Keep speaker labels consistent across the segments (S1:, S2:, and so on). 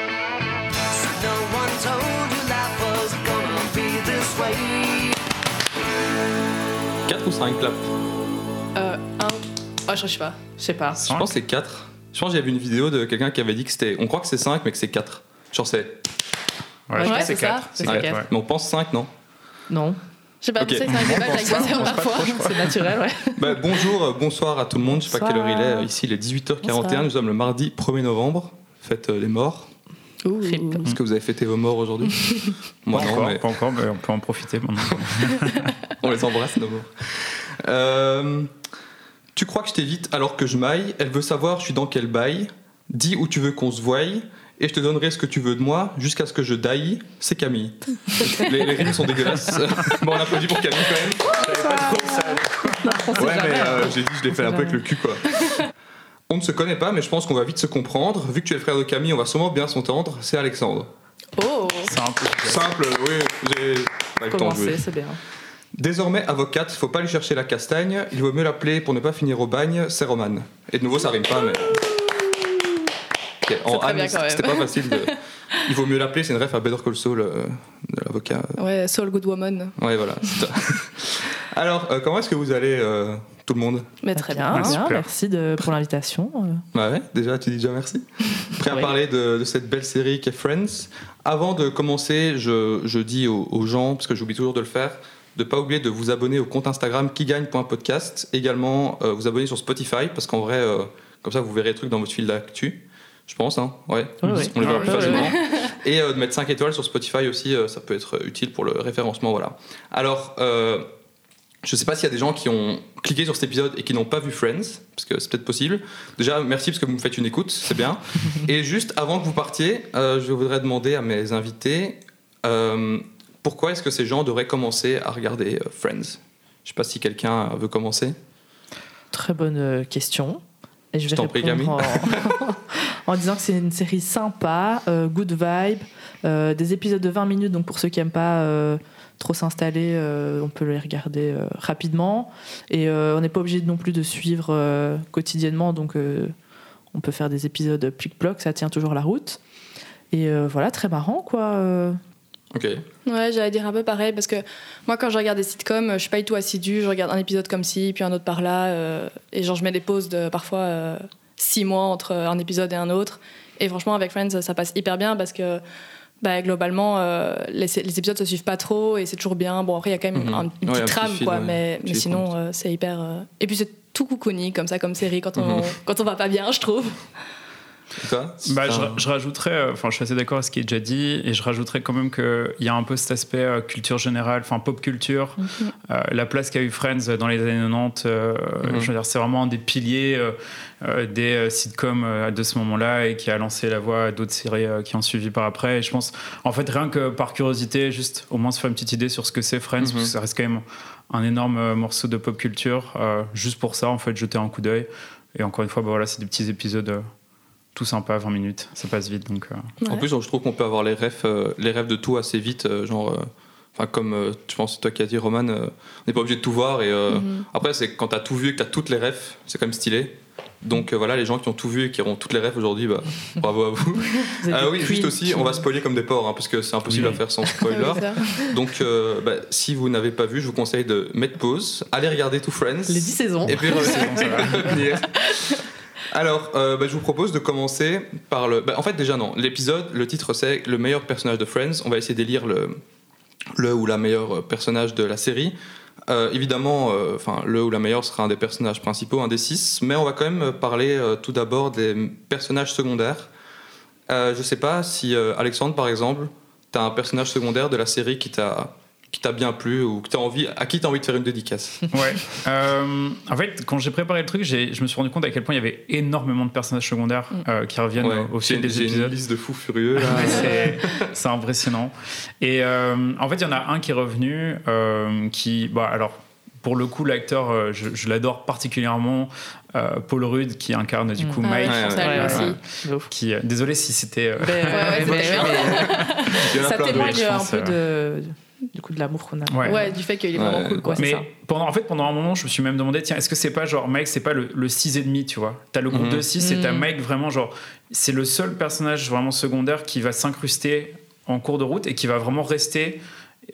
S1: No one told you life was gonna be this way.
S2: 4 ou 5 clap
S3: Euh, un. Oh, je sais pas. Je sais pas.
S2: Je pense que c'est 4. Je pense que j'avais vu une vidéo de quelqu'un qui avait dit que c'était. On croit que c'est 5, mais que c'est 4. Genre c'est.
S3: Ouais,
S4: je pense que
S3: c'est ça,
S4: quatre.
S3: c'est
S4: quatre,
S3: quatre.
S4: ouais.
S2: Mais on pense 5, non
S3: Non. Je sais pas,
S2: Ok.
S3: tu sais que c'est un débat que
S4: pense
S3: j'ai avec
S4: pas,
S3: Mathieu
S4: on pense pas
S3: parfois. C'est naturel, ouais.
S2: Bah, bonjour, euh, bonsoir à tout le monde. Je sais pas quelle heure il est. euh,
S3: Bonsoir.
S2: Ici, il est 18h41.
S3: Bonsoir.
S2: Nous sommes le mardi 1er novembre. Fête euh, des morts.
S3: Rip.
S2: Est-ce que vous avez fêté vos morts aujourd'hui Moi
S4: pas,
S2: non,
S4: encore,
S2: mais
S4: pas encore, mais on peut en profiter maintenant.
S2: on les embrasse, nos morts. Euh, tu crois que je t'évite alors que je maille Elle veut savoir je suis dans quel bail. Dis où tu veux qu'on se voie. Et je te donnerai ce que tu veux de moi jusqu'à ce que je daille. C'est Camille. les, les rimes sont dégueulasses. bon, on applaudit pour Camille quand même. Ouais, mais euh, j'ai dit, je l'ai fait un peu avec le cul, quoi. On ne se connaît pas, mais je pense qu'on va vite se comprendre. Vu que tu es le frère de Camille, on va sûrement bien s'entendre. C'est Alexandre.
S3: Oh,
S4: C'est un peu.
S2: Simple, oui, j'ai pas le temps de jouer.
S3: commencer, c'est bien.
S2: Désormais, avocate, faut pas lui chercher la castagne. Il vaut mieux l'appeler pour ne pas finir au bagne, c'est Roman. Et de nouveau, ça rime pas, mais. Ok, en
S3: très
S2: Anne,
S3: bien, quand même.
S2: c'était pas facile de. Il vaut mieux l'appeler, c'est une ref à Better Call Saul euh, de l'avocat.
S3: Ouais, Soul Good Woman.
S2: Ouais, voilà. c'est ça. Alors, euh, comment est-ce que vous allez, euh, tout le monde
S3: Mais très bien.
S4: Ah, super.
S5: merci de- pour l'invitation. euh.
S2: Bah ouais, déjà tu dis déjà merci. Prêt à
S3: Ouais.
S2: parler de, de cette belle série qu'est Friends. Avant de commencer, je, je dis aux, aux gens, parce que j'oublie toujours de le faire, de pas oublier de vous abonner au compte Instagram kigagne.podcast. Également, euh, vous abonner sur Spotify, parce qu'en vrai, euh, comme ça, vous verrez les trucs dans votre fil d'actu. Je pense, hein, ouais.
S5: Ouais, ouais.
S2: On les verra plus
S3: Ouais, ouais.
S2: facilement. Et euh, de mettre 5 étoiles sur Spotify aussi, euh, ça peut être utile pour le référencement, voilà. Alors, euh, je sais pas s'il y a des gens qui ont cliqué sur cet épisode et qui n'ont pas vu Friends, parce que c'est peut-être possible. Déjà, merci parce que vous me faites une écoute, c'est bien. Et juste avant que vous partiez, euh, je voudrais demander à mes invités euh, pourquoi est-ce que ces gens devraient commencer à regarder euh, Friends Je sais pas si quelqu'un veut commencer.
S5: Très bonne euh, question. Et je vais
S2: t'en prie,
S5: répondre en, en disant que c'est une série sympa, euh, good vibe, euh, des épisodes de 20 minutes, donc pour ceux qui n'aiment pas euh, trop s'installer, euh, on peut les regarder euh, rapidement. Et euh, on n'est pas obligé non plus de suivre euh, quotidiennement, donc euh, on peut faire des épisodes plic-ploc, ça tient toujours la route. Et euh, voilà, très marrant quoi. euh.
S2: Ok.
S3: Ouais, j'allais dire un peu pareil parce que moi, quand je regarde des sitcoms, euh, je suis pas du tout assidue. Je regarde un épisode comme ci, puis un autre par là. euh, et genre, je mets des pauses de parfois euh, six mois entre euh, un épisode et un autre. Et franchement, avec Friends, ça passe hyper bien parce que bah, globalement, euh, les, les épisodes se suivent pas trop et c'est toujours bien. Bon, après, il y a quand même
S2: Mhm.
S3: un- une
S2: Ouais, un
S3: petite
S2: petit
S3: trame,
S2: fil,
S3: quoi.
S2: ouais,
S3: mais
S2: petit
S3: mais
S2: fil
S3: sinon,
S2: conducteur.
S3: euh, c'est hyper. euh, Et puis, c'est tout coucouni comme ça, comme série, quand on,
S2: Mhm.
S3: quand on va pas bien, je trouve.
S2: Et toi
S4: Bah, je,
S2: Enfin,
S4: je rajouterais, euh, enfin, je suis assez d'accord à ce qui est déjà dit, et je rajouterais quand même qu'il y a un peu cet aspect euh, culture générale, enfin pop culture,
S3: Mhm.
S4: euh, la place qu'a eu Friends dans les années 90, euh,
S2: Mhm.
S4: je veux dire, c'est vraiment un des piliers euh, euh, des euh, sitcoms euh, de ce moment-là et qui a lancé la voie à d'autres séries euh, qui ont suivi par après. Et je pense, en fait, rien que par curiosité, juste au moins se faire une petite idée sur ce que c'est Friends,
S2: Mhm.
S4: parce que ça reste quand même un énorme euh, morceau de pop culture. euh, juste pour ça, en fait, jeter un coup d'œil. Et encore une fois, bah voilà, c'est des petits épisodes euh, tout sympas, 20 minutes, ça passe vite. Donc, euh,
S2: En
S3: Ouais.
S2: plus, je trouve qu'on peut avoir les rêves, les rêves de tout assez vite, euh, genre. euh, Enfin, comme euh, je pense que c'est toi qui as dit, Roman, euh, on n'est pas obligé de tout voir. Et
S5: Mm-hmm.
S2: euh,
S3: Mhm.
S2: après, c'est quand t'as tout vu et que t'as toutes les refs, c'est quand même stylé. Donc euh, voilà, les gens qui ont tout vu et qui auront toutes les refs aujourd'hui, bah, bravo à vous.
S5: Vous êtes
S2: Ah
S5: des
S2: oui,
S5: queens Ah
S2: juste aussi,
S5: qui-
S2: on va spoiler comme des porcs, hein, parce que c'est impossible
S4: Oui.
S2: à faire sans
S3: Ah
S2: spoiler. Donc euh, bah, si vous n'avez pas vu, je vous conseille de mettre pause, aller regarder tout Friends.
S5: Les 10 saisons.
S2: Et puis
S4: bon, ça va.
S2: revenir. Alors, euh, bah, je vous propose de commencer par le. bah, en fait, déjà, non. L'épisode, le titre, c'est Le meilleur personnage de Friends. On va essayer d'élire le, le ou la meilleure euh, personnage de la série. Euh, évidemment, euh, enfin, le ou la meilleure sera un des personnages principaux, un des six. Mais on va quand même parler euh, tout d'abord des personnages secondaires. Euh, je sais pas si, euh, Alexandre, par exemple, t'as un personnage secondaire de la série qui t'a qui t'a bien plu ou que t'as envie, à qui t'as envie de faire une dédicace.
S4: Ouais. Euh, en fait, quand j'ai préparé le truc, j'ai- je me suis rendu compte à quel point il y avait énormément de personnages secondaires euh, qui reviennent
S2: Mm. Ouais.
S4: au, au
S2: J'ai-
S4: fil des
S2: j'ai une
S4: épisodes.
S2: liste de fous furieux. là.
S4: Ah Ouais, c'est- C'est impressionnant. Et euh, en fait, il y en a un qui est revenu, euh, qui, bah, alors, pour le coup, l'acteur, euh, je, je l'adore particulièrement. euh, Paul Rudd, qui incarne du coup
S5: Ah
S4: Mike.
S3: ouais, je pense à
S4: euh,
S3: lui
S5: Ouais,
S3: aussi.
S5: ouais. De ouf.
S4: qui, euh, désolé si c'était. euh,
S5: Ben,
S3: ouais,
S5: ouais,
S3: c'était bien.
S5: ouais, mais
S2: Il y en a
S5: Ça
S2: plein d'autres.
S5: témoigne
S4: je
S5: un
S4: pense,
S5: peu de, euh, du coup de l'amour qu'on a.
S4: ouais.
S3: Ouais, du fait qu'il est
S2: euh, Ouais.
S3: vraiment cool, quoi.
S4: Mais
S5: ça.
S4: pendant, en fait, pendant un moment, je me suis même demandé, tiens, est-ce que c'est pas genre Mike, c'est pas le, le 6,5, tu vois T'as le groupe
S2: Mhm.
S4: de 6 et t'as
S5: Mhm.
S4: Mike vraiment, genre, c'est le seul personnage vraiment secondaire qui va s'incruster en cours de route et qui va vraiment rester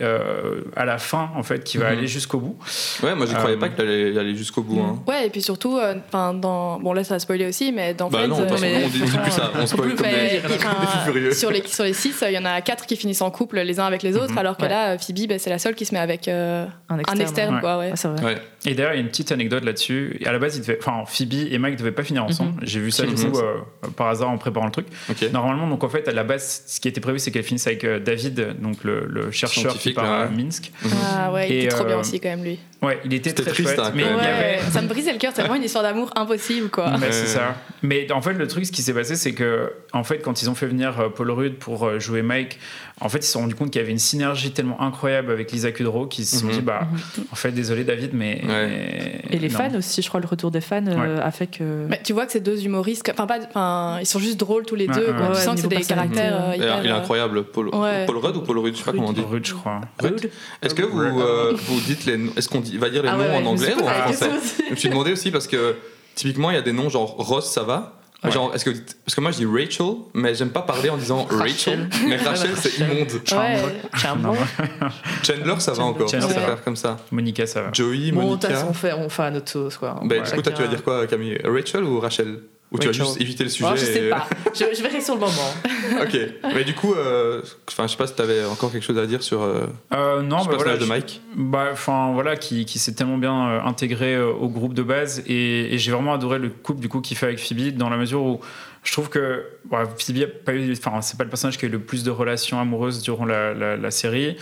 S4: euh, à la fin, en fait, qui va
S2: Mhm.
S4: aller jusqu'au bout.
S2: Ouais, moi, je croyais
S4: Euh,
S2: pas qu'il allait y aller jusqu'au bout. hein.
S3: Ouais, et puis surtout, euh, 'fin, dans... bon là ça a spoilé aussi, mais dans
S2: Bah
S3: Friends,
S2: non, de toute
S3: euh,
S2: façon, on dit on dit plus ça, on spoil comme
S3: mais-
S2: des comme des fous furieux.
S3: enfin, euh, sur, les, sur les six, euh, il y en a quatre qui finissent en couple les uns avec les autres,
S4: Mhm.
S3: alors que
S5: Ouais.
S3: là, euh, Phoebe, ben, c'est la seule qui se met avec euh,
S5: Un externe.
S3: un externe,
S4: Ouais.
S3: quoi. Ouais.
S5: Ah, c'est vrai.
S2: Ouais.
S4: Et d'ailleurs, il y a une petite anecdote là-dessus. À la base, ils devaient, enfin, Phoebe et Mike devaient pas finir ensemble. J'ai vu ça
S2: Mhm.
S4: du coup euh, par hasard en préparant le truc.
S2: Ok.
S4: Normalement, donc en fait, à la base, ce qui était prévu, c'est qu'elle finisse avec euh, David, donc le, le chercheur qui
S2: Scientifique,
S4: part
S2: là,
S4: à
S2: ouais.
S4: Minsk.
S3: Ah ouais, il
S4: Et,
S3: était trop bien
S4: euh,
S3: aussi quand même lui.
S4: Ouais, il était
S2: C'était
S4: très
S2: triste,
S4: chouette,
S2: hein,
S4: mais
S2: quand
S4: il
S2: même.
S4: y avait.
S3: Ouais, ça me brisait le cœur, c'est vraiment une histoire d'amour impossible, quoi.
S4: Mais
S2: Ouais.
S4: c'est ça. Mais en fait, le truc, ce qui s'est passé, c'est que, en fait, quand ils ont fait venir euh, Paul Rudd pour euh, jouer Mike, en fait, ils se sont rendus compte qu'il y avait une synergie tellement incroyable avec Lisa Kudrow qu'ils se sont
S2: Mhm.
S4: dit, bah, en fait, désolé David, mais.
S2: Ouais.
S5: Et les
S4: non.
S5: fans aussi, je crois, le retour des fans euh, a fait que.
S3: Mais tu vois que ces deux humoristes, que- enfin pas, enfin ils sont juste drôles tous les
S4: Ouais,
S3: deux.
S4: ouais,
S3: quoi.
S5: ouais,
S3: tu sens que c'est
S5: niveau
S3: des
S5: personnalité,
S3: caractères euh,
S5: ouais.
S2: Il
S3: hyper.
S2: est incroyable, Paul,
S3: Ouais.
S2: Paul Rudd ou Paul Rudd, je sais pas comment on dit.
S4: Rudd, je crois.
S5: Rude.
S2: Est-ce que vous, euh, vous dites les noms Est-ce qu'on dit- va dire les
S5: Ah
S2: noms
S5: ouais, ouais,
S2: en
S5: je me suis
S2: anglais ou en
S5: posé la
S2: français
S5: question aussi.
S2: Je me suis demandé aussi parce que typiquement il y a des noms genre Ross, ça va.
S4: Ouais.
S2: Genre, est-ce que vous dites- Parce que moi je dis Rachel, mais j'aime pas parler en disant Rachel.
S5: Rachel.
S2: Mais Rachel c'est
S5: Rachel.
S2: immonde.
S3: euh, ouais.
S5: Charmant.
S4: Non.
S2: Chandler ça va encore.
S4: Chandler,
S2: ça
S3: ça
S2: va
S3: va.
S2: faire comme ça.
S4: Monica, ça va.
S2: Joey,
S5: Bon, de toute façon,
S2: Monica.
S5: on fait, on fait à notre sauce, quoi.
S2: Ben,
S4: Ouais.
S2: Du coup toi tu vas dire quoi Camille Rachel ou Rachel Ou tu vas
S4: Rachel.
S2: juste éviter le sujet
S5: Oh, je sais
S2: et-
S5: pas. Je, je verrai sur le moment.
S2: Ok. Mais du coup, euh, enfin je sais pas si t'avais encore quelque chose à dire sur euh,
S4: Euh, non,
S2: ce
S4: mais voilà,
S2: personnage de
S4: je-
S2: Mike.
S4: bah, enfin voilà, qui, qui s'est tellement bien euh, intégré euh, au groupe de base et, et j'ai vraiment adoré le couple du coup qu'il fait avec Phoebe dans la mesure où je trouve que bah, Phoebe a pas eu, enfin c'est pas le personnage qui a eu le plus de relations amoureuses durant la, la- la série,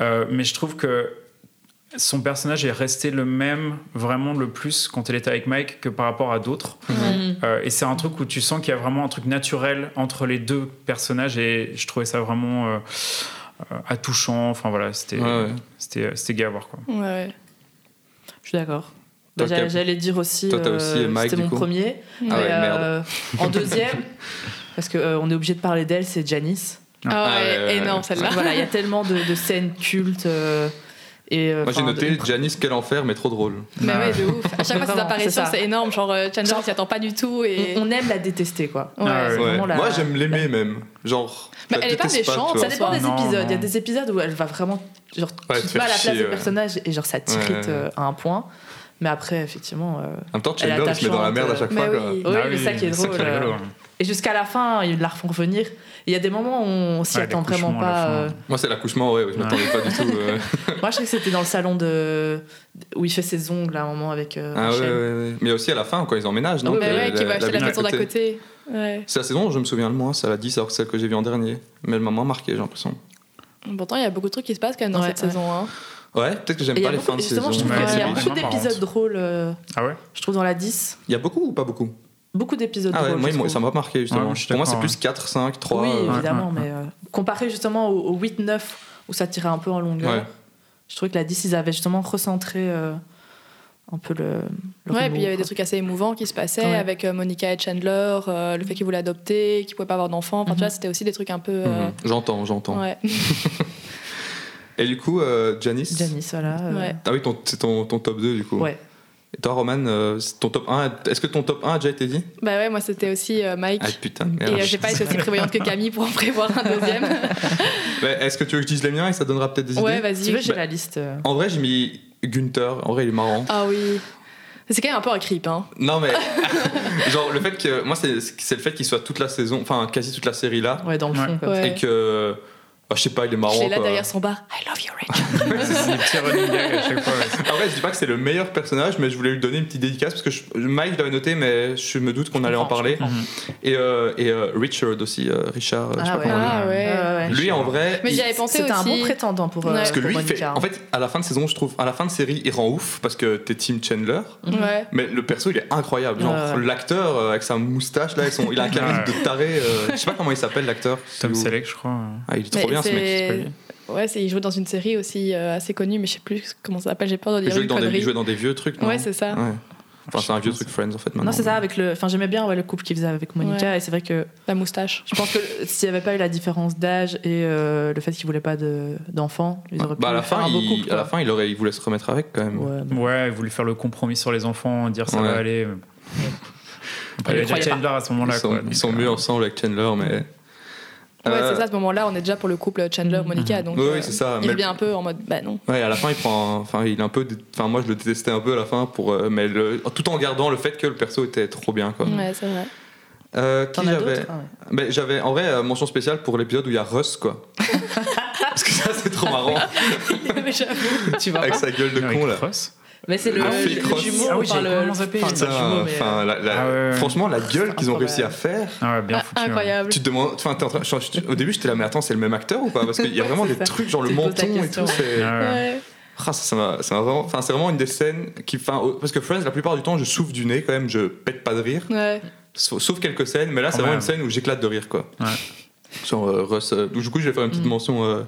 S4: euh, mais je trouve que son personnage est resté le même vraiment le plus quand elle était avec Mike que par rapport à d'autres. Euh, et c'est un truc où tu sens qu'il y a vraiment un truc naturel entre les deux personnages et je trouvais ça vraiment euh, euh, attouchant. Enfin voilà, c'était
S2: Ouais, ouais.
S4: c'était euh, c'était gai à voir quoi.
S3: Ouais, ouais.
S5: Je suis d'accord.
S2: Toi,
S5: Bah, j'allais-
S2: Cap-
S5: J'allais dire aussi,
S2: toi, t'as aussi
S5: euh,
S2: Mike,
S5: c'était
S2: du
S5: mon
S2: coup.
S5: premier.
S2: Ah ouais,
S5: Mais,
S2: merde.
S5: euh, en deuxième, parce qu'on on est obligé de parler d'elle, c'est Janice.
S3: Ah ouais,
S2: ouais, ouais,
S3: énorme
S2: ouais.
S3: celle-là.
S5: Voilà, il y a tellement de, de scènes cultes. euh, et, euh,
S2: Moi j'ai
S5: enfin,
S2: noté
S5: de-
S2: Janice quel enfer mais trop drôle.
S3: Mais
S4: Ah.
S3: ouais, de ouf. À chaque fois,
S5: Vraiment,
S3: ces
S5: c'est
S3: apparitions,
S5: ça.
S3: c'est énorme. Genre, euh, Chandler,
S5: Genre-
S3: il s'y attend pas du tout. Et...
S5: on, on aime la détester, quoi.
S3: Ouais.
S4: Ah ouais.
S5: C'est vraiment la-
S2: Moi j'aime l'aimer même. Genre.
S3: Mais
S2: je la
S3: elle est pas
S2: déteste tu
S3: méchante,
S2: vois.
S5: Ça dépend des
S4: Non,
S5: épisodes.
S4: non.
S5: Il y a des épisodes où elle va vraiment genre
S2: Ouais, te
S5: qui te
S2: faire
S5: met à la
S2: chier,
S5: place du
S2: ouais.
S5: personnage et genre ça t'irrite
S2: Ouais.
S5: euh, à un point. Mais après, effectivement. euh,
S4: Ah
S2: En même temps,
S5: Elle est
S2: Chandler, il se met dans la merde à chaque
S3: Mais
S2: fois.
S3: oui.
S2: quoi.
S5: Oui, mais ça qui est drôle.
S4: c'est rigolo, hein.
S5: euh,
S4: ouais.
S5: Et jusqu'à la fin, ils la refont revenir. Il y a des moments où on s'y
S4: Ouais,
S5: attend
S4: l'accouchement
S5: vraiment
S4: à la
S5: pas.
S4: fin.
S5: euh,
S2: Moi, c'est l'accouchement, ouais, je m'attendais pas du tout. euh.
S5: Moi, je sais que c'était dans le salon de où il fait ses ongles à un moment avec euh,
S2: Ah ouais, ouais,
S5: Rachel.
S2: ouais. Mais aussi à la fin, quand ils emménagent, non
S3: Mais
S2: que
S3: ouais, qui va acheter la
S2: euh, ville
S3: maison
S2: d'à
S3: d'à côté. Ouais.
S2: C'est la saison, où je me souviens le moins, ça l'a 10, alors que celle que j'ai vue en dernier. Mais elle m'a moins marqué, j'ai l'impression.
S3: Pourtant, il y a beaucoup de trucs qui se passent quand même dans
S5: Ouais,
S3: cette
S5: ouais.
S3: saison. hein.
S2: Ouais, peut-être que j'aime
S5: Et il y
S2: pas
S5: a
S2: les
S5: beaucoup,
S2: fins de saison.
S5: justement, je trouve
S4: Ouais,
S5: qu'il y a
S4: c'est
S5: beaucoup
S4: vraiment
S5: d'épisodes
S4: marrant.
S5: drôles, euh,
S4: Ah ouais.
S5: je trouve, dans la 10.
S2: Il y a beaucoup ou pas beaucoup
S5: Beaucoup d'épisodes
S2: Ah ouais,
S5: drôles.
S2: moi,
S5: je
S2: moi,
S5: trouve.
S2: ça m'a pas marqué, justement.
S4: Ouais, moi, je suis
S2: Pour moi, c'est
S4: d'accord,
S2: plus 4, 5, 3.
S5: Oui,
S2: euh,
S4: ouais,
S5: évidemment,
S4: ouais,
S5: mais euh, comparé justement au, au 8-9, où ça tirait un peu en longueur,
S2: Ouais.
S5: je trouvais que la 10, ils avaient justement recentré euh, un peu le. le
S3: Ouais,
S5: humour,
S3: et puis il y avait des
S5: quoi.
S3: trucs assez émouvants qui se passaient
S5: Ouais. Mm.
S3: avec euh, Monica et Chandler, euh, le fait qu'ils voulaient adopter, qu'ils pouvaient pas avoir d'enfants. Enfin, tu
S5: Mm-hmm.
S3: vois, c'était aussi des trucs un peu. euh,
S2: mhm. J'entends, j'entends.
S3: Ouais.
S2: Et du coup, euh, Janice
S5: Janice, voilà. euh,
S3: Ouais.
S2: Ah oui, ton- c'est ton, ton top 2 du coup.
S5: ouais.
S2: Et toi, Roman, euh, c'est ton top 1, est-ce que ton top 1 a déjà été dit
S3: Bah ouais, moi, c'était aussi euh, Mike.
S2: Ah putain, de
S3: Et
S2: merde.
S3: euh, j'ai pas été aussi prévoyante que Camille pour en prévoir un deuxième.
S2: Ouais, Est-ce que tu veux que je dise les miens et ça donnera peut-être des idées
S3: ouais,
S5: Si tu veux,
S3: vas-y.
S5: j'ai la liste. euh.
S2: En vrai, j'ai mis Gunther. En vrai, il est marrant.
S3: Ah oui. C'est quand même un peu un creep, hein.
S2: Non, mais. genre, le fait que. Moi, c'est c'est le fait qu'il soit toute la saison. Enfin, quasi toute la série là.
S5: Ouais, dans le
S4: Ouais.
S5: fond, quoi.
S3: Ouais.
S2: Et que. bah, je sais pas, il est
S3: Il
S2: marrant.
S3: est là
S2: quoi.
S3: derrière son bar. I love you, Rachel.
S4: C'est des petits running gags à chaque fois. ouais.
S2: En vrai, je dis pas que c'est le meilleur personnage, mais je voulais lui donner une petite dédicace parce que je- Mike l'avait noté, mais je me doute qu'on allait en
S5: comprends,
S2: parler.
S5: je comprends.
S4: Mhm.
S2: Et, euh, et euh, Richard aussi, euh, Richard. euh, je sais
S5: Ah
S2: pas
S5: ouais.
S2: comment on dit.
S3: Ah ouais.
S5: Ouais, ouais, ouais.
S2: Lui, en vrai.
S3: Mais
S2: il-
S3: j'avais pensé
S5: C'était
S3: aussi.
S5: un bon prétendant pour, euh,
S3: Ouais. Parce
S2: Parce que
S5: pour
S2: lui, il fait.
S5: Monica, hein.
S2: En fait, à la fin de saison, je trouve. À la fin de série, il rend ouf parce que t'es Team Chandler.
S5: Mm-hmm.
S3: Ouais.
S2: Mais le perso, il est incroyable. Genre,
S5: Ouais, ouais.
S2: l'acteur euh, avec sa moustache, là, et son- il a un charisme
S4: Ouais.
S2: de taré. euh, je sais pas comment il s'appelle, l'acteur. si
S4: Tom
S2: vous-
S4: Selleck, je crois. hein.
S2: Ah, il est
S3: Mais
S2: trop bien, ce mec.
S3: c'est-
S4: pas lui.
S3: Ouais, c'est- il jouait dans une série aussi euh, assez connue, mais je sais plus comment ça s'appelle, j'ai peur de
S2: Il
S3: dire
S2: jouait
S3: une
S2: dans, des, il
S3: connerie.
S2: jouait dans Hein. des vieux trucs, non
S3: Ouais, c'est ça.
S2: Ouais. Enfin, c'est un vieux truc Friends en fait.
S5: Non,
S2: maintenant.
S5: c'est ça, avec le. Enfin, j'aimais bien ouais, le couple qu'il faisait avec Monica, et c'est vrai que
S3: La moustache.
S5: je pense que s'il n'y avait pas eu la différence d'âge et euh, le fait qu'il voulait pas de- d'enfants, ils auraient pu
S2: Bah, à la
S5: faire
S2: fin,
S5: un beau
S2: il,
S5: couple.
S2: à la
S5: quoi.
S2: fin il, aurait, il voulait se remettre avec quand même.
S5: Ouais, bah.
S4: Ouais, il voulait faire le compromis sur les enfants, dire ça
S2: Ouais.
S4: va aller. Après, il y
S5: Il y
S4: a déjà
S5: croyait
S4: Chandler à ce moment-là.
S2: ils sont,
S4: quoi,
S2: ils
S4: donc,
S2: sont
S4: euh,
S2: mieux ensemble avec Chandler, mais.
S3: Ouais,
S2: Euh,
S3: c'est ça, à ce moment-là, on est déjà pour le couple Chandler-Monica. Donc,
S2: Oui,
S3: euh,
S2: oui, c'est ça,
S3: Il
S2: mais-
S3: revient un peu en mode, bah non.
S2: Ouais, à la fin, il prend. un- Enfin, il est un peu. dé- Enfin, moi, je le détestais un peu à la fin, pour, euh, mais le- tout en gardant le fait que le perso était trop bien. Quoi.
S3: Ouais, c'est vrai.
S2: Euh, qui
S5: T'en as
S2: j'avais
S5: d'autres Ah ouais.
S2: Mais j'avais en vrai euh, mention spéciale pour l'épisode où il y a Russ, quoi. Parce que ça, c'est trop marrant,
S3: Mais j'avoue.
S5: Tu vois
S2: avec
S5: pas
S2: sa gueule de
S4: Eric
S2: con là.
S4: Ross.
S5: Mais c'est le,
S2: Ah oui,
S5: le
S2: Cross.
S5: jumeau,
S4: Ah oui,
S5: enfin,
S4: j'ai
S5: le,
S4: complètement zappé.
S5: enfin,
S4: Putain,
S5: le
S2: Putain,
S5: jumeau, mais, euh,
S2: enfin, la- la-
S4: Ah ouais, ouais.
S2: franchement, la gueule qu'ils ont
S5: Incroyable.
S2: réussi à faire.
S4: Ah ouais, bien foutu. ouais.
S3: Incroyable.
S2: Tu te demandes, enfin, t'es en train- je- je- au début, j'étais là, mais attends, c'est le même acteur ou pas Parce qu'il y a vraiment
S5: Ouais,
S2: des
S5: c'est ça.
S2: trucs, genre le
S5: Tu te poses la
S2: menton et
S5: question,
S2: tout. C'est
S4: Ouais, ouais.
S3: Ouais.
S2: Ah, ça, ça m'a- ça m'a vraiment- enfin, c'est vraiment une des scènes qui. Enfin, au- parce que Friends, la plupart du temps, je souffle du nez quand même, je pète pas de rire.
S3: Ouais.
S2: Sauf sauf quelques scènes, mais là, c'est
S4: Quand
S2: vraiment
S4: même.
S2: une scène où j'éclate de rire, quoi.
S4: Ouais.
S2: Genre euh, Russ. euh, du coup, je vais faire une petite
S5: Mm.
S2: mention. euh.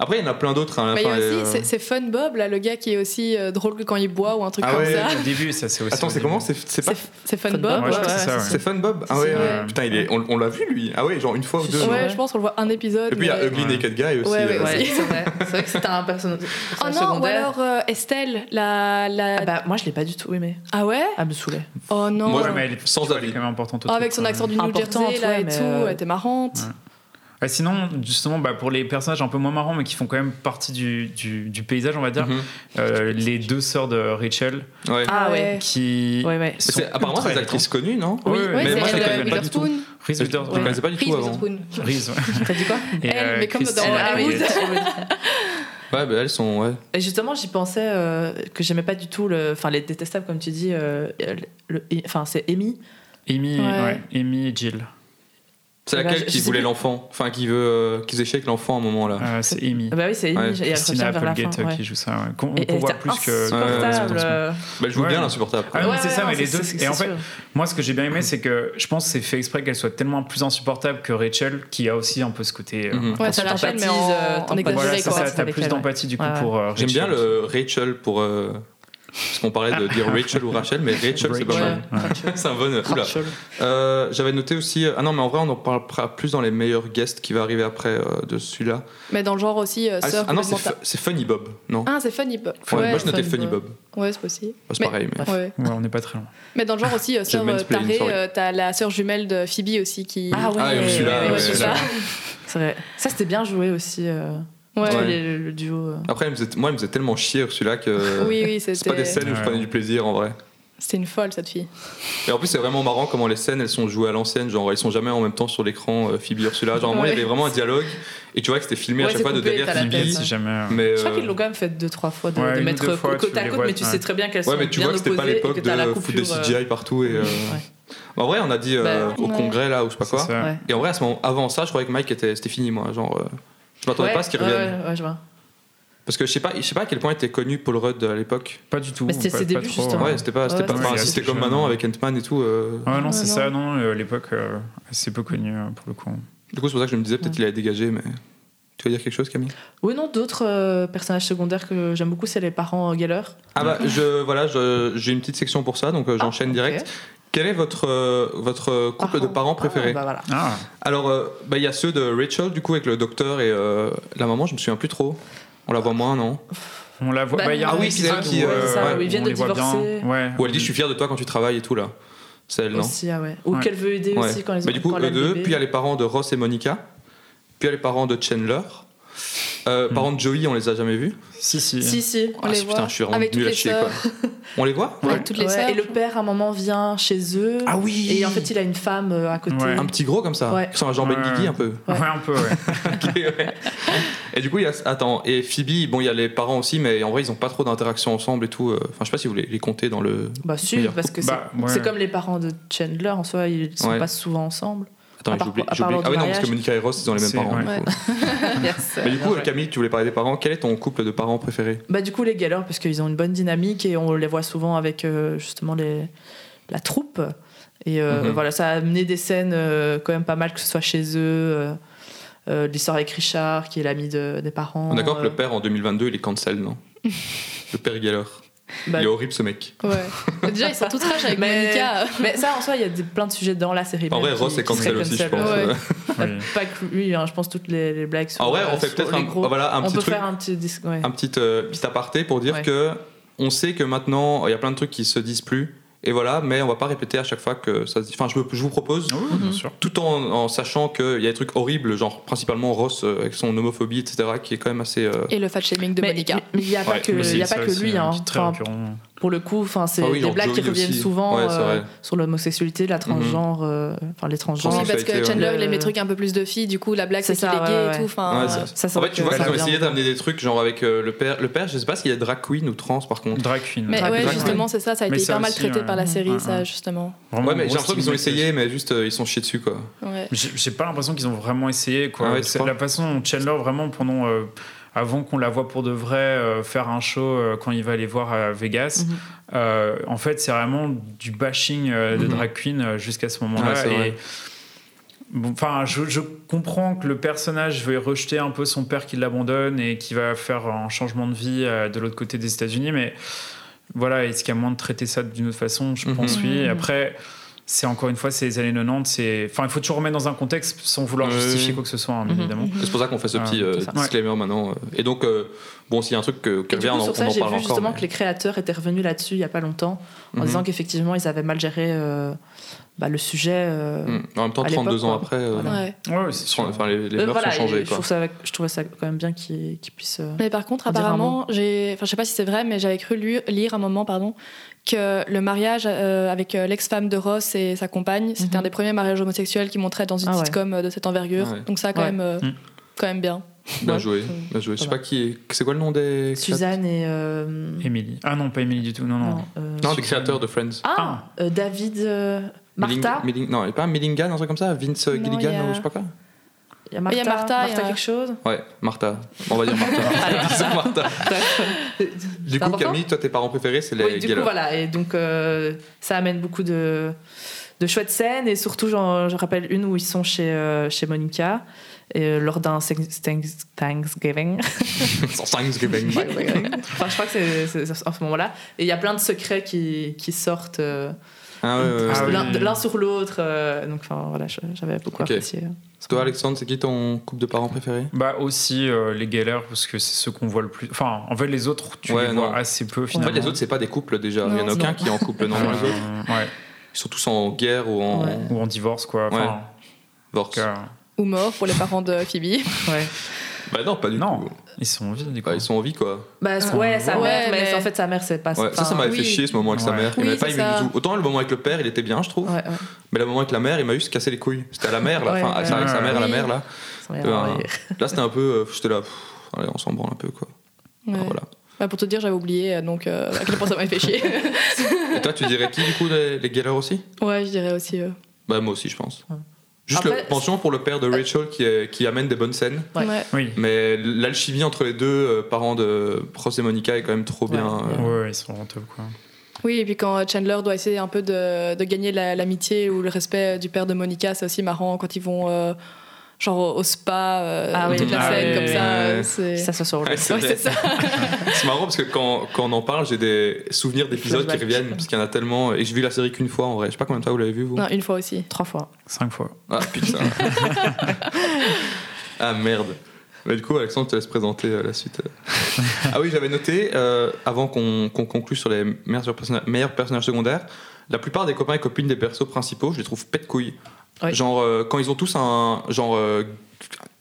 S2: Après, il y en a plein d'autres. hein,
S3: Mais Bah, il y a
S2: enfin,
S3: aussi,
S2: euh,
S3: c'est- c'est Fun Bob, là, le gars qui est aussi euh, drôle que quand il boit ou un truc
S2: Ah
S3: comme
S2: ouais.
S3: ça.
S4: Au début, ça c'est aussi.
S2: Attends,
S4: au
S2: c'est
S4: début.
S2: comment C'est c'est pas.
S3: C'est c'est Fun,
S5: Fun
S3: Bob,
S5: Bob,
S4: Ouais, je
S3: ouais,
S4: pense que
S3: ouais.
S4: c'est ça, ouais.
S2: C'est Fun Bob Ah
S3: Si,
S2: ouais,
S3: si,
S2: euh,
S3: ouais.
S2: putain, il est, on, on l'a vu lui. Ah ouais, genre une fois ou deux.
S5: sûr.
S2: genre.
S3: Ouais, je pense qu'on le voit un épisode.
S2: Et puis il y a
S3: mais-
S2: Ugly
S4: Ouais.
S2: Naked Guy aussi.
S3: Ouais,
S2: euh,
S3: ouais.
S5: Ouais, c'est vrai. C'est vrai que c'était un personnage
S3: Oh non,
S5: personnage
S3: ou
S5: secondaire.
S3: alors euh, Estelle, la. la... Ah,
S5: Ah bah, moi, je l'ai pas du tout aimé.
S3: ouais
S5: Ah, me saoulait.
S3: Oh non.
S2: Moi,
S4: Ouais, mais elle est-
S2: Sans
S4: tu vois, elle est
S2: avis.
S4: quand même importante. au hein.
S3: Oh, avec
S4: truc,
S3: son
S4: quoi.
S3: accent du New Jersey,
S5: Ah, Importante,
S3: là,
S5: ouais,
S3: et
S5: mais,
S3: tout,
S5: euh,
S3: elle était marrante.
S4: Ouais, sinon, justement, bah, pour les personnages un peu moins marrants, mais qui font quand même partie du, du, du paysage, on va dire,
S2: mhm.
S4: euh, les deux sœurs de Rachel,
S2: Ouais.
S5: Ah ouais.
S4: qui.
S5: Ouais, ouais.
S2: Mais
S4: sont
S2: c'est- apparemment,
S4: ultra
S2: c'est des actrices connues, non
S4: Oui,
S3: Ouais,
S4: oui,
S2: mais
S3: c'est
S2: moi, je
S3: elle,
S2: les
S3: euh,
S2: connais pas du tout.
S3: Witherspoon.
S4: Reese
S2: Je ne
S4: Witherspoon.
S2: connaissais pas du
S3: Reese
S2: tout avant.
S3: Witherspoon.
S4: Reese, ouais.
S5: T'as dit quoi
S4: Et, euh,
S3: Elle, mais comme dans
S4: Christina
S3: Hollywood.
S4: Applegate.
S2: Ouais, bah, elles sont. Ouais.
S5: Et justement, j'y pensais euh, que j'aimais pas du tout le. Enfin, les détestables, comme tu dis. euh, le, le- enfin, c'est Amy.
S4: Amy,
S3: Ouais.
S4: ouais, Amy et Jill.
S2: C'est
S5: Eh ben,
S2: laquelle
S5: je- je
S2: qui
S5: sais
S2: voulait
S5: plus.
S2: l'enfant Enfin, qui veut. euh, qui échec l'enfant à un moment là.
S4: Euh, c'est Amy.
S5: Ah Bah oui, c'est Amy.
S2: Ouais,
S5: et elle revient
S4: Christina
S5: vers la fin.
S4: Applegate euh,
S5: ouais.
S4: qui joue ça. ouais. Qu'on
S5: Et
S4: qu'on
S5: elle
S4: voit
S5: était
S4: plus que.
S5: insupportable.
S4: Ouais,
S5: Ouais,
S2: Bah, elle joue
S4: Ouais.
S2: bien l'insupportable. quoi.
S4: Ah, mais
S5: ouais,
S4: c'est ça,
S5: non,
S4: mais les deux- et
S5: c'est
S4: en fait,
S5: sûr.
S4: Moi, ce que j'ai bien aimé, c'est que je pense que c'est fait exprès qu'elle soit tellement plus insupportable que Rachel, qui a aussi un peu ce côté. euh,
S2: Mhm.
S3: Ouais, ça la chaîne, mais en,
S5: Sympathise, euh,
S3: en
S5: t'en-
S3: exagéré,
S4: Voilà, ça,
S3: quoi.
S4: ça, t'as
S5: avec
S4: plus
S5: elle, ouais.
S4: d'empathie du coup
S5: Ouais.
S4: pour. euh,
S2: J'aime bien
S4: Rachel.
S2: le Rachel pour. euh, Parce qu'on parlait de dire Rachel ou Rachel, mais Rachel, c'est pas
S5: Ouais.
S2: mal. C'est un bon. Oula. Euh, J'avais noté aussi. euh, Ah non, mais en vrai, on en parlera plus dans les meilleurs guests qui va arriver après euh, de celui-là.
S3: Mais dans le genre aussi, euh,
S2: Ah,
S3: sœur
S2: ah non, c'est
S3: complètement-
S2: Fu- c'est Funny Bob, non
S3: Ah, c'est Funny Bob.
S2: Ouais, Moi, je notais
S5: Funny
S2: Funny
S5: Bob.
S2: Bob.
S3: Ouais, c'est possible.
S2: Bah, c'est
S3: Mais-
S2: pareil. mais-
S3: Ouais.
S4: Ouais, on n'est pas très loin.
S3: Mais dans le genre aussi, euh, sœur euh,
S2: mansplain,
S3: tarée,
S2: sorry.
S3: euh, t'as la sœur jumelle de Phoebe aussi qui.
S5: Ah ouais,
S2: Ah, et Ursula,
S5: ouais,
S3: ouais,
S5: ouais,
S3: c'est
S5: c'est
S3: ça.
S5: vrai. Ça, c'était bien joué aussi. euh,
S3: Ouais.
S5: tous
S2: Ouais.
S5: les- le, le duo. euh.
S2: Après, elle me faisait- moi, elle me faisait tellement chier, celui-là, que. euh,
S3: Oui, oui,
S2: C'est pas des
S3: c'était.
S2: scènes où je
S4: Ouais.
S2: prenais du plaisir en vrai.
S3: C'était une folle, cette fille.
S2: Et en plus, c'est vraiment marrant comment les scènes elles sont jouées à l'ancienne, genre elles sont jamais en même temps sur l'écran euh, Phoebe Ursula. Genre, à un moment, il y
S3: Ouais.
S2: avait vraiment un dialogue et tu vois que c'était filmé à
S5: Ouais,
S2: chaque
S5: c'est
S2: fois de
S5: coupé,
S2: derrière
S5: t'as la
S2: Phoebe.
S5: tête,
S4: Si jamais. euh,
S2: Mais,
S5: Je crois
S2: euh,
S5: qu'ils l'ont quand même fait deux trois fois de,
S4: Ouais,
S5: de
S4: une ou
S5: mettre
S4: deux fois,
S5: côte
S4: tu
S5: à
S4: les
S5: côte,
S4: vois,
S5: mais tu
S4: ouais.
S5: sais très bien qu'elles
S2: Ouais,
S5: sont
S2: mais tu
S5: bien
S2: vois que c'était pas
S5: opposées et
S2: l'époque
S5: que t'as la
S2: de foutre des
S5: coupure. euh,
S2: CGI partout. Et, euh,
S5: ouais.
S2: En vrai, on a dit euh,
S5: Bah,
S2: au
S3: ouais.
S2: congrès là ou je sais pas
S4: c'est
S2: quoi.
S4: ça.
S5: Ouais.
S2: Et en vrai, à ce moment, avant ça, je croyais que Mike était, c'était fini moi. Genre, euh, je m'attendais
S5: Ouais,
S2: pas à ce qu'il
S5: ouais,
S2: revienne.
S5: ouais, ouais, je vois.
S2: Parce que je sais pas, je sais pas à quel point était connu Paul Rudd à l'époque.
S4: Pas du tout.
S5: Mais c'était
S4: pas-
S5: ses
S4: pas
S5: débuts,
S4: trop,
S5: justement.
S2: Ouais, c'était pas, c'était
S5: Ouais,
S2: pas,
S5: ouais,
S2: enfin,
S4: c'est
S2: c'était
S4: assez
S2: comme
S4: jeune.
S2: maintenant avec Ant-Man et tout. euh,
S4: Ouais,
S3: Ouais,
S4: Ah non, c'est
S3: non.
S4: ça, non, euh, l'époque, euh, c'est peu connu euh, pour le coup.
S2: Du coup, c'est pour ça que je me disais peut-être qu'il allait dégager, mais tu veux dire quelque chose, Camille
S5: Oui, non, d'autres euh, personnages secondaires que j'aime beaucoup, c'est les parents euh, Geller.
S2: Ah bah je voilà, je- j'ai une petite section pour ça, donc euh, j'enchaîne
S5: Ah, ok.
S2: direct. Quel est votre euh, votre euh, couple de parents préféré
S5: Ah, bah voilà.
S4: Ah,
S2: Alors euh, bah, il y a ceux de Rachel du coup avec le docteur et euh, la maman, je me souviens plus trop. On la voit moins, non
S4: on la voit.
S5: Bah,
S4: bah, il y a
S5: ah
S4: un
S5: oui,
S4: petit
S2: c'est
S4: truc
S2: elle qui,
S4: où,
S2: euh,
S4: euh,
S5: ça,
S4: ouais,
S5: où ils viennent
S4: on
S5: de
S4: les voit bien.
S5: divorcer.
S4: Ouais.
S2: Ou elle dit je suis fier de toi quand tu travailles et tout là. C'est elle, non
S5: Aussi, ah ouais. Ou
S4: Ouais.
S5: qu'elle veut aider
S2: Ouais.
S5: aussi quand ils ont
S2: Bah, du coup,
S5: quand
S2: eux
S5: elle a le
S2: deux,
S5: bébé.
S2: puis il y a les parents de Ross et Monica, puis il y a les parents de Chandler. Euh,
S4: Hmm.
S2: Parents de Joey, on les a jamais vus.
S4: Si, si.
S5: Si, si.
S3: On
S2: Ah,
S3: les
S2: putain,
S3: voit.
S2: je suis vraiment
S3: avec toutes
S2: nul à
S3: les
S2: chier, quoi.
S3: sœurs.
S2: On les voit
S3: Avec toutes les
S5: Ouais,
S3: sœurs.
S5: Et le père, à un moment, vient chez eux.
S2: Ah oui
S5: Et en fait, il a une femme euh, à côté.
S4: Ouais.
S2: Un petit gros comme ça,
S5: Ouais.
S2: qui sont un genre Ben
S4: Ouais.
S2: Guigui un peu.
S4: Ouais, un peu, ouais.
S2: Ok, ouais. Et du coup, il y a, attends, et Phoebe, bon, il y a les parents aussi, mais en vrai, ils ont pas trop d'interaction ensemble et tout. euh, Enfin, je sais pas si vous les, les comptez dans le.
S5: Bah, si,
S2: Meilleur
S5: parce que c'est
S4: Bah, ouais.
S5: c'est comme les parents de Chandler, en soi, ils sont
S2: Ouais.
S5: pas souvent ensemble.
S2: Attends,
S5: À part-
S2: j'ai oublié-
S5: à part
S2: j'ai oublié-
S5: lors du
S2: Ah oui, non, parce
S5: mariage.
S2: que Monica et Ross, ils ont les mêmes
S4: C'est-
S2: parents.
S4: ouais.
S2: du coup.
S5: Yes.
S2: Mais du coup,
S5: Ouais.
S2: Camille, tu voulais parler des parents. Quel est ton couple de parents préféré
S5: Bah, du coup, les galeurs, parce qu'ils ont une bonne dynamique et on les voit souvent avec euh, justement les, la troupe. Et euh,
S2: Mhm.
S5: voilà, ça a amené des scènes euh, quand même pas mal, que ce soit chez eux. euh, euh, l'histoire avec Richard, qui est l'ami de- des parents.
S2: On est Oh, d'accord que
S5: euh,
S2: le père en 2022 il est cancel, non Le père Geller.
S5: bah,
S2: Il est horrible ce mec.
S3: Ouais. Déjà, ils sont tous trash avec
S5: Mais-
S3: Monica.
S5: Mais ça, en soi, il y a des- plein de sujets dans la série.
S2: En
S5: même
S2: vrai,
S5: qui-
S2: Ross est
S5: qui seraient
S2: cancel aussi, je
S5: cancel.
S2: pense.
S3: ouais.
S4: Oui.
S5: Pas que lui, hein, je pense toutes les, les blagues sur.
S2: En vrai,
S5: euh,
S2: on fait
S5: sur
S2: peut-être
S5: les
S2: un,
S5: gros.
S2: voilà, un
S5: on
S2: petit
S5: peut
S2: truc,
S5: faire un petit disque. Ouais.
S2: un petit, euh, petit aparté pour dire
S5: Ouais.
S2: que on sait que maintenant il y a plein de trucs qui se disent plus. Et voilà, mais on va pas répéter à chaque fois que ça se dit. Enfin, je, me- je vous propose,
S4: Ah Oui, bien sûr.
S2: tout en, en sachant qu'il y a des trucs horribles, genre principalement Ross euh, avec son homophobie, etc., qui est quand même assez. euh,
S3: Et le fat-shaming de
S5: Mais mais
S3: Monica.
S5: il n'y a pas
S2: Ouais,
S5: que,
S4: Mais
S5: il
S4: c'est
S5: y a pas
S4: ça
S5: que
S4: aussi,
S5: lui.
S4: euh,
S5: hein.
S4: qui est très
S5: Enfin,
S4: récurrent.
S5: pour le coup, enfin, c'est
S2: Ah oui,
S5: des
S2: genre
S5: blagues qui
S2: Joey
S5: reviennent
S2: aussi.
S5: souvent
S2: Ouais, c'est
S5: euh,
S2: vrai.
S5: sur l'homosexualité, la transgenre, euh, enfin les transgenres.
S3: Oui,
S2: Transsexualité,
S3: parce que Chandler,
S5: ouais.
S3: il aime les trucs un peu plus de filles, du coup, la blague,
S5: C'est
S3: c'est qu'il
S5: ça,
S3: est
S5: ouais,
S3: gay
S5: ouais.
S3: et tout. Enfin,
S2: Ouais,
S3: euh,
S2: c'est-
S5: Ah, Ça, c'est
S2: en
S5: vrai
S2: fait, tu
S5: que
S2: vois
S5: ça
S2: qu'ils ont
S5: vient.
S2: essayé d'amener des trucs, genre avec euh, le père. Le père, je sais pas s'il est drag queen ou trans par contre.
S4: Drag queen.
S3: Mais
S5: Drag
S3: ouais,
S5: queen.
S3: justement, c'est ça, ça a
S4: Mais
S3: été
S4: ça
S3: hyper mal
S4: aussi,
S3: traité
S4: ouais.
S3: par la série,
S4: Ouais, ouais.
S3: ça, justement.
S4: Vraiment
S2: Ouais, mais j'ai
S4: gros
S2: l'impression qu'ils ont
S4: stigmatisé.
S2: essayé, mais juste euh, ils sont chiés dessus quoi.
S3: Ouais.
S4: J'ai j'ai pas l'impression qu'ils ont vraiment essayé. Quoi.
S2: Ah ouais, tu
S4: c'est
S2: crois
S4: la façon dont Chandler, vraiment, pendant, euh, avant qu'on la voit pour de vrai euh, faire un show euh, quand il va aller voir à Vegas,
S5: Mhm.
S4: euh, en fait, c'est vraiment du bashing euh, de
S2: Mhm.
S4: drag queen euh, jusqu'à ce moment-là.
S2: Ouais, c'est vrai.
S4: et bon, Enfin, je, je comprends que le personnage veut rejeter un peu son père qui l'abandonne et qui va faire un changement de vie euh, de l'autre côté des États-Unis, mais voilà, est-ce qu'il y a moyen de traiter ça d'une autre façon Je
S2: Mhm.
S4: pense oui.
S5: Mhm.
S4: Après, c'est encore une fois, c'est les années 90. C'est, enfin, il faut toujours remettre dans un contexte sans vouloir
S2: Ouais.
S4: justifier quoi que ce soit, hein, bien
S5: Mhm.
S4: évidemment.
S2: C'est pour ça qu'on fait ce
S4: Ah,
S2: petit euh,
S5: c'est ça.
S2: disclaimer maintenant. euh. Et donc, euh, bon, s'il y a un truc que, qui
S5: Et du
S2: revient,
S5: coup,
S2: on,
S5: sur
S2: on
S5: ça,
S2: en
S5: j'ai
S2: parle
S5: vu
S2: encore.
S5: justement
S2: mais-
S5: que les créateurs étaient revenus là-dessus il y a pas longtemps en
S2: Mhm.
S5: disant qu'effectivement ils avaient mal géré euh, bah, le sujet. euh,
S2: Mm. En même temps,
S5: à
S2: 32
S5: l'époque,
S2: ans
S5: quoi.
S2: après, euh,
S5: Voilà.
S3: Ouais.
S4: Ouais, ouais, c'est
S2: sont-
S4: sûr.
S2: enfin, les, les
S5: euh,
S2: mœurs
S5: voilà,
S2: ont changé.
S5: et je,
S2: Quoi.
S5: trouve ça, je trouvais ça quand même bien qu'ils qu'ils puissent. euh,
S3: Mais par contre,
S5: On dirait un
S3: apparemment, j'ai, enfin, je sais pas si c'est vrai, mais j'avais cru lu- lire un moment, pardon, que le mariage euh, avec euh, l'ex-femme de Ross et sa compagne, c'était
S5: Mhm.
S3: un des premiers mariages homosexuels qui montrait dans une
S5: Ah ouais.
S3: sitcom euh, de cette envergure.
S2: Ah ouais.
S3: Donc ça, quand
S5: Ouais.
S3: même, euh,
S4: Mhm.
S3: quand même bien.
S2: Bien
S5: ouais,
S2: joué.
S5: c'est-
S2: Bien joué. Je sais
S5: pas
S2: pas qui est. C'est quoi le nom des.
S5: Suzanne et. euh,
S4: Emily. Ah non, pas Emily du tout. Non, non.
S5: non, euh,
S2: créateurs Non, des créateurs de Friends.
S5: Ah, euh, David, euh, Martha.
S2: Milling- Milling- non, il y a pas un Millingan, un truc comme ça Vince
S3: Non,
S2: Gilligan,
S3: il y a-
S2: ou je sais pas quoi
S5: Il y a Martha,
S3: Il y a Martha, il y a-
S5: quelque chose.
S2: Ouais, Martha. On va dire Martha. Disons Martha. Du coup,
S5: important
S2: Camille, toi, tes parents préférés, c'est les
S5: Oui, du
S2: Geller.
S5: coup, voilà. Et donc, euh, ça amène beaucoup de, de chouettes scènes. Et surtout, j'en- je rappelle une où ils sont chez, euh, chez Monica et, euh, lors d'un thanks- thanks- Thanksgiving.
S2: Sans Thanksgiving.
S5: enfin, je crois que c'est- c'est en ce moment-là. Et il y a plein de secrets qui, qui sortent euh,
S2: Ah, ouais, ouais, ouais.
S4: Ah oui.
S5: l'un l'un sur l'autre. euh, donc, enfin, voilà, je- j'avais beaucoup
S2: Ok.
S5: apprécié. hein.
S2: Toi, Alexandre, c'est qui ton couple de parents préféré
S4: Bah aussi euh, les galères parce que c'est ceux qu'on voit le plus. Enfin, en fait, les autres, tu
S2: Ouais,
S4: les
S2: non.
S4: vois assez peu
S2: En
S4: finalement.
S2: fait, les autres, c'est pas des couples déjà. Il y en a
S3: Non,
S2: aucun
S5: non.
S2: qui est en couple. Non, les autres,
S4: Euh, ouais.
S2: ils sont tous en guerre ou en
S5: Ouais.
S4: Ou en divorce, quoi. Enfin,
S2: Ouais.
S4: en
S2: divorce.
S4: tout cas,
S3: Ou mort pour les parents de Phoebe.
S5: Ouais.
S2: Bah non, pas du
S4: Non.
S2: tout.
S4: ils sont en vie, du coup.
S2: Bah, ils sont en vie, quoi.
S5: Bah,
S4: Ah,
S5: ouais, sa
S3: ouais,
S5: mère, mais,
S3: mais-
S5: en fait, sa mère, c'est pas.
S2: Ouais, ça, ça m'avait fait
S3: oui.
S2: chier ce moment avec sa
S4: Ouais.
S2: mère. Il
S3: Oui,
S2: m'avait pas
S3: c'est
S2: aimé
S3: ça.
S2: du tout. Autant le moment avec le père, il était bien, je trouve.
S5: Ouais, ouais,
S2: Mais le moment avec la mère, il m'a juste cassé les couilles. C'était à la mère, là.
S5: Ouais,
S2: enfin,
S5: ouais.
S2: ça, avec sa mère à la
S3: Oui.
S2: mère, là.
S5: ça m'a
S2: Euh,
S5: énervé.
S2: Là, c'était un peu. euh, J'étais là. pff, allez, on s'en branle un peu, quoi.
S3: Ouais.
S2: Voilà.
S3: Bah, pour te dire, j'avais oublié, euh, donc euh, à quel point ça m'avait fait chier.
S2: Et toi, tu dirais qui, du coup, les, les Geller aussi
S3: ouais, je dirais aussi. euh.
S2: Bah, moi aussi, je pense.
S5: Ouais.
S2: Juste
S5: Après,
S2: le penchant pour le père de Rachel qui, est- qui amène des bonnes scènes.
S5: Ouais.
S3: Ouais.
S4: Oui.
S2: Mais l'alchimie entre les deux euh, parents de Ross et Monica est quand même trop
S5: Ouais.
S2: bien. euh,
S4: Ouais, ouais, ils sont en top, quoi.
S3: Oui, et puis quand Chandler doit essayer un peu de, de gagner la- l'amitié ou le respect euh, du père de Monica, c'est aussi marrant quand ils vont euh, genre au, au spa, euh,
S5: Ah oui,
S3: toute la
S4: ah
S3: scène
S4: oui,
S3: comme
S4: oui,
S3: ça.
S2: oui.
S3: euh, C'est...
S5: Ça, ça sur le.
S2: Ouais, c'est
S3: Ouais,
S2: vrai.
S3: c'est ça.
S2: C'est marrant parce que quand, quand on en parle, j'ai des souvenirs d'épisodes qui
S5: Flashbacks.
S2: reviennent parce qu'il y en a tellement. Et j'ai vu la série qu'une fois en vrai. Je sais pas combien de fois vous l'avez vu vous.
S3: Non, une fois aussi.
S5: Trois fois.
S4: Cinq fois.
S2: Ah putain. ah merde. Bah, du coup, Alexandre, je te laisse présenter euh, la suite. ah oui, j'avais noté, euh, avant qu'on qu'on conclue sur les meilleurs, personna- meilleurs personnages secondaires, la plupart des copains et copines des persos principaux, je les trouve pète couilles.
S5: Ouais.
S2: Genre, euh, quand ils ont tous un, genre, euh,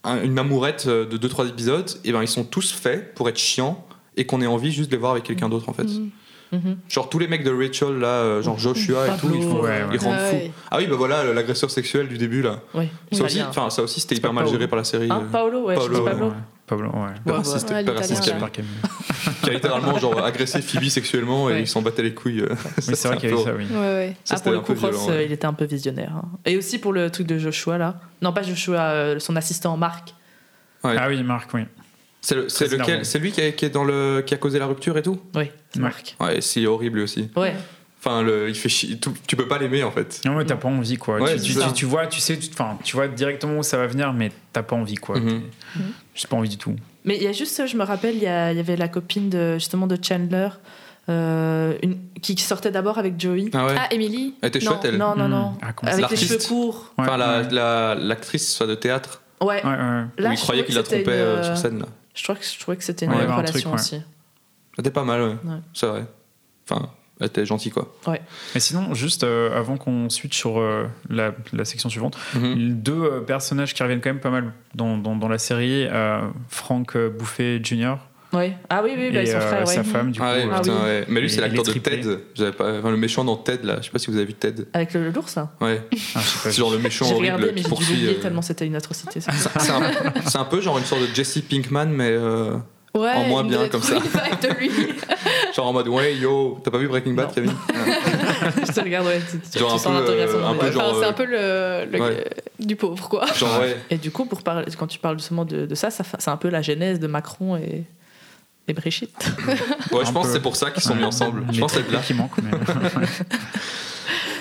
S2: un- une amourette euh, de 2-3 épisodes, et ben, ils sont tous faits pour être chiants et qu'on ait envie juste de les voir avec quelqu'un d'autre en fait.
S3: Mhm.
S5: Mhm.
S2: Genre tous les mecs de Rachel là, euh, genre Joshua et tout,
S5: Pablo.
S2: ils, font-
S4: Ouais, ouais.
S2: ils rendent
S3: Ah
S2: fous.
S3: ouais.
S2: Ah oui, bah voilà, l'agresseur sexuel du début là.
S5: Oui.
S2: Ça
S5: Très
S2: aussi,
S5: bien.
S2: enfin ça aussi c'était hyper
S5: pas
S2: mal
S5: Paolo.
S2: géré par la série.
S5: Hein, Paolo, ouais,
S2: Euh, Paolo,
S5: je dis Pablo. Bah,
S4: Ouais. Pablo, ouais.
S5: Ouais, ouais.
S2: raciste, hyper
S3: Ouais, l'italien,
S2: raciste,
S3: là.
S2: qui a-
S4: J'espère qu'elle-
S2: qui a littéralement genre agressé Phoebe sexuellement et
S5: Ouais.
S2: ils s'en battaient les couilles. euh,
S4: Oui, c'est
S2: c'est
S4: vrai
S2: un
S4: qu'il y avait
S2: peu-
S4: ça, oui.
S3: Ouais, ouais.
S2: Ça,
S5: ah, pour
S2: c'était
S5: le
S2: un
S5: coup,
S2: peu
S5: Ross,
S2: violent,
S5: euh,
S2: ouais.
S5: il était un peu visionnaire. hein. Et aussi pour le truc de Joshua, là. Non, pas Joshua, euh, son assistant Marc.
S2: Ouais.
S4: Ah oui, Marc, oui.
S2: C'est le- c'est
S4: Très
S2: lequel
S4: énervant.
S2: C'est lui qui a, qui est dans le qui a causé la rupture et tout.
S5: Oui, c'est
S4: Ouais.
S5: Marc.
S2: Ouais, c'est horrible lui aussi.
S5: Ouais.
S2: Enfin, le, il fait chier. tout- tu peux pas l'aimer en fait.
S4: Non, mais t'as pas envie, quoi.
S2: Ouais,
S4: tu,
S2: c'est
S4: tu-
S2: ça.
S4: tu- tu vois, tu sais, tu, enfin, tu vois directement où ça va venir, mais t'as pas envie, quoi.
S2: Mhm.
S4: T'es- J'ai pas envie du tout.
S5: Mais il y a juste, je me rappelle, il y, a- il y avait la copine de, justement de Chandler euh, une- qui sortait d'abord avec Joey.
S2: Ah ouais.
S3: Ah, Emily
S2: Elle était
S5: non,
S2: chouette elle.
S5: Non, Oh, non,
S4: Mhm.
S5: non. Euh,
S4: Ah, comment ça
S5: Avec les
S2: L'artiste.
S5: cheveux courts.
S4: Ouais,
S2: enfin la-
S4: ouais.
S2: la- l'actrice soit de théâtre.
S4: Ouais,
S5: Ouais.
S4: ouais.
S5: Là,
S2: où il
S5: je
S2: croyait
S5: trouvais
S2: qu'il la
S5: que c'était
S2: trompait
S5: une,
S2: euh,
S5: euh,
S2: sur scène là.
S5: Je crois que je trouvais que c'était une
S4: Ouais, il y
S5: bonne
S4: avait un
S5: relation
S4: truc, ouais.
S5: aussi.
S2: Elle était pas mal, ouais.
S5: Ouais.
S2: C'est vrai. Enfin, elle était gentille quoi.
S4: Mais sinon, juste euh, avant qu'on switch sur euh, la, la section suivante,
S2: Mhm.
S4: deux euh, personnages qui reviennent quand même pas mal dans, dans- dans la série euh, Frank euh, Bouffet Jr.
S5: Ouais. Ah oui, oui, bah,
S4: et
S5: ils sont
S4: euh,
S5: frères. ouais.
S4: sa femme, du
S2: Ah
S4: coup.
S2: ouais,
S4: euh,
S2: putain,
S5: oui.
S2: ouais. Mais lui, c'est
S4: Il est
S2: l'acteur de
S4: triplé.
S2: Ted. J'avais pas... enfin, le méchant dans Ted, là. Je sais pas si vous avez vu Ted.
S5: Avec le l'ours, là.
S2: Ouais.
S4: ah, je sais pas.
S2: C'est genre le méchant
S5: J'ai
S2: horrible
S5: regardé, mais
S2: qui
S5: j'ai dû
S2: poursuit.
S5: l'oublier
S2: euh,
S5: tellement c'était une atrocité. ça.
S2: C'est un, c'est un peu genre une sorte de Jesse Pinkman, mais euh,
S3: Ouais,
S2: En moins
S3: il
S2: bien,
S3: devait
S2: comme
S3: trouver une vibe de lui.
S2: genre en mode ouais yo, t'as pas vu Breaking Bad,
S5: Non.
S2: Kevin
S5: je te regarde, ouais. tu- tu-
S2: Genre
S5: tu
S2: un
S5: sens
S2: peu,
S5: l'interrogation
S2: euh,
S5: dans
S2: un
S5: les
S2: peu
S5: yeux.
S2: genre-
S3: Enfin, c'est un peu le, le-
S2: Ouais.
S3: du pauvre, quoi.
S2: Genre ouais.
S5: Et du coup, pour parler, quand tu parles justement de, de ça, ça fait- c'est un peu la genèse de Macron et, et Brigitte.
S2: Ouais, je pense
S4: Un peu.
S2: que c'est pour ça qu'ils sont mis
S4: Ouais.
S2: ensemble.
S4: Les
S2: Je pense que c'est de
S4: triplés
S2: là.
S4: qui manque. Mais...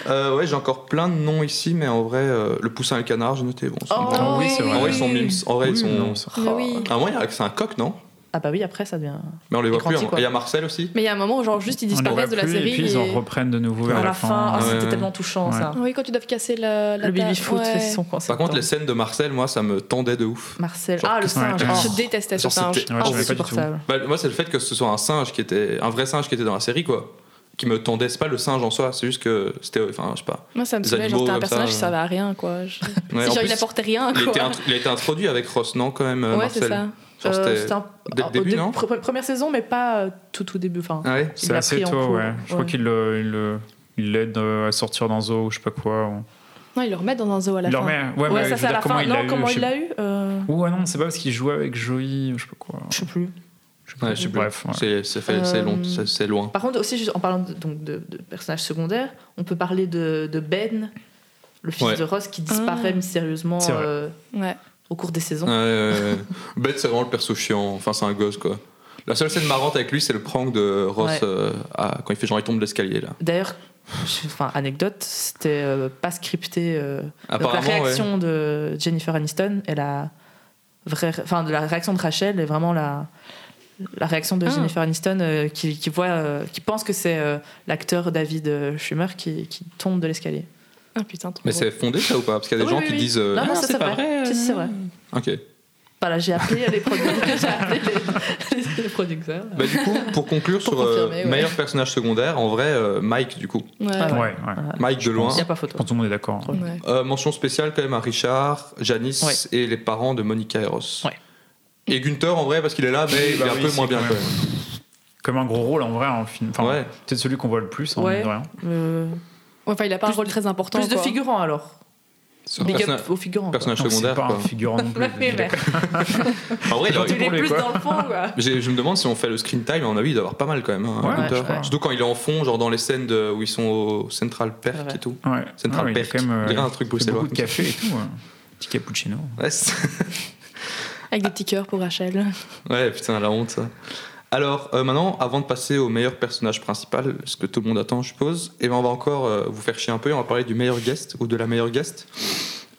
S2: Euh, ouais, j'ai encore plein de noms ici, mais en vrai, euh, le poussin et le canard, j'ai noté. Bon, c'est
S5: Oh,
S2: bon.
S4: Ah oui, c'est
S2: En
S4: vrai.
S2: vrai, ils sont mimes. En vrai, ils sont.
S4: non, ça-
S3: Mais oui.
S2: Ah, moi, il y a- c'est un coq, non
S5: Ah bah oui, après ça devient.
S2: Mais on les voit
S5: Des
S2: plus.
S5: grands-petits,
S2: hein. Et il y a Marcel aussi.
S3: Mais il y a un moment où, genre, juste ils
S4: On les voit
S3: disparaissent de la
S4: plus,
S3: série.
S4: Et puis ils en reprennent de nouveau vers
S5: à la, fin,
S4: fin.
S5: ah,
S2: ouais.
S5: c'était tellement touchant ça.
S3: Oui, quand ils doivent casser la, la
S5: Le
S3: table.
S5: baby foot,
S3: Ouais.
S5: c'est son concept.
S2: Par contre,
S5: hein.
S2: les scènes de Marcel, moi, ça me tendait de ouf.
S5: Marcel.
S2: Genre,
S5: ah, le singe.
S4: ouais,
S5: Oh,
S3: Je détestais ce
S2: Genre,
S3: singe.
S2: c'était-
S4: Ouais, j'aimais pas du tout.
S5: insupportable.
S2: Bah, moi, c'est le fait que ce soit un singe qui était. Un vrai singe qui était dans la série, quoi. Qui me tendait. C'est pas le singe en soi, c'est juste que c'était. Enfin, je sais pas.
S3: Moi, ça me
S2: Les
S3: saoulait.
S2: animaux
S3: Genre, c'était un
S2: comme ça,
S3: personnage qui
S2: euh.
S3: servait à rien, quoi. Je-
S2: Ouais,
S3: c'est
S2: en
S3: genre,
S2: plus,
S3: il apportait rien,
S2: il,
S3: quoi.
S2: était intro- il a été introduit avec Ross, non, quand même,
S3: Ouais,
S2: Euh, Marcel
S3: c'est ça.
S2: Genre,
S5: Euh,
S2: c'était-
S5: c'était un-
S2: dès le
S5: au
S2: début,
S5: dé-
S2: non
S5: pre- Première saison, mais pas euh, tout au début. Enfin,
S2: Ah ouais
S5: Il
S4: C'est
S5: l'a
S4: assez
S5: pris en
S4: tôt,
S5: cours,
S4: ouais. Je crois
S5: ouais.
S4: qu'il le- il le- il l'aide euh, à sortir d'un zoo ou je sais pas quoi. ou-
S3: Non, ils le remettent dans un zoo à la
S4: Il le
S3: fin.
S4: remet- Ouais, mais
S5: ouais,
S4: je
S5: ça
S4: veux
S5: c'est à
S4: dire,
S5: la
S4: comment
S5: fin.
S4: il
S5: Non,
S4: l'a eu,
S5: comment
S4: je
S5: il
S4: sais
S5: l'a eu euh,
S4: Ou ah non, c'est pas parce qu'il jouait avec Joey ou je sais pas quoi.
S5: Je sais plus.
S2: Ouais, je sais plus.
S4: Bref, ouais.
S2: C'est- c'est fait- c'est long,
S5: Euh,
S2: c'est- c'est loin.
S5: Par contre, aussi, juste en parlant de, donc, de, de personnages secondaires, on peut parler de, de Ben, le fils
S2: Ouais.
S5: de Ross, qui disparaît
S3: Ah.
S5: mystérieusement
S4: C'est vrai.
S5: euh,
S3: Ouais.
S5: au cours des saisons.
S2: Ouais, ouais, ouais. Bête, c'est vraiment le perso chiant. Enfin, c'est un gosse, quoi. La seule scène marrante avec lui, c'est le prank de Ross
S5: Ouais.
S2: euh, à- quand il fait genre il tombe de l'escalier, là.
S5: D'ailleurs, je- enfin, anecdote, c'était euh, pas scripté. euh, donc la
S2: Apparemment, ouais.
S5: réaction de Jennifer Aniston et la vraie, enfin, de la réaction de Rachel est vraiment la la réaction de
S3: Ah.
S5: Jennifer Aniston euh, qui, qui voit, euh, qui pense que c'est euh, l'acteur David Schumer qui, qui tombe de l'escalier.
S3: Ah putain, trop
S2: Mais
S3: drôle.
S2: c'est fondé, ça, ou pas Parce qu'il y a des
S5: Oui,
S2: gens
S5: oui,
S2: qui
S5: oui.
S2: disent... euh,
S5: non, non,
S2: ah,
S5: ça c'est vrai. euh. Si, si, c'est vrai.
S2: Ok.
S5: Voilà, j'ai appelé les producteurs. j'ai appelé les, les producteurs.
S2: Bah, du coup, pour conclure sur euh,
S3: confirmer, ouais.
S2: meilleur personnage secondaire, en vrai, euh, Mike, du coup.
S3: Ouais.
S2: Ah.
S4: Ouais, ouais.
S2: Mike de loin.
S5: Il n'y a pas
S4: Je
S5: photo.
S4: pense que tout le monde est d'accord. hein.
S5: Ouais.
S3: Ouais.
S2: Euh, mention spéciale quand même à Richard, Janice
S5: Ouais.
S2: et les parents de Monica et Ross.
S5: Ouais.
S2: Et Gunther, en vrai, parce qu'il est là, mais il
S4: bah
S2: est un peu moins bien, quand même.
S4: Comme un gros rôle en vrai, en film. Enfin,
S2: Ouais.
S4: Peut-être celui qu'on voit le plus, en
S5: Ouais.
S4: rien.
S5: Euh,
S3: Ouais, Enfin, il a pas un
S5: Plus
S3: rôle
S5: de-
S3: très important.
S5: plus de
S3: quoi.
S5: figurants alors.
S2: C'est un
S5: Big
S2: personna-
S5: up aux figurants. quoi.
S2: personnage
S4: Donc, c'est
S2: secondaire,
S4: pas un
S2: quoi.
S4: figurant non plus.
S5: Ouais, mais-
S2: En vrai, il aurait-
S5: Il est
S4: pour lui,
S5: plus
S4: quoi.
S5: dans le fond quoi.
S2: J'ai- je me demande si on fait le screen time, à mon avis, il doit y avoir pas mal quand même. hein,
S4: Ouais,
S2: Gunther.
S5: je crois.
S2: Surtout quand il est en fond, genre dans les scènes de- où ils sont au Central
S5: C'est
S2: Perk
S5: vrai.
S2: et tout.
S4: Ouais.
S2: Central
S4: Ouais, il est
S2: Perk,
S4: quand même, euh,
S2: on dirait un truc
S4: il fait
S2: bruxellois.
S4: beaucoup de café et tout. ouais. Petit cappuccino.
S2: Ouais, c'est-
S3: Avec des petits cœurs pour Rachel.
S2: ouais, putain, la honte ça. Alors euh, maintenant, avant de passer au meilleur personnage principal, ce que tout le monde attend, je suppose, et ben on va encore euh, vous faire chier un peu et on va parler du meilleur guest ou de la meilleure guest.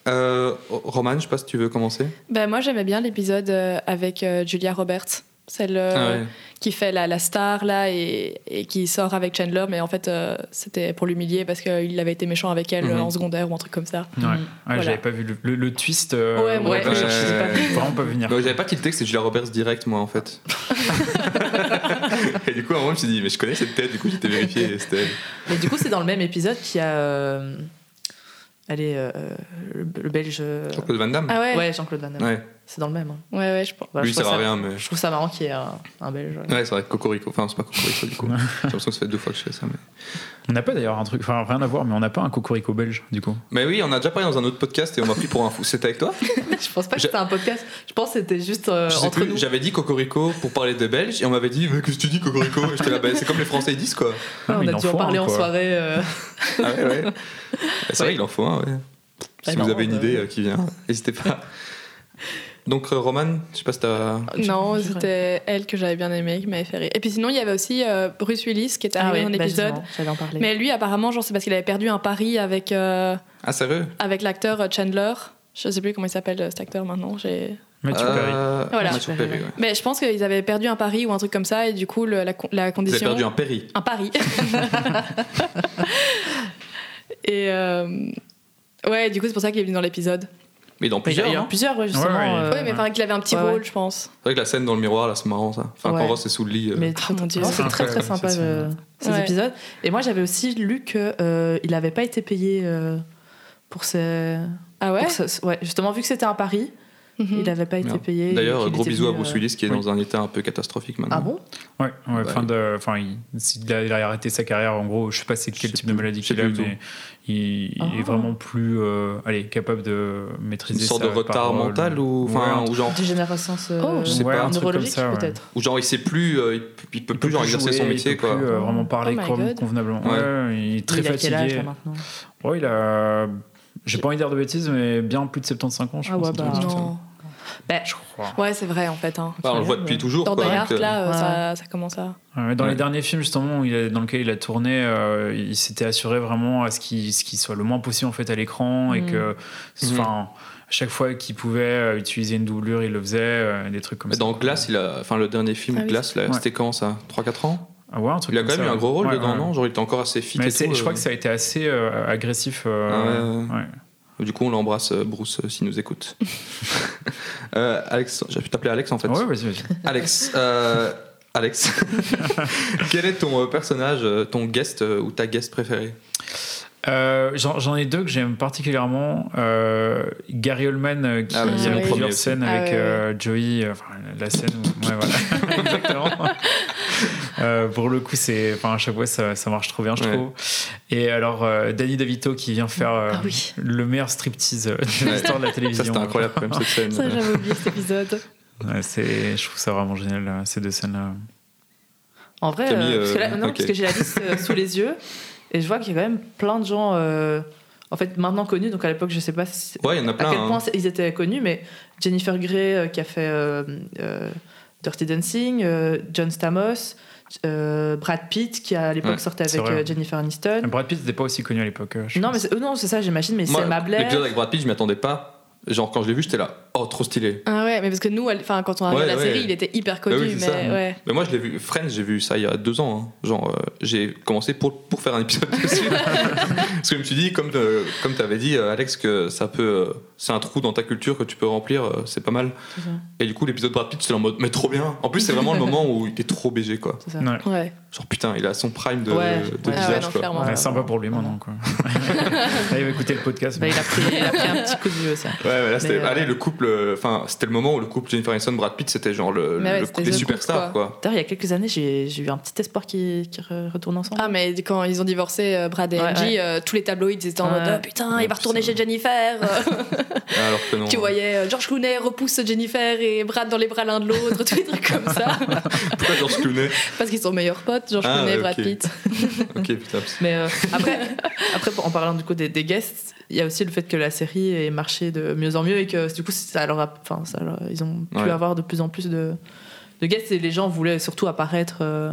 S2: Euh, Roman, je sais pas si tu veux commencer.
S3: Ben, moi, j'aimais bien l'épisode euh, avec euh, Julia Roberts. Celle euh,
S2: Ah ouais.
S3: qui fait la, la star là et, et qui sort avec Chandler, mais en fait euh, c'était pour l'humilier parce qu'il avait été méchant avec elle
S2: Mhm.
S3: euh, en secondaire ou un truc comme ça.
S4: Ouais. Ouais, J'avais pas vu le, le- le twist. euh,
S5: Mm. Ouais, moi,
S4: on peut
S2: ouais.
S4: chercher, c'est pas-
S2: Ouais.
S4: Vraiment pas venir.
S2: Non, Bah, j'avais pas tilté que c'est Julia Roberts direct, moi, en fait. et du coup, à un moment, je me suis dit, mais je connais cette tête, du coup, j'étais vérifié, et c'était elle.
S5: Mais du coup, c'est dans le même épisode qu'il y a. euh, allez, euh, le, le belge. euh,
S2: Jean-Claude Van Damme
S3: Ah ouais Ouais,
S5: Ouais, Jean-Claude Van Damme.
S2: Ouais,
S5: C'est dans le même. hein.
S3: ouais, je pense.
S5: Voilà,
S2: lui,
S5: je
S2: ça
S5: trouve
S2: va rien, mais.
S5: Je trouve ça marrant qu'il y ait un, un belge. ouais.
S2: Ouais, c'est vrai, Cocorico. Enfin, c'est pas Cocorico, du coup. J'ai l'impression que ça fait deux fois que je fais ça. Mais,
S4: On n'a pas d'ailleurs un truc, enfin rien à voir, mais on n'a pas un cocorico belge du coup.
S2: mais oui, on a déjà parlé dans un autre podcast et on m'a pris pour un fou. C'était avec toi
S5: je pense pas que
S2: Je-
S5: c'était un podcast. Je pense que c'était juste euh,
S2: Je sais
S5: entre
S2: plus,
S5: nous.
S2: J'avais dit Cocorico pour parler des Belges et on m'avait dit, mais qu'est-ce que tu dis, Cocorico Et j'étais là, bah, c'est comme les Français ils disent, quoi.
S5: Ouais,
S4: Ah,
S5: on
S4: mais
S5: a
S4: il
S5: dû en
S4: faut un,
S5: parler en
S4: quoi.
S5: soirée. euh,
S2: Ah ouais, ouais. C'est vrai, il en faut un, ouais. Si
S5: Ouais,
S2: vous
S5: Ah, non,
S2: avez une
S5: euh,
S2: idée euh, qui vient, n'hésitez pas. Donc, euh, Roman, je sais pas si t'as.
S3: Non,
S5: Je- je-
S3: c'était elle que j'avais bien aimée, qui m'avait fait rire. Et puis sinon, il y avait aussi euh, Bruce Willis qui était arrivé
S5: ouais,
S3: dans
S5: bah
S3: l'épisode.
S5: justement, J'allais en parler.
S3: mais lui, apparemment, genre, c'est parce qu'il avait perdu un pari avec, euh,
S2: Ah, sérieux
S3: avec l'acteur euh, Chandler. Je sais plus comment il s'appelle euh, cet acteur maintenant. j'ai-
S4: Mathieu Perry.
S2: Euh,
S3: Voilà.
S2: Mathieu Perry, ouais.
S3: Mais je pense qu'ils avaient perdu un pari ou un truc comme ça, et du coup, le- la, con- la
S2: Vous avez
S3: condition.
S2: perdu un Perry.
S3: un pari. et euh, ouais, du coup, c'est pour ça qu'il est venu dans l'épisode.
S2: Mais dans
S5: Mais il y
S2: plusieurs.
S5: a eu
S2: non
S5: en plusieurs, ouais, justement.
S4: Ouais, ouais.
S5: euh,
S3: ouais, mais enfin, qu'il avait un petit
S5: ouais, ouais.
S3: rôle, je pense.
S2: C'est vrai que la scène dans le miroir, là, c'est marrant, ça. Enfin,
S5: Ouais.
S2: quand Ross est sous le lit. euh,
S5: Mais très,
S3: mon Dieu.
S5: non, Ah, c'est très très
S4: Incroyable,
S5: sympa
S4: cette
S5: euh, ces
S3: Ouais.
S5: épisodes. Et moi j'avais aussi lu que euh, il n'avait pas été payé euh, pour ces.
S3: Ah ouais
S5: pour ce- ouais, justement vu que c'était un pari,
S3: Mhm.
S5: il n'avait pas été
S2: Merde.
S5: payé. et
S2: D'ailleurs,
S5: qu'il
S2: gros
S5: était
S2: bisous à
S5: venu,
S2: Bruce
S5: euh,
S2: Willis qui est
S4: oui.
S2: dans un état un peu catastrophique maintenant.
S5: Ah
S3: Mmh.
S5: bon
S4: Ouais, ouais,
S2: Bah,
S4: fin de, enfin, il, s'il a, il a arrêté sa carrière. En gros, je sais pas c'est
S2: Je
S4: quel
S2: sais
S4: type
S2: plus,
S4: de maladie
S2: je sais
S4: qu'il a,
S2: plus du
S4: mais il, il
S5: Ah.
S4: est vraiment plus, euh, allez, capable de
S2: Une
S4: maîtriser.
S2: sorte de
S4: sa
S2: retard
S4: parole.
S2: mental ou, enfin,
S4: Ouais.
S2: ou genre.
S5: Dégénérescence euh,
S3: Oh, je
S2: sais pas, un
S4: truc
S5: neurologique
S4: comme ça, ouais.
S5: peut-être.
S2: Ou genre, il sait plus, euh, il peut- il peut plus genre exercer son
S4: jouer,
S2: métier,
S4: il peut
S2: quoi.
S4: plus, euh, vraiment parler
S3: Oh my
S4: comme-
S3: God.
S4: convenablement.
S2: Ouais.
S4: Ouais. il est très
S5: il a quel
S4: fatigué.
S5: âge là, maintenant
S4: Oh, il a, j'ai pas envie de dire de bêtises, mais bien plus de 75 ans, je
S5: Ah
S4: pense.
S5: ouais,
S4: un truc
S5: bah,
S4: comme ça.
S3: Non.
S5: Bah,
S4: Je crois.
S3: Ouais, c'est vrai, en fait. hein.
S2: Enfin, on le voit depuis toujours.
S3: Dans Die
S2: quoi,
S3: Hard,
S2: donc, euh,
S3: là, euh,
S5: Ouais.
S3: ça, ça commence à.
S4: Ouais, Dans
S2: Ouais.
S4: les derniers films justement où il a- dans lequel il a tourné, euh, il s'était assuré vraiment à ce qu'il ce qu'il soit le moins possible en fait à l'écran et
S5: Mm.
S4: que,
S2: Mhm.
S4: enfin, à chaque fois qu'il pouvait euh, utiliser une doublure, il le faisait, euh, des trucs comme ça.
S2: Dans Glass, il a, enfin le dernier film
S3: Ah oui.
S2: Glass, là,
S4: Ouais.
S2: c'était quand ça 3-4 ans
S4: Ah ouais, un truc
S2: Il a quand
S4: comme
S2: même eu
S4: ça.
S2: un gros rôle
S4: Ouais,
S2: dedans,
S4: ouais.
S2: non Genre il était encore assez fit
S4: Mais
S2: et
S4: c'est-
S2: tout.
S4: je crois
S2: euh.
S4: que ça a été assez euh, agressif. euh,
S2: Ah ouais, ouais. Du coup, on l'embrasse, euh, Bruce, euh, s'il nous écoute. euh, Alex, j'ai pu t'appeler Alex en fait.
S4: Ouais, vas-y, vas-y.
S2: Alex, euh, Alex, quel est ton euh, personnage, euh, ton guest euh, ou ta guest préférée
S4: Euh, J'en j'en ai deux que j'aime particulièrement. Euh, Gary Oldman euh, qui
S2: Ah oui,
S4: il y
S3: c'est
S4: a
S3: mon
S4: plusieurs
S2: premier
S4: scènes
S3: aussi.
S4: avec
S3: Ah ouais, ouais.
S4: euh, Joey, euh, enfin, la scène où... Ouais, voilà. Exactement. Euh, pour le coup, c'est, enfin, à chaque fois, ça, ça marche trop bien, je
S2: Ouais.
S4: trouve. Et alors, euh, Danny DeVito qui vient faire euh,
S3: Ah oui.
S4: le meilleur striptease euh, de
S2: Ouais.
S4: l'histoire de la
S2: Ça
S4: télévision.
S2: c'était incroyable quand même cette scène.
S3: Ça, j'avais oublié cet épisode.
S4: Ouais, c'est, je trouve ça vraiment génial, euh, ces deux scènes.
S5: En vrai,
S2: Camille,
S5: euh, parce que là-
S2: euh,
S5: non,
S2: ok.
S5: parce que j'ai la liste euh, sous les yeux et je vois qu'il y a quand même plein de gens, euh, en fait, maintenant connus. Donc à l'époque, je sais pas si-
S2: Ouais, il y en a
S5: à
S2: plein.
S5: quel
S2: hein.
S5: point c'est- ils étaient connus, mais Jennifer Grey euh, qui a fait euh, euh, Dirty Dancing, euh, John Stamos, euh, Brad Pitt qui à l'époque
S2: Ouais,
S5: sortait
S4: c'est
S5: avec
S4: vrai.
S5: euh, Jennifer Aniston.
S4: Brad Pitt n'était pas aussi connu à l'époque. euh, je
S5: Non,
S4: pense.
S5: mais c'est- euh, non, c'est ça, j'imagine, mais
S2: Moi,
S5: c'est ma Blair.
S2: L'épisode avec Brad Pitt, je m'y attendais pas. Genre quand je l'ai vu, j'étais là, oh trop stylé.
S3: Ah ouais, mais parce que nous, elle- enfin, quand on a
S2: Ouais,
S3: regardé la
S2: ouais.
S3: série, il était hyper connu.
S2: Bah oui,
S3: mais
S2: c'est ça.
S3: ouais.
S2: Mais moi, je l'ai vu, Friends, j'ai vu ça il y a deux ans. hein. Genre, euh, j'ai commencé pour, pour faire un épisode dessus. Parce que je me suis dit, comme, euh, comme tu avais dit, euh, Alex, que ça peut. euh, c'est un trou dans ta culture que tu peux remplir, euh, c'est pas mal.
S5: C'est ça,
S2: Et du coup, l'épisode Brad Pitt, c'était en mode, mais trop bien. En plus, c'est vraiment le moment où il est trop BG, quoi.
S5: c'est ça.
S4: Ouais.
S3: Ouais.
S2: Genre, putain, il a son prime de,
S5: Ouais.
S2: de
S5: Ah ouais,
S2: visage,
S3: Ah non,
S2: quoi.
S3: clairement.
S4: Ouais,
S5: Ouais,
S4: sympa
S5: ouais.
S4: pour lui maintenant. Quoi. Là, il va écouter le podcast.
S5: Bah, il, a pris, il a pris un petit coup de vieux, ça.
S2: Ouais, mais là, c'était.
S5: Mais, euh,
S2: Allez, le couple. euh, Enfin, c'était le moment où le couple Jennifer Aniston, Brad Pitt, c'était genre le,
S3: Mais ouais,
S2: le
S3: c'était
S2: couple des
S3: le
S2: superstars,
S3: couple,
S2: quoi.
S5: D'ailleurs, il y a quelques années, j'ai j'ai eu un petit espoir qui, qui re- retourne ensemble.
S3: Ah, mais quand ils ont divorcé, euh, Brad et
S5: Ouais,
S3: Angie,
S5: ouais.
S3: euh, tous les tabloïds étaient en
S5: Ouais.
S3: mode Ah, putain,
S4: Ouais,
S3: il va retourner
S4: putain.
S3: chez Jennifer. Euh,
S2: Alors que non.
S3: tu voyais euh, George Clooney repousse Jennifer et Brad dans les bras l'un de l'autre, tous les trucs comme ça.
S2: Pourquoi George Clooney
S3: Ah, Parce qu'ils sont meilleurs potes, George
S2: Ah,
S3: Clooney et
S2: ouais,
S3: Brad
S2: ok.
S3: Pitt.
S2: Ok, putain. parce-
S5: Mais euh, après, après, en parlant du coup des, des guests, il y a aussi le fait que la série ait marché de mieux en mieux et que du coup, ça leur a- enfin, ça leur- ils ont pu
S2: Ouais.
S5: avoir de plus en plus de, de guests et les gens voulaient surtout apparaître. euh,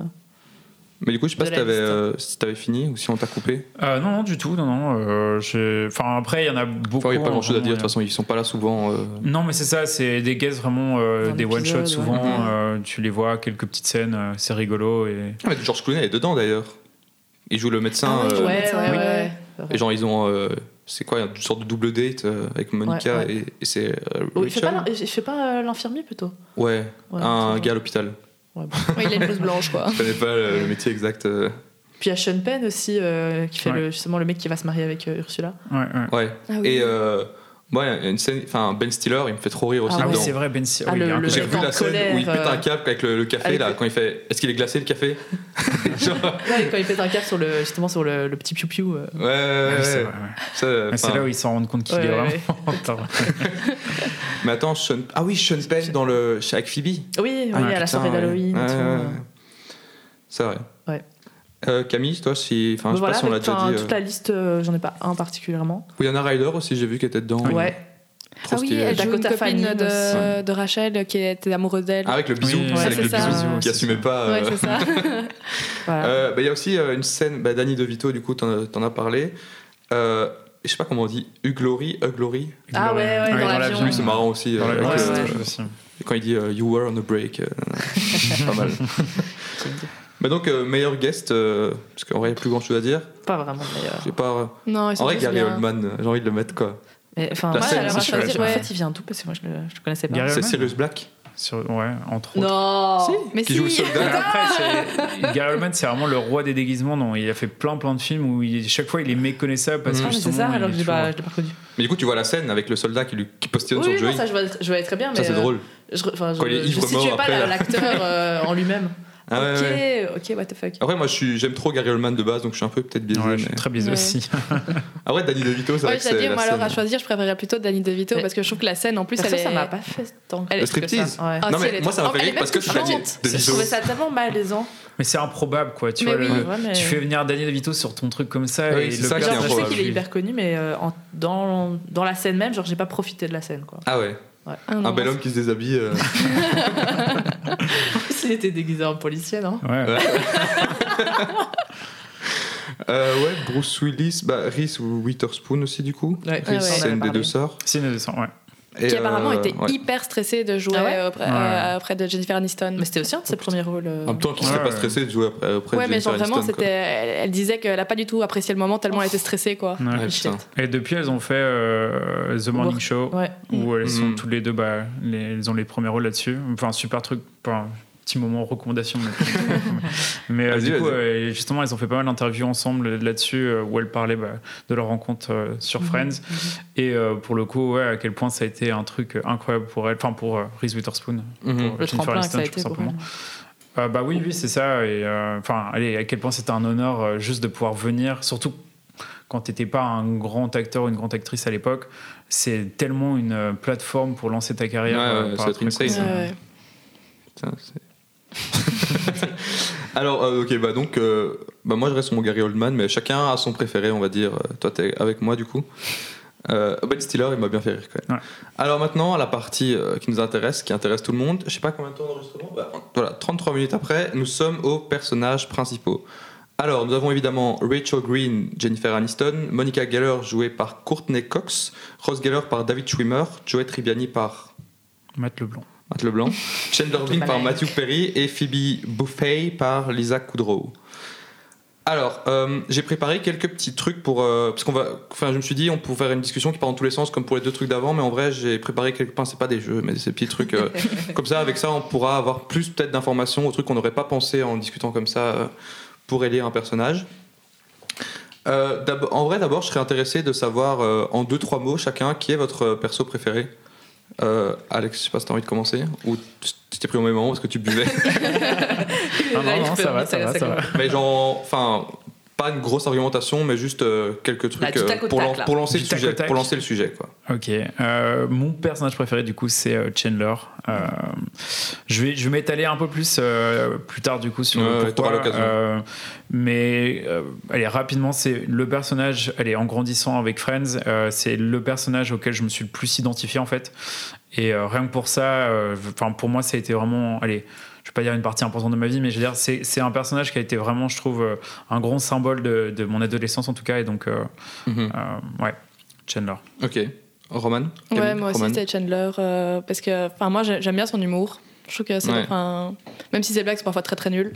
S2: Mais du coup, je sais pas
S5: De
S2: si
S5: la
S2: t'avais,
S5: liste.
S2: euh, si t'avais fini ou si on t'a coupé.
S4: Euh, non, non, du tout, non, non. euh, j'ai- enfin, après, il y en a beaucoup.
S2: Enfin, il n'y a pas grand chose à
S4: vraiment,
S2: dire, de
S4: euh,
S2: toute façon, ils sont pas là souvent. euh.
S4: Non, mais c'est ça, c'est des guests vraiment, euh,
S5: Dans
S4: des
S5: l'épisode,
S4: one-shots
S5: ouais.
S4: souvent.
S2: Mhm.
S4: euh, tu les vois, quelques petites scènes, euh, c'est rigolo. Et...
S2: Ah, mais George Clooney est dedans d'ailleurs. Il joue le médecin.
S3: Ah oui,
S2: euh,
S3: ouais. oui.
S2: Et genre, ils ont. euh, c'est quoi Une sorte de double date euh, avec Monica
S5: Ouais, ouais.
S2: et, et c'est. euh,
S5: Oh, il fait pas
S2: Rachel
S5: l'in- il fait pas euh, l'infirmier plutôt.
S2: Ouais,
S5: Ouais,
S2: un
S5: c'est-
S2: gars à l'hôpital.
S3: Ouais, il a une blouse blanche, quoi.
S2: Je connais pas le, le métier exact. euh.
S5: Puis il y a Sean Penn aussi, euh, qui fait
S4: Ouais.
S5: le, justement le mec qui va se marier avec euh, Ursula.
S4: Ouais, ouais.
S2: Ouais.
S3: Ah
S2: Et. euh, ouais, il y a une scène. Enfin, Ben Stiller, il me fait trop rire aussi
S5: Ah
S4: Ah oui,
S2: dedans.
S4: c'est vrai, Ben Si-
S5: Ah,
S4: oui,
S5: le-
S4: il y a un
S5: le-
S4: côté-
S2: J'ai
S5: mec
S2: vu
S5: en
S2: la scène
S5: colère,
S2: où il pète
S5: euh,
S2: un câble avec le, le café,
S5: avec
S2: là,
S5: le-
S2: quand il fait. Est-ce qu'il est glacé le café Genre,
S5: Non, et quand il pète un câble sur le, justement sur le, le petit piou-piou. euh.
S2: Ouais, ouais,
S4: Ah oui,
S2: ouais.
S4: c'est
S2: ouais.
S4: vrai, ouais.
S2: Ça,
S4: Mais C'est
S2: enfin,
S4: là où ils s'en rendent compte qu'il
S5: Ouais,
S4: est
S5: ouais,
S4: vraiment.
S5: ouais. Ah,
S4: Attends.
S2: Mais attends, Sean... ah oui, Sean Penn dans le... avec Phoebe.
S5: Oui, oui,
S2: Ah,
S5: à la
S2: putain,
S5: soirée
S2: ouais.
S5: d'Halloween. et
S2: Ouais,
S5: tout,
S2: ouais,
S5: euh.
S2: ouais. C'est vrai.
S5: Ouais.
S2: Euh, Camille, toi, si... enfin,
S5: Bon,
S2: je sais
S5: voilà,
S2: pas si on l'a
S5: avec,
S2: déjà
S5: enfin,
S2: dit.
S5: toute la liste, euh, j'en ai pas un particulièrement.
S2: euh, Ou il y en a Ryder aussi, j'ai vu qui était dedans.
S5: Ouais.
S2: Trop
S3: Ah oui,
S2: stylé.
S3: elle joue une
S5: Dakota
S3: copine
S5: Fanning aussi.
S3: de, de Rachel qui était amoureuse d'elle.
S2: Ah, avec le bisou,
S4: Oui,
S2: c'est
S5: ouais,
S2: avec
S5: c'est
S2: le
S5: ça,
S2: bisou
S5: ouais,
S2: qui
S4: c'est
S2: assumait
S4: ça.
S2: pas.
S3: ouais,
S2: euh,
S3: c'est ça.
S5: Voilà.
S2: Euh, bah, Il y a aussi euh, une scène, bah, Danny DeVito, du coup, t'en t'en as parlé. Euh, je sais pas comment on dit, Uglory, Uglory.
S5: Ah ouais, ouais, dans l'avion.
S2: Lui, c'est marrant aussi.
S4: Dans
S2: euh,
S4: l'avion,
S2: avec,
S5: ouais,
S2: euh,
S5: ouais.
S4: c'est aussi.
S2: Quand il dit euh, You were on a break, euh, c'est pas mal. Mais donc, euh, meilleur guest, euh, parce qu'en vrai, il n'y a plus grand chose à dire.
S5: Pas vraiment d'ailleurs.
S2: J'ai pas.
S3: Non, ils
S2: En
S3: sont
S2: vrai,
S3: tous
S2: Gary
S3: bien.
S2: Oldman, euh, j'ai envie de le mettre quoi.
S5: Mais enfin,
S2: La
S5: moi,
S2: scène,
S5: alors,
S2: c'est
S5: je me
S4: chouette.
S5: dis, ouais, en
S3: Ouais.
S5: fait, il vient d'où Parce que moi, je le, je le connaissais pas.
S4: Gary-
S2: C'est
S4: Oldman
S2: Sirius Black
S4: Sur- ouais, entre autres.
S5: Non
S3: Mais
S2: qui
S3: si.
S2: joue le soldat.
S4: Mais Après, c'est- Gary Oldman, c'est vraiment le roi des déguisements. Non, il a fait plein, plein de films où il- chaque fois il est méconnaissable parce
S2: Mm.
S5: Ah,
S4: que
S5: mais c'est
S4: justement,
S5: ça, alors
S4: il
S5: que
S4: est
S5: je l'ai
S4: toujours-
S5: pas, je l'ai pas reconnu.
S2: Mais du coup, tu vois la scène avec le soldat qui lui qui postillonne
S5: Oui,
S2: sur
S5: non,
S2: Joey.
S5: ça, je voyais, je voyais très bien. Mais
S2: Ça, c'est
S5: euh,
S2: drôle.
S5: Je, enfin, je,
S2: Quand il est
S5: je
S2: ivre
S5: situais
S2: mort
S5: pas
S2: après,
S5: la-
S2: là.
S5: l'acteur euh, en lui-même.
S2: Ah, ouais,
S5: ok,
S2: ouais. Oh.
S5: ok, what the fuck.
S2: Après, moi, je suis- j'aime trop Gary Oldman de base, donc je suis un peu peut-être biaisé.
S4: Ouais, je
S2: mais-
S4: suis très biaisé
S3: Ouais.
S4: aussi.
S2: Ah ouais, Danny DeVito, c'est
S3: Ouais,
S2: vrai que
S3: j'allais
S2: c'est
S3: dire,
S2: la
S3: moi, alors à
S2: scène.
S3: choisir, je préférerais plutôt Danny DeVito
S5: Mais-
S3: parce que je trouve que la scène, en plus,
S5: Perso,
S3: elle
S5: ça
S3: est-
S5: m'a pas fait tant
S3: elle
S2: Le
S3: est-
S2: striptease
S5: Ouais.
S3: Ah,
S2: Non,
S3: si,
S2: mais
S3: elle est
S2: moi, ça m'a
S3: trop-
S2: fait
S3: elle
S2: rire
S3: est
S2: parce que
S3: même
S2: je suis allé-
S3: touchante.
S2: Danny
S5: Je
S2: DeVito.
S5: trouvais ça tellement malaisant.
S4: Mais c'est improbable, quoi. Tu
S3: Mais
S4: vois, le-
S3: oui.
S5: Ouais, mais-
S4: tu fais venir Daniel DeVito sur ton truc comme ça
S2: Oui,
S4: et
S2: c'est
S4: le
S2: ça qui est
S5: Genre, je sais
S2: improbable.
S5: qu'il est hyper connu, mais euh, en- dans, dans la scène même, genre, j'ai pas profité de la scène, quoi.
S2: Ah ouais,
S3: Ah, non,
S2: un bel homme qui se déshabille. euh,
S5: S'il était déguisé en hein. policier, non
S4: Ouais.
S2: Ouais. Euh, ouais, Bruce Willis, bah, Reese Witherspoon aussi, du coup.
S5: Ouais,
S3: ouais,
S2: Reese,
S3: on en
S2: c'est
S5: avait
S2: une des
S5: parlé.
S2: deux sœurs.
S4: C'est une descente, ouais.
S2: Et,
S3: Qui apparemment
S2: euh,
S3: était
S2: ouais.
S3: hyper stressée de jouer
S5: Ah ouais
S3: euh, auprès,
S4: Ouais.
S3: euh, auprès de Jennifer Aniston.
S5: Mais c'était aussi un de ses premiers rôles. euh,
S2: En même temps, qui serait
S4: Ouais,
S2: pas
S4: ouais.
S2: stressé de jouer après, après
S3: ouais, mais
S2: Jennifer
S3: genre vraiment,
S2: Aniston,
S3: c'était,
S2: quoi.
S3: elle, elle disait qu'elle a pas du tout apprécié le moment tellement elle était stressée, quoi.
S4: Ouais.
S2: Ouais,
S5: Shit.
S2: putain.
S4: Et depuis, elles ont fait euh, The Morning Show
S5: Ouais.
S4: où elles sont
S2: Mm.
S4: toutes les deux, bah, les- elles ont les premiers rôles là-dessus. Enfin, super truc. Enfin, petit moment recommandation. Mais, mais, euh,
S2: Vas-y,
S4: du coup,
S2: vas-y.
S4: euh, justement, elles ont fait pas mal d'interviews ensemble là-dessus euh, où elles parlaient bah, de leur rencontre euh, sur
S5: Mhm.
S4: Friends. Et euh, pour le coup, ouais, à quel point ça a été un truc incroyable pour elles, enfin pour euh, Reese Witherspoon.
S2: Mhm.
S4: pour
S5: Le
S4: Jennifer
S5: tremplin que
S4: Aniston,
S5: ça a
S4: je trouve
S5: été
S4: ça
S5: pour
S4: vraiment- Ah bah oui, oui, c'est ça. Et euh, enfin, allez, à quel point c'était un honneur euh, juste de pouvoir venir, surtout quand t'étais pas un grand acteur ou une grande actrice à l'époque. C'est tellement une euh, plateforme pour lancer ta carrière.
S2: Ouais,
S4: euh,
S2: ouais,
S4: par
S2: ça doit être
S4: après,
S2: insane.
S4: quoi.
S3: Ouais, ouais.
S2: Putain, c'est- Alors, euh, ok, bah donc, euh, bah moi je reste mon Gary Oldman, mais chacun a son préféré, on va dire. Euh, Toi, t'es avec moi du coup. Euh, ben Stiller, il m'a bien fait rire quand même.
S4: Ouais.
S2: Alors maintenant, à la partie euh, qui nous intéresse, qui intéresse tout le monde. Je sais pas combien de temps d'enregistrement. Bah, voilà, 33 minutes après, nous sommes aux personnages principaux. Alors, nous avons évidemment Rachel Green, Jennifer Aniston, Monica Geller jouée par Courtney Cox, Rose Geller par David Schwimmer, Joey Tribbiani par
S4: Matt Leblanc.
S2: Matt Leblanc, Chandler Bing par
S5: pareil.
S2: Matthew Perry et Phoebe Buffay par Lisa Kudrow. Alors, euh, j'ai préparé quelques petits trucs pour. euh, parce qu'on va. Enfin, je me suis dit, on pourrait faire une discussion qui part dans tous les sens, comme pour les deux trucs d'avant, mais en vrai, j'ai préparé quelques. Enfin, c'est pas des jeux, mais ces petits trucs. euh, comme ça, avec ça, on pourra avoir plus peut-être d'informations aux trucs qu'on n'aurait pas pensé en discutant comme ça euh, pour élire un personnage. Euh, d'ab- en vrai, d'abord, je serais intéressé de savoir euh, en deux, trois mots chacun qui est votre euh, perso préféré. Euh, Alex, je sais pas si t'as envie de commencer ou tu tu t'es pris au même moment parce que tu buvais.
S4: Ah non, non, ça va, ça va, ça va.
S2: mais genre, enfin, pas une grosse argumentation, mais juste euh, quelques
S5: Là,
S2: trucs
S5: du
S2: euh,
S5: tac au
S2: pour,
S5: tac,
S2: lan-
S5: là.
S2: pour lancer
S4: Du
S2: le
S4: tac au
S2: sujet.
S4: tac.
S2: Pour lancer le sujet, quoi.
S4: Ok. Euh, mon personnage préféré, du coup, c'est euh, Chandler. Euh, je vais, je vais m'étaler un peu plus euh, plus tard, du coup, sur
S2: Ouais,
S4: le
S2: ouais, t'auras
S4: pourquoi.
S2: l'occasion.
S4: Euh, mais euh, allez, rapidement, c'est le personnage. Allez, en grandissant avec Friends, euh, c'est le personnage auquel je me suis le plus identifié en fait. Et euh, rien que pour ça, euh, enfin pour moi, ça a été vraiment. Allez. Je vais pas dire une partie importante de ma vie, mais je veux dire, c'est c'est un personnage qui a été vraiment, je trouve, euh, un grand symbole de, de mon adolescence en tout cas. Et donc, euh,
S2: Mhm.
S4: euh, ouais, Chandler.
S2: Ok. Roman
S3: Ouais,
S2: Camille,
S3: moi aussi,
S2: Roman
S3: c'était Chandler. euh, parce que, enfin, moi, j'ai- j'aime bien son humour. Je trouve que c'est.
S2: Ouais.
S3: enfin, Même si ses blagues sont parfois très très nulles.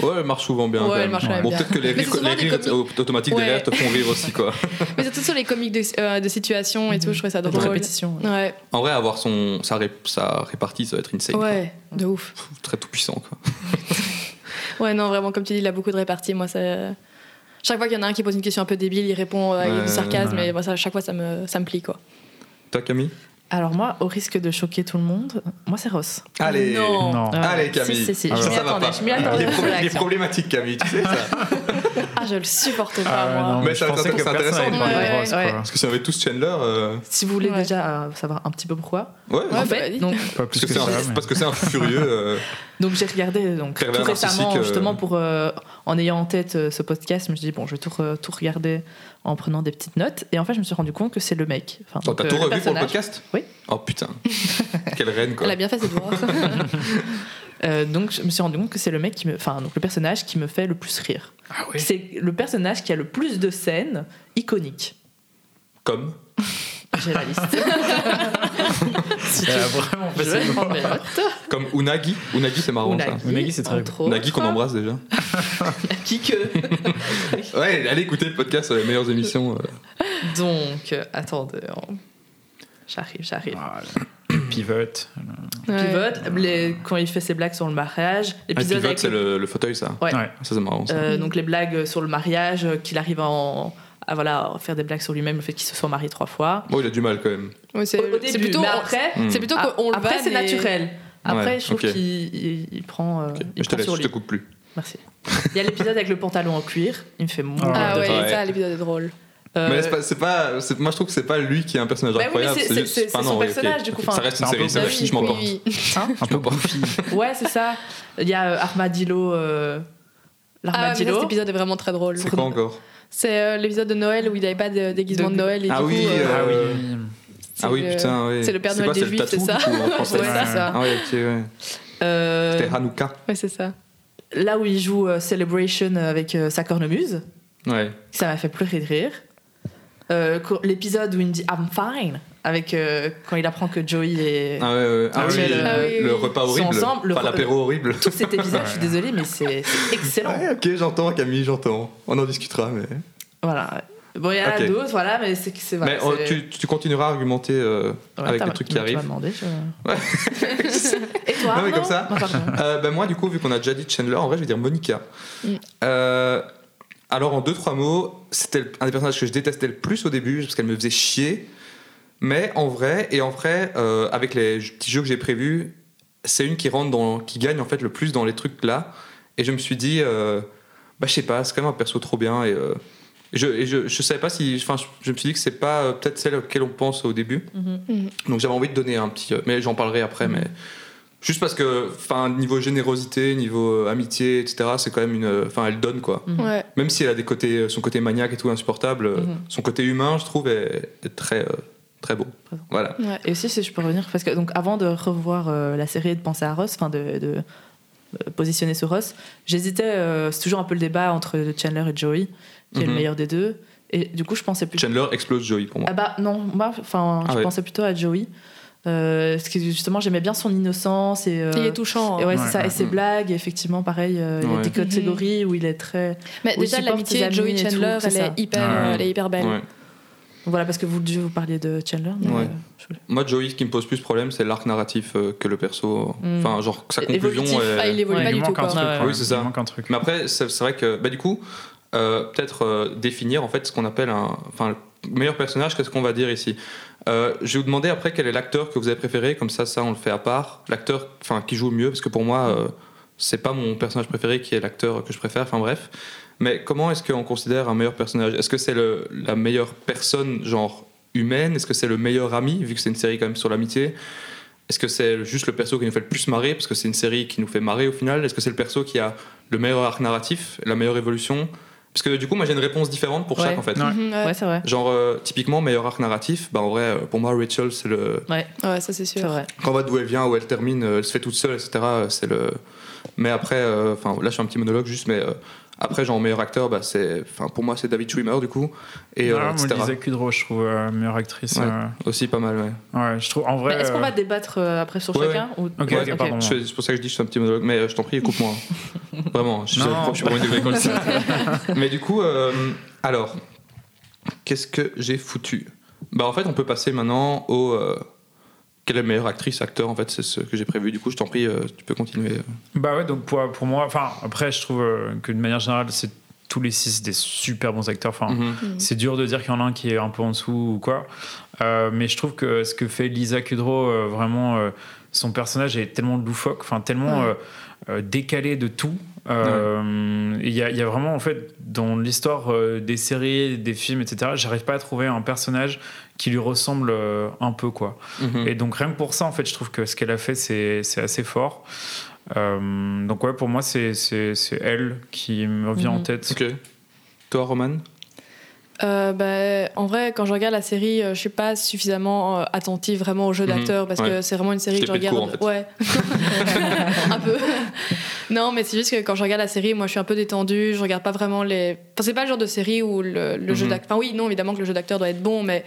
S2: Ouais, elle marche souvent bien.
S3: Ouais,
S2: quand
S3: elle
S2: même.
S3: marche quand même
S2: bon,
S3: bien.
S2: peut-être que les
S3: Mais
S2: rires,
S3: c'est souvent
S2: les
S3: des
S2: rires
S3: comiques-
S2: automatiques
S3: Ouais.
S2: derrière te font rire aussi, quoi.
S3: Mais surtout sur les comiques de, euh, de situation et tout, je trouvais ça
S2: Mm-hmm.
S5: De
S3: drôle.
S5: répétition. ouais.
S3: Ouais,
S2: En vrai, avoir son, sa, ré- sa répartie, ça va être insane. quoi.
S3: ouais, de ouf.
S2: Pff, Très tout puissant, quoi.
S3: Ouais, non, vraiment, comme tu dis, il a beaucoup de réparties. Moi, ça... Chaque fois qu'il y en a un qui pose une question un peu débile, il répond euh, avec
S2: Ouais,
S3: du sarcasme,
S4: ouais.
S3: et moi, ça, à chaque fois, ça me, ça me plie, quoi.
S2: Toi, Camille
S5: Alors, moi, au risque de choquer tout le monde, moi, c'est Ross.
S2: Allez Ah,
S3: Non.
S4: Non.
S5: Ouais.
S2: Allez, Camille
S5: Si, si, si,
S2: Ça,
S5: je m'y
S2: ça va
S5: attendais,
S2: pas.
S5: je m'y attendais
S2: Il est
S5: à cette
S2: probl- il est
S5: réaction.
S2: problématique, Camille, tu sais ça.
S3: Ah, je le supporte pas, moi.
S2: Mais ça, ça, c'est intéressant,
S3: ouais, ouais,
S4: ouais.
S3: ouais.
S2: Parce que si on avait tous Chandler, euh,
S5: Si vous voulez
S3: Ouais.
S5: déjà euh, savoir un petit peu pourquoi.
S2: ouais,
S3: Ouais,
S2: parce
S3: bah, dis.
S5: Donc,
S4: Pas plus
S2: que
S4: que
S2: c'est
S4: ça.
S2: un-
S4: mais-
S2: parce que c'est un furieux. euh,
S5: donc j'ai regardé donc, tout
S2: Pervers
S5: récemment,
S2: narcissique, euh.
S5: justement, pour, euh, en ayant en tête euh, ce podcast, je me suis dit, bon, je vais tout, re- tout regarder en prenant des petites notes. Et en fait, je me suis rendu compte que c'est le mec. Enfin,
S2: Attends,
S5: donc,
S2: T'as
S5: euh,
S2: tout
S5: le
S2: revu pour le
S5: personnage.
S2: podcast
S5: Oui.
S2: Oh putain, quelle reine quoi.
S3: Elle a bien fait ses devoirs.
S5: Euh, donc je me suis rendu compte que c'est le mec qui me, enfin donc le personnage qui me fait le plus rire.
S4: Ah oui.
S5: C'est le personnage qui a le plus de scènes iconiques.
S2: Comme.
S5: J'ai la liste.
S4: Elle a vraiment
S5: je
S4: fait
S5: vais
S4: ses
S5: prendre mes
S4: devoirs.
S5: notes.
S2: Comme Unagi. Unagi, c'est marrant ça.
S4: Unagi, c'est très
S5: entre autres.
S2: Unagi qu'on embrasse déjà.
S5: Qui que
S2: Ouais, allez écouter le podcast sur les meilleures émissions. euh.
S5: Donc euh, attendez, on- j'arrive, j'arrive.
S4: Voilà. Pivot.
S5: Pivot, les- quand il fait ses blagues sur le mariage,
S2: Ah,
S5: l'épisode
S2: Pivot,
S5: avec
S2: c'est
S5: le-
S2: le, le fauteuil ça.
S5: Ouais.
S4: Ouais.
S2: Ça c'est marrant ça.
S5: euh, donc les blagues sur le mariage, euh, qu'il arrive à, en- à, voilà à faire des blagues sur lui-même, le fait qu'il se soit marié trois fois.
S2: Bon, il a du mal quand même.
S3: Ouais, c'est
S5: Au- au début,
S3: c'est plutôt,
S5: mais après,
S2: Mm.
S3: c'est plutôt
S5: a-
S3: qu'on le
S5: après
S3: vanne
S5: c'est
S3: et-
S5: naturel. Après,
S2: Ouais,
S5: je trouve
S2: ok.
S5: qu'il il- il prend, euh,
S2: Ok.
S5: il
S2: Je te
S5: prend
S2: laisse,
S5: sur
S2: je te
S5: lui.
S2: coupe plus.
S5: Merci. Il y a l'épisode avec le pantalon en cuir. Il me fait mourir.
S3: Ah
S5: de
S3: ouais,
S5: rire.
S2: Ouais.
S3: ça, l'épisode est drôle.
S5: Euh,
S2: Mais c'est pas, c'est pas- c'est- moi je trouve que c'est pas lui qui est un personnage
S5: Bah oui, mais
S2: incroyable.
S5: c'est-
S2: juste-
S5: c'est- c'est
S2: enfin,
S5: son
S2: non, ouais,
S5: personnage,
S2: ok.
S5: du coup, enfin,
S2: Ça reste une
S4: c'est un
S2: série,
S4: peu
S2: ça
S4: Bah
S2: reste-
S4: oui,
S2: je m'en porte.
S3: Oui,
S4: Ah, Un peu goofy.
S5: ouais, c'est ça. Il y a euh, Armadillo. euh,
S3: Ah, mais ça,
S5: L'armadillo.
S3: cet épisode est vraiment très drôle.
S2: C'est quoi encore
S3: C'est euh, l'épisode de Noël où il n'avait pas de déguisement de,
S5: De-
S3: Noël. Et
S2: Ah
S3: du
S2: oui,
S3: coup, euh,
S2: euh,
S4: Ah oui.
S3: c'est
S2: Ah oui,
S3: le-
S2: putain, ouais.
S3: c'est le Père Noël
S2: quoi,
S3: des
S2: c'est le
S3: Juifs, c'est
S2: tatou,
S3: ça
S2: du coup, en
S3: Ouais,
S2: français
S3: c'est ça.
S2: Ah ouais, ok, ouais.
S5: Euh,
S2: C'était Hanouka.
S3: Ouais, c'est ça.
S5: là où il joue euh, Celebration avec euh, sa cornemuse.
S2: Ouais.
S5: Ça m'a fait pleurer de rire. Euh, quand- L'épisode où il me dit I'm fine. Avec, euh, quand il apprend que Joey est.
S2: Ah ouais, ouais. Ah
S4: Ah
S2: oui,
S4: oui,
S2: le,
S3: ah oui,
S2: le
S3: oui.
S2: repas
S5: Ils sont
S2: horrible.
S5: ensemble, le
S2: enfin,
S5: re-
S2: l'apéro horrible.
S5: Tout cet épisode, je suis désolée, mais c'est c'est excellent.
S2: Ouais, ok, j'entends, Camille, j'entends. On en discutera, mais.
S5: Voilà. Bon, il y en a
S2: Ok.
S5: d'autres, voilà, mais c'est. c'est- voilà,
S2: mais oh,
S5: c'est-
S2: tu, tu continueras à argumenter euh,
S5: Ouais,
S2: avec
S5: t'as-
S2: les trucs
S5: tu
S2: qui
S5: m'as
S2: arrivent.
S5: demandé, je-
S2: Ouais.
S5: Et toi
S2: Non, mais comme
S5: Arnaud
S2: ça.
S5: Non, pardon.
S2: Euh, ben moi, du coup, vu qu'on a déjà dit Chandler, en vrai, je vais dire Monica.
S3: Mm.
S2: Euh, alors, en deux, trois mots, c'était le- un des personnages que je détestais le plus au début, parce qu'elle me faisait chier. Mais en vrai, et en vrai, euh, avec les j- petits jeux que j'ai prévus, c'est une qui rentre dans, qui gagne en fait le plus dans les trucs là. Et je me suis dit, euh, bah je sais pas, c'est quand même un perso trop bien. Et, euh, je, et je, je savais pas si, enfin, je, je me suis dit que c'est pas euh, peut-être celle auquel on pense au début.
S5: Mhm.
S3: Mm.
S2: Donc j'avais envie de donner un petit. euh, Mais j'en parlerai après, mais. Juste parce que, enfin, niveau générosité, niveau euh, amitié, etc., c'est quand même une. euh, Enfin, elle donne, quoi.
S5: Mhm.
S3: Ouais.
S2: Même si elle a des côtés, euh, son côté maniaque et tout insupportable, euh,
S5: Mhm.
S2: son côté humain, je trouve, est, est très, euh, très beau.
S5: Présent.
S2: Voilà.
S3: ouais.
S5: Et aussi, si je peux revenir, parce que donc, avant de revoir euh, la série et de penser à Ross, enfin de, de, euh, positionner sur Ross, j'hésitais, euh, c'est toujours un peu le débat entre Chandler et Joey, qui est le
S2: Mhm.
S5: meilleur des deux. Et du coup, je pensais plus.
S2: Chandler explose Joey pour moi.
S5: Ah bah non, moi, enfin,
S2: Ah
S5: je
S2: ouais.
S5: pensais plutôt à Joey. Euh, parce que justement, j'aimais bien son innocence et. euh,
S3: Il est touchant.
S5: et
S3: hein.
S5: ouais,
S4: Ouais,
S5: c'est ça.
S4: ouais,
S5: et ses
S2: ouais. Mhm.
S5: blagues, et effectivement, pareil, euh, il y a
S2: Ouais.
S5: des
S3: Mhm.
S5: catégories où il est très.
S3: Mais
S5: où il
S3: déjà,
S5: supporte ses
S3: l'amitié
S5: amis
S3: Joey
S5: et tout,
S3: Chandler,
S5: c'est
S3: elle
S5: ça.
S3: est, hyper,
S4: Ouais.
S3: euh, elle est hyper belle.
S2: Ouais.
S5: Voilà, parce que vous, vous parliez de Chandler. mais,
S2: Ouais.
S5: euh, je-
S2: Moi, Joey, ce qui me pose plus problème, c'est l'arc narratif euh, que le perso.
S5: Mhm.
S2: Enfin, genre, sa
S5: É-
S2: conclusion.
S5: évolutif.
S2: est-
S3: Ah, il évolue
S5: Ouais,
S3: pas
S4: Il
S3: du
S4: lui
S3: tout,
S4: manque un
S3: quoi.
S4: truc.
S5: Ouais,
S2: ouais.
S4: ouais.
S2: Oui, c'est ça.
S4: Il manque un truc.
S2: Mais après, c'est c'est vrai que, bah, du coup, euh, peut-être euh, définir en fait ce qu'on appelle un, enfin, le meilleur personnage, qu'est-ce qu'on va dire ici. Euh, je vais vous demander après quel est l'acteur que vous avez préféré, comme ça, ça on le fait à part. L'acteur, enfin, qui joue le mieux, parce que pour moi, euh, c'est pas mon personnage préféré qui est l'acteur que je préfère. Enfin bref. Mais comment est-ce qu'on considère un meilleur personnage Est-ce que c'est le- la meilleure personne, genre humaine Est-ce que c'est le meilleur ami, vu que c'est une série quand même sur l'amitié Est-ce que c'est juste le perso qui nous fait le plus marrer, parce que c'est une série qui nous fait marrer au final Est-ce que c'est le perso qui a le meilleur arc narratif, la meilleure évolution Parce que du coup, moi j'ai une réponse différente pour chaque
S5: Ouais.
S2: en fait.
S4: Ouais.
S3: Mhm,
S5: Ouais,
S3: ouais.
S5: c'est vrai.
S2: Genre, euh, typiquement, meilleur arc narratif, bah en vrai, euh, pour moi, Rachel, c'est le,
S5: Ouais,
S3: Ouais, ça c'est
S5: c'est
S3: sûr.
S5: vrai.
S2: quand on voit d'où elle vient, où elle termine, euh, elle se fait toute seule, etc. euh, C'est le. Mais après, euh, enfin là, je fais un petit monologue juste, mais euh, après, genre meilleur acteur, bah, c'est, enfin pour moi, c'est David Schwimmer du coup, et euh,
S4: Ah, moi,
S2: etc.
S4: Lisa Kudrow, je trouve euh, meilleure actrice.
S2: Ouais.
S4: euh,
S2: Aussi pas mal, ouais.
S4: Ouais, je trouve en vrai.
S5: Mais Est-ce qu'on
S4: euh,
S5: va débattre euh, après sur
S2: Ouais,
S5: chacun ou...
S4: Ok,
S2: Ouais,
S4: ok, pardon.
S2: Je fais- C'est pour ça que je dis que je fais un petit monologue, mais euh, je t'en prie, écoute-moi. hein. Vraiment, je suis
S4: Non.
S2: je suis pas une de l'école. mais du coup, euh, alors, qu'est-ce que j'ai foutu Bah en fait, on peut passer maintenant au. euh, quelle est la meilleure actrice, acteur En fait, c'est ce que j'ai prévu. Du coup, je t'en prie, euh, tu peux continuer.
S4: Bah ouais, donc pour, pour moi, enfin après, je trouve euh, que de manière générale, c'est tous les six des super bons acteurs. Enfin,
S2: Mhm.
S4: c'est dur de dire qu'il y en a un qui est un peu en dessous ou quoi. Euh, mais je trouve que ce que fait Lisa Kudrow, euh, vraiment, euh, son personnage est tellement loufoque, enfin tellement
S5: Ouais.
S4: euh, euh, décalé de tout. Euh, Il y, a, il y a vraiment, en fait, dans l'histoire euh, des séries, des films, etc., j'arrive pas à trouver un personnage qui lui ressemble euh, un peu, quoi.
S2: Mhm.
S4: Et donc, rien que pour ça, en fait, je trouve que ce qu'elle a fait, c'est c'est assez fort. Euh, donc, ouais, pour moi, c'est c'est- c'est elle qui me vient en
S5: Mhm.
S4: tête.
S2: Ok. Toi, Roman
S3: Euh, bah, en vrai, quand je regarde la série, euh, je suis pas suffisamment euh, attentive vraiment au jeu
S2: Mhm,
S3: d'acteur parce que
S2: ouais.
S3: c'est vraiment une série
S2: Je
S3: que
S2: t'ai pris
S3: je
S2: de
S3: regarde.
S2: court,
S3: Ouais, un peu. non, mais c'est juste que quand je regarde la série, moi, je suis un peu détendue. Je regarde pas vraiment les. Enfin, c'est pas le genre de série où le, le jeu
S2: Mhm.
S3: d'acteur. Enfin, oui, non, évidemment que le jeu d'acteur doit être bon, mais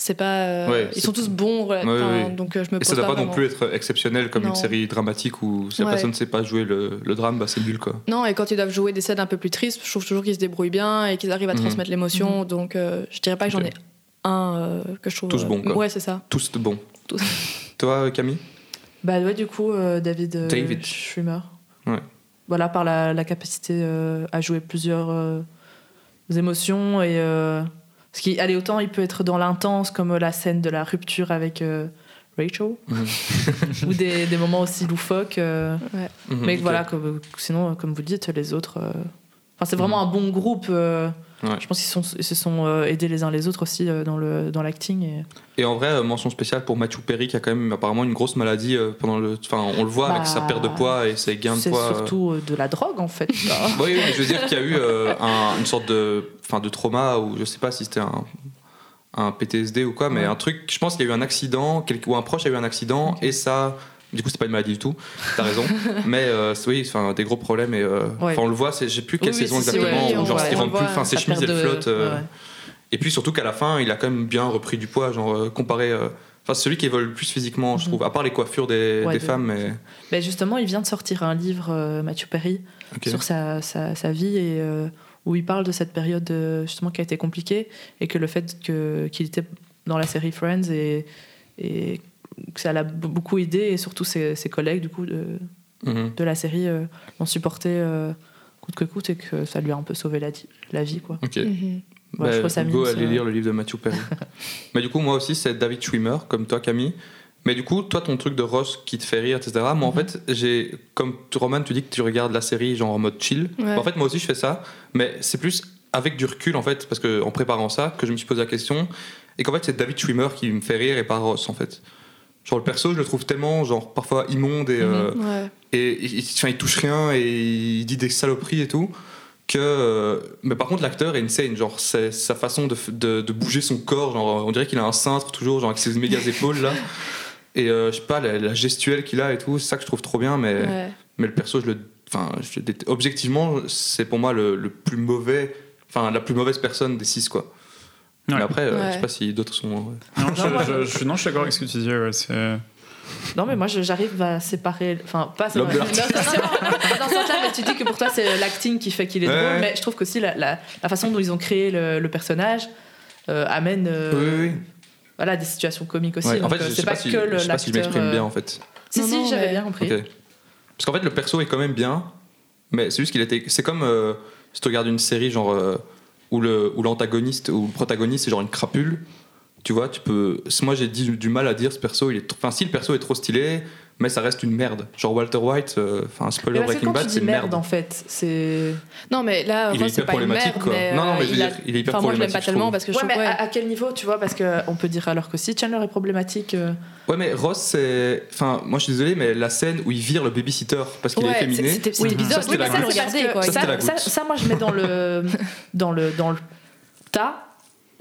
S3: c'est pas. euh,
S2: Ouais,
S3: ils
S2: c'est-
S3: sont tous bons, voilà.
S2: Ouais,
S3: Enfin,
S2: ouais.
S3: donc euh, je me
S2: Et
S3: pose
S2: ça doit pas, non
S3: vraiment.
S2: plus être exceptionnel comme
S3: Non.
S2: une série dramatique où si la
S3: Ouais.
S2: personne ne sait pas jouer le, le drame, bah c'est nul quoi.
S3: Non, et quand ils doivent jouer des scènes un peu plus tristes, je trouve toujours qu'ils se débrouillent bien et qu'ils arrivent à
S2: Mhm.
S3: transmettre l'émotion. Donc, euh, je dirais pas que j'en
S2: Ok.
S3: ai un euh, que je trouve.
S2: Tous
S3: euh,
S2: bons, quoi.
S3: Ouais, c'est ça.
S2: Tous de bons.
S3: Tous.
S2: Toi, euh, Camille
S5: Bah ouais, du coup, euh, David, euh,
S2: David.
S5: Schwimmer.
S2: Ouais.
S5: Voilà, par la, la capacité euh, à jouer plusieurs euh, émotions et. euh, ce qui, allez, autant il peut être dans l'intense, comme euh, la scène de la rupture avec euh, Rachel,
S2: Mhm.
S5: ou des, des moments aussi loufoques. euh,
S2: Mhm.
S5: mais
S2: Ok.
S5: voilà, comme- sinon, euh, comme vous dites, les autres. euh, Enfin, c'est vraiment un bon groupe. euh,
S2: Mhm. Ouais.
S5: Je pense qu'ils sont- ils se sont euh, aidés les uns les autres aussi euh, dans le dans l'acting. et-
S2: Et en vrai, euh, mention spéciale pour Mathieu Perry qui a quand même apparemment une grosse maladie euh, pendant le. Enfin, on le voit
S5: Bah,
S2: avec sa perte de poids et ses gains de
S5: C'est
S2: poids. euh.
S5: surtout euh, de la drogue en fait.
S2: Oui, oui, mais je veux dire qu'il y a eu euh, un- une sorte de, enfin, de trauma, ou je sais pas si c'était un, un PTSD ou quoi, mais
S5: Ouais.
S2: un truc, je pense qu'il y a eu un accident, quel- ou un proche a eu un accident, et ça, du coup, c'est pas une maladie du tout, t'as raison, mais euh, c'est- oui, enfin, des gros problèmes, et euh,
S5: Ouais.
S2: enfin, on le voit, c'est- je sais plus quelle
S5: Oui, oui,
S2: saison
S5: si, si,
S2: exactement,
S5: oui,
S2: où
S5: on
S2: genre,
S5: voit,
S2: il
S5: on
S2: rentre plus,
S3: voit,
S2: enfin, ses
S5: Sa
S2: chemises,
S5: perte
S2: elles
S5: de-
S2: flottent, euh,
S5: ouais.
S2: et puis surtout qu'à la fin, il a quand même bien repris du poids, genre, euh, comparé, euh, enfin, celui qui évolue le plus physiquement, je
S5: Mhm.
S2: trouve, à part les coiffures des,
S5: Ouais,
S2: des
S5: de-
S2: femmes, mais.
S5: Mais Bah, justement, il vient de sortir un livre, euh, Mathieu Perry,
S2: ok.
S5: sur sa, sa- sa vie et euh, où il parle de cette période euh, justement qui a été compliquée et que le fait que- qu'il était dans la série Friends et, et que ça l'a b- beaucoup aidé et surtout ses, ses collègues du coup de,
S2: Mhm.
S5: de la série euh, l'ont supporté euh, coûte que coûte et que ça lui a un peu sauvé la, di- la vie quoi.
S2: Ok.
S3: Mhm.
S5: Ouais, je trouve ça
S2: Bah, Hugo,
S5: mignon,
S2: allez
S5: ça.
S2: lire le livre de Matthew Perry. mais du coup, moi aussi, c'est David Schwimmer, comme toi, Camille. Mais du coup, toi, ton truc de Ross qui te fait rire, etc. Moi, en fait, j'ai. Comme tu- Roman, tu dis que tu regardes la série genre en mode chill.
S3: Ouais.
S2: Bah, En fait, moi aussi, je fais ça. Mais c'est plus avec du recul, en fait, parce que en préparant ça, que je me suis posé la question. Et qu'en fait, c'est David Schwimmer qui me fait rire et pas Ross, en fait. Genre, le perso, je le trouve tellement, genre, parfois immonde et.
S5: Mhm.
S2: euh,
S3: Ouais.
S2: et il, il- enfin, il touche rien et il dit des saloperies et tout que euh, mais par contre l'acteur est insane genre c'est sa façon de, f- de, de bouger son corps genre on dirait qu'il a un cintre toujours genre avec ses méga épaules là et euh, je sais pas la, la gestuelle qu'il a et tout c'est ça que je trouve trop bien mais
S3: Ouais.
S2: mais le perso je le enfin je le déteste. objectivement c'est pour moi le, le plus mauvais enfin la plus mauvaise personne des six quoi
S4: Ouais.
S2: mais après euh, je sais
S3: Ouais.
S2: pas si d'autres sont
S4: Non, je, je- je- non, je suis d'accord avec ce que tu dis. ouais, c'est-
S5: Non mais moi je- j'arrive à séparer, enfin pas
S2: L'homme
S5: séparer.
S2: de
S5: Non, c'est- Dans ce sens-là, mais tu dis que pour toi c'est l'acting qui fait qu'il est
S2: Ouais,
S5: drôle,
S2: ouais.
S5: mais je trouve qu'aussi la, la, la façon dont ils ont créé le, le personnage euh, amène euh,
S2: oui
S5: voilà des situations comiques aussi.
S2: en
S5: donc,
S2: fait
S5: euh,
S2: je sais
S5: c'est
S2: pas
S5: pas,
S2: si
S5: que le-
S2: je sais pas si je
S5: l'acteur,
S2: m'exprime
S5: euh,
S2: bien en fait
S5: Si
S3: Non,
S5: si,
S3: non,
S5: j'avais
S3: mais-
S5: bien compris.
S2: Ok. Parce qu'en fait, le perso est quand même bien, mais c'est juste qu'il était. C'est comme euh, si tu regardes une série genre euh, où le où l'antagoniste ou le protagoniste c'est genre une crapule. Tu vois, tu peux. Moi, j'ai dit du mal à dire ce perso. Il est. Enfin, si le perso est trop stylé, mais ça reste une merde. Genre Walter White. euh, Enfin, spoiler
S5: Mais parce que
S2: Breaking
S5: quand tu
S2: Bad, c'est
S5: dis
S2: une
S5: merde
S2: merde.
S5: en fait, c'est
S3: Non, mais là,
S2: Il est
S3: Ross, c'est
S2: hyper
S3: pas une
S2: problématique,
S3: merde,
S2: quoi.
S3: mais,
S2: Non, non, mais
S3: euh,
S2: je veux
S3: il a-
S2: dire, il est hyper
S3: Enfin, moi, je l'aime
S2: problématique,
S3: pas
S2: je
S3: tellement
S2: trouve.
S3: parce que je
S5: ouais
S3: trouve.
S5: mais
S3: ouais.
S5: à, à quel niveau tu vois parce que on peut dire alors que si Chandler est problématique. euh,
S2: Ouais, mais Ross, c'est. Enfin, moi, je suis désolé, mais la scène où il vire le babysitter parce qu'il
S3: Ouais,
S2: est féminé.
S3: c'est- c'était- c'était
S2: oui,
S3: bizarre.
S2: Ça, c'était
S3: Oui,
S2: la
S3: mais ça,
S2: goutte.
S3: le regardez, quoi.
S5: Ça,
S2: Ça, c'était la
S5: ça-
S2: goutte.
S5: ça, moi, je mets dans le, dans le, dans le tas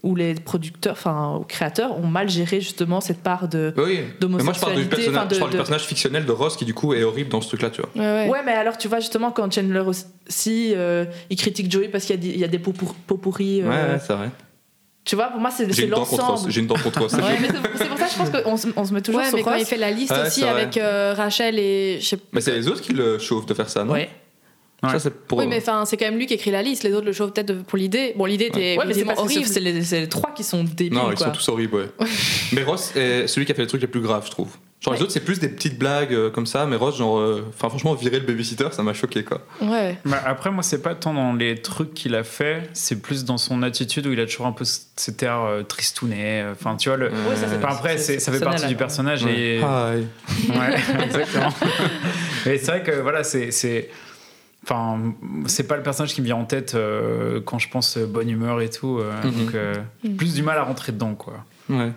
S5: où les producteurs, enfin, aux créateurs ont mal géré justement cette part de.
S2: Oui. Mais moi, je parle, du
S5: D'homosexualité,
S2: personnage,
S5: enfin, de-
S2: je parle du
S5: de-
S2: personnage fictionnel de Ross qui, du coup, est horrible dans ce truc-là, tu vois.
S3: Ouais, ouais.
S5: Ouais, mais alors, tu vois, justement, quand Chandler aussi, euh, il critique Joey parce qu'il y a des- il y a des pots pour- pots pourris.
S2: Ouais,
S5: euh,
S2: ouais, c'est vrai.
S5: Tu vois, pour moi, c'est
S2: J'ai
S5: c'est
S2: une dent contre Ross.
S5: l'ensemble.
S2: J'ai une dent contre Ross.
S5: Ouais, mais c'est c'est pour ça que je pense qu'on se- on se met toujours
S3: Ouais,
S5: sur
S3: mais quand
S5: Ross.
S3: il fait la liste
S2: Ouais,
S3: aussi
S2: c'est vrai.
S3: avec euh, Rachel et. Je sais
S2: Mais c'est les autres qui le chauffent de faire ça, non
S5: Ouais.
S2: Ça, c'est pour.
S3: Oui, mais enfin, c'est quand même lui qui écrit la liste. Les autres le chauffent peut-être pour l'idée. Bon, l'idée était
S5: Ouais, mais c'est
S3: évidemment
S5: parce que
S3: horrible.
S5: c'est les, c'est les trois qui sont débiles.
S2: non, ils
S5: quoi.
S2: sont tous horribles, ouais. mais Ross est celui qui a fait les trucs les plus graves, je trouve. Genre, les
S5: Ouais.
S2: autres, c'est plus des petites blagues euh, comme ça, mais Ross, genre. euh, Enfin, franchement, virer le babysitter, ça m'a choqué, quoi.
S3: Ouais.
S4: Bah, après, moi, c'est pas tant dans les trucs qu'il a fait, c'est plus dans son attitude où il a toujours un peu cet air euh, tristounet. euh, Enfin, tu vois, le.
S5: Ouais, ça, c'est
S2: Euh,
S4: Enfin, après, c'est- ça fait
S5: personnel,
S4: partie du
S5: alors.
S4: personnage et.
S2: Ouais. Hi.
S4: Ouais, exactement. Et c'est vrai que voilà, c'est. c'est- Enfin, c'est pas le personnage qui me vient en tête euh, quand je pense euh, bonne humeur et tout. euh,
S2: Mhm.
S4: Donc, euh,
S3: Mhm.
S4: plus du mal à rentrer dedans, quoi.
S2: Ouais.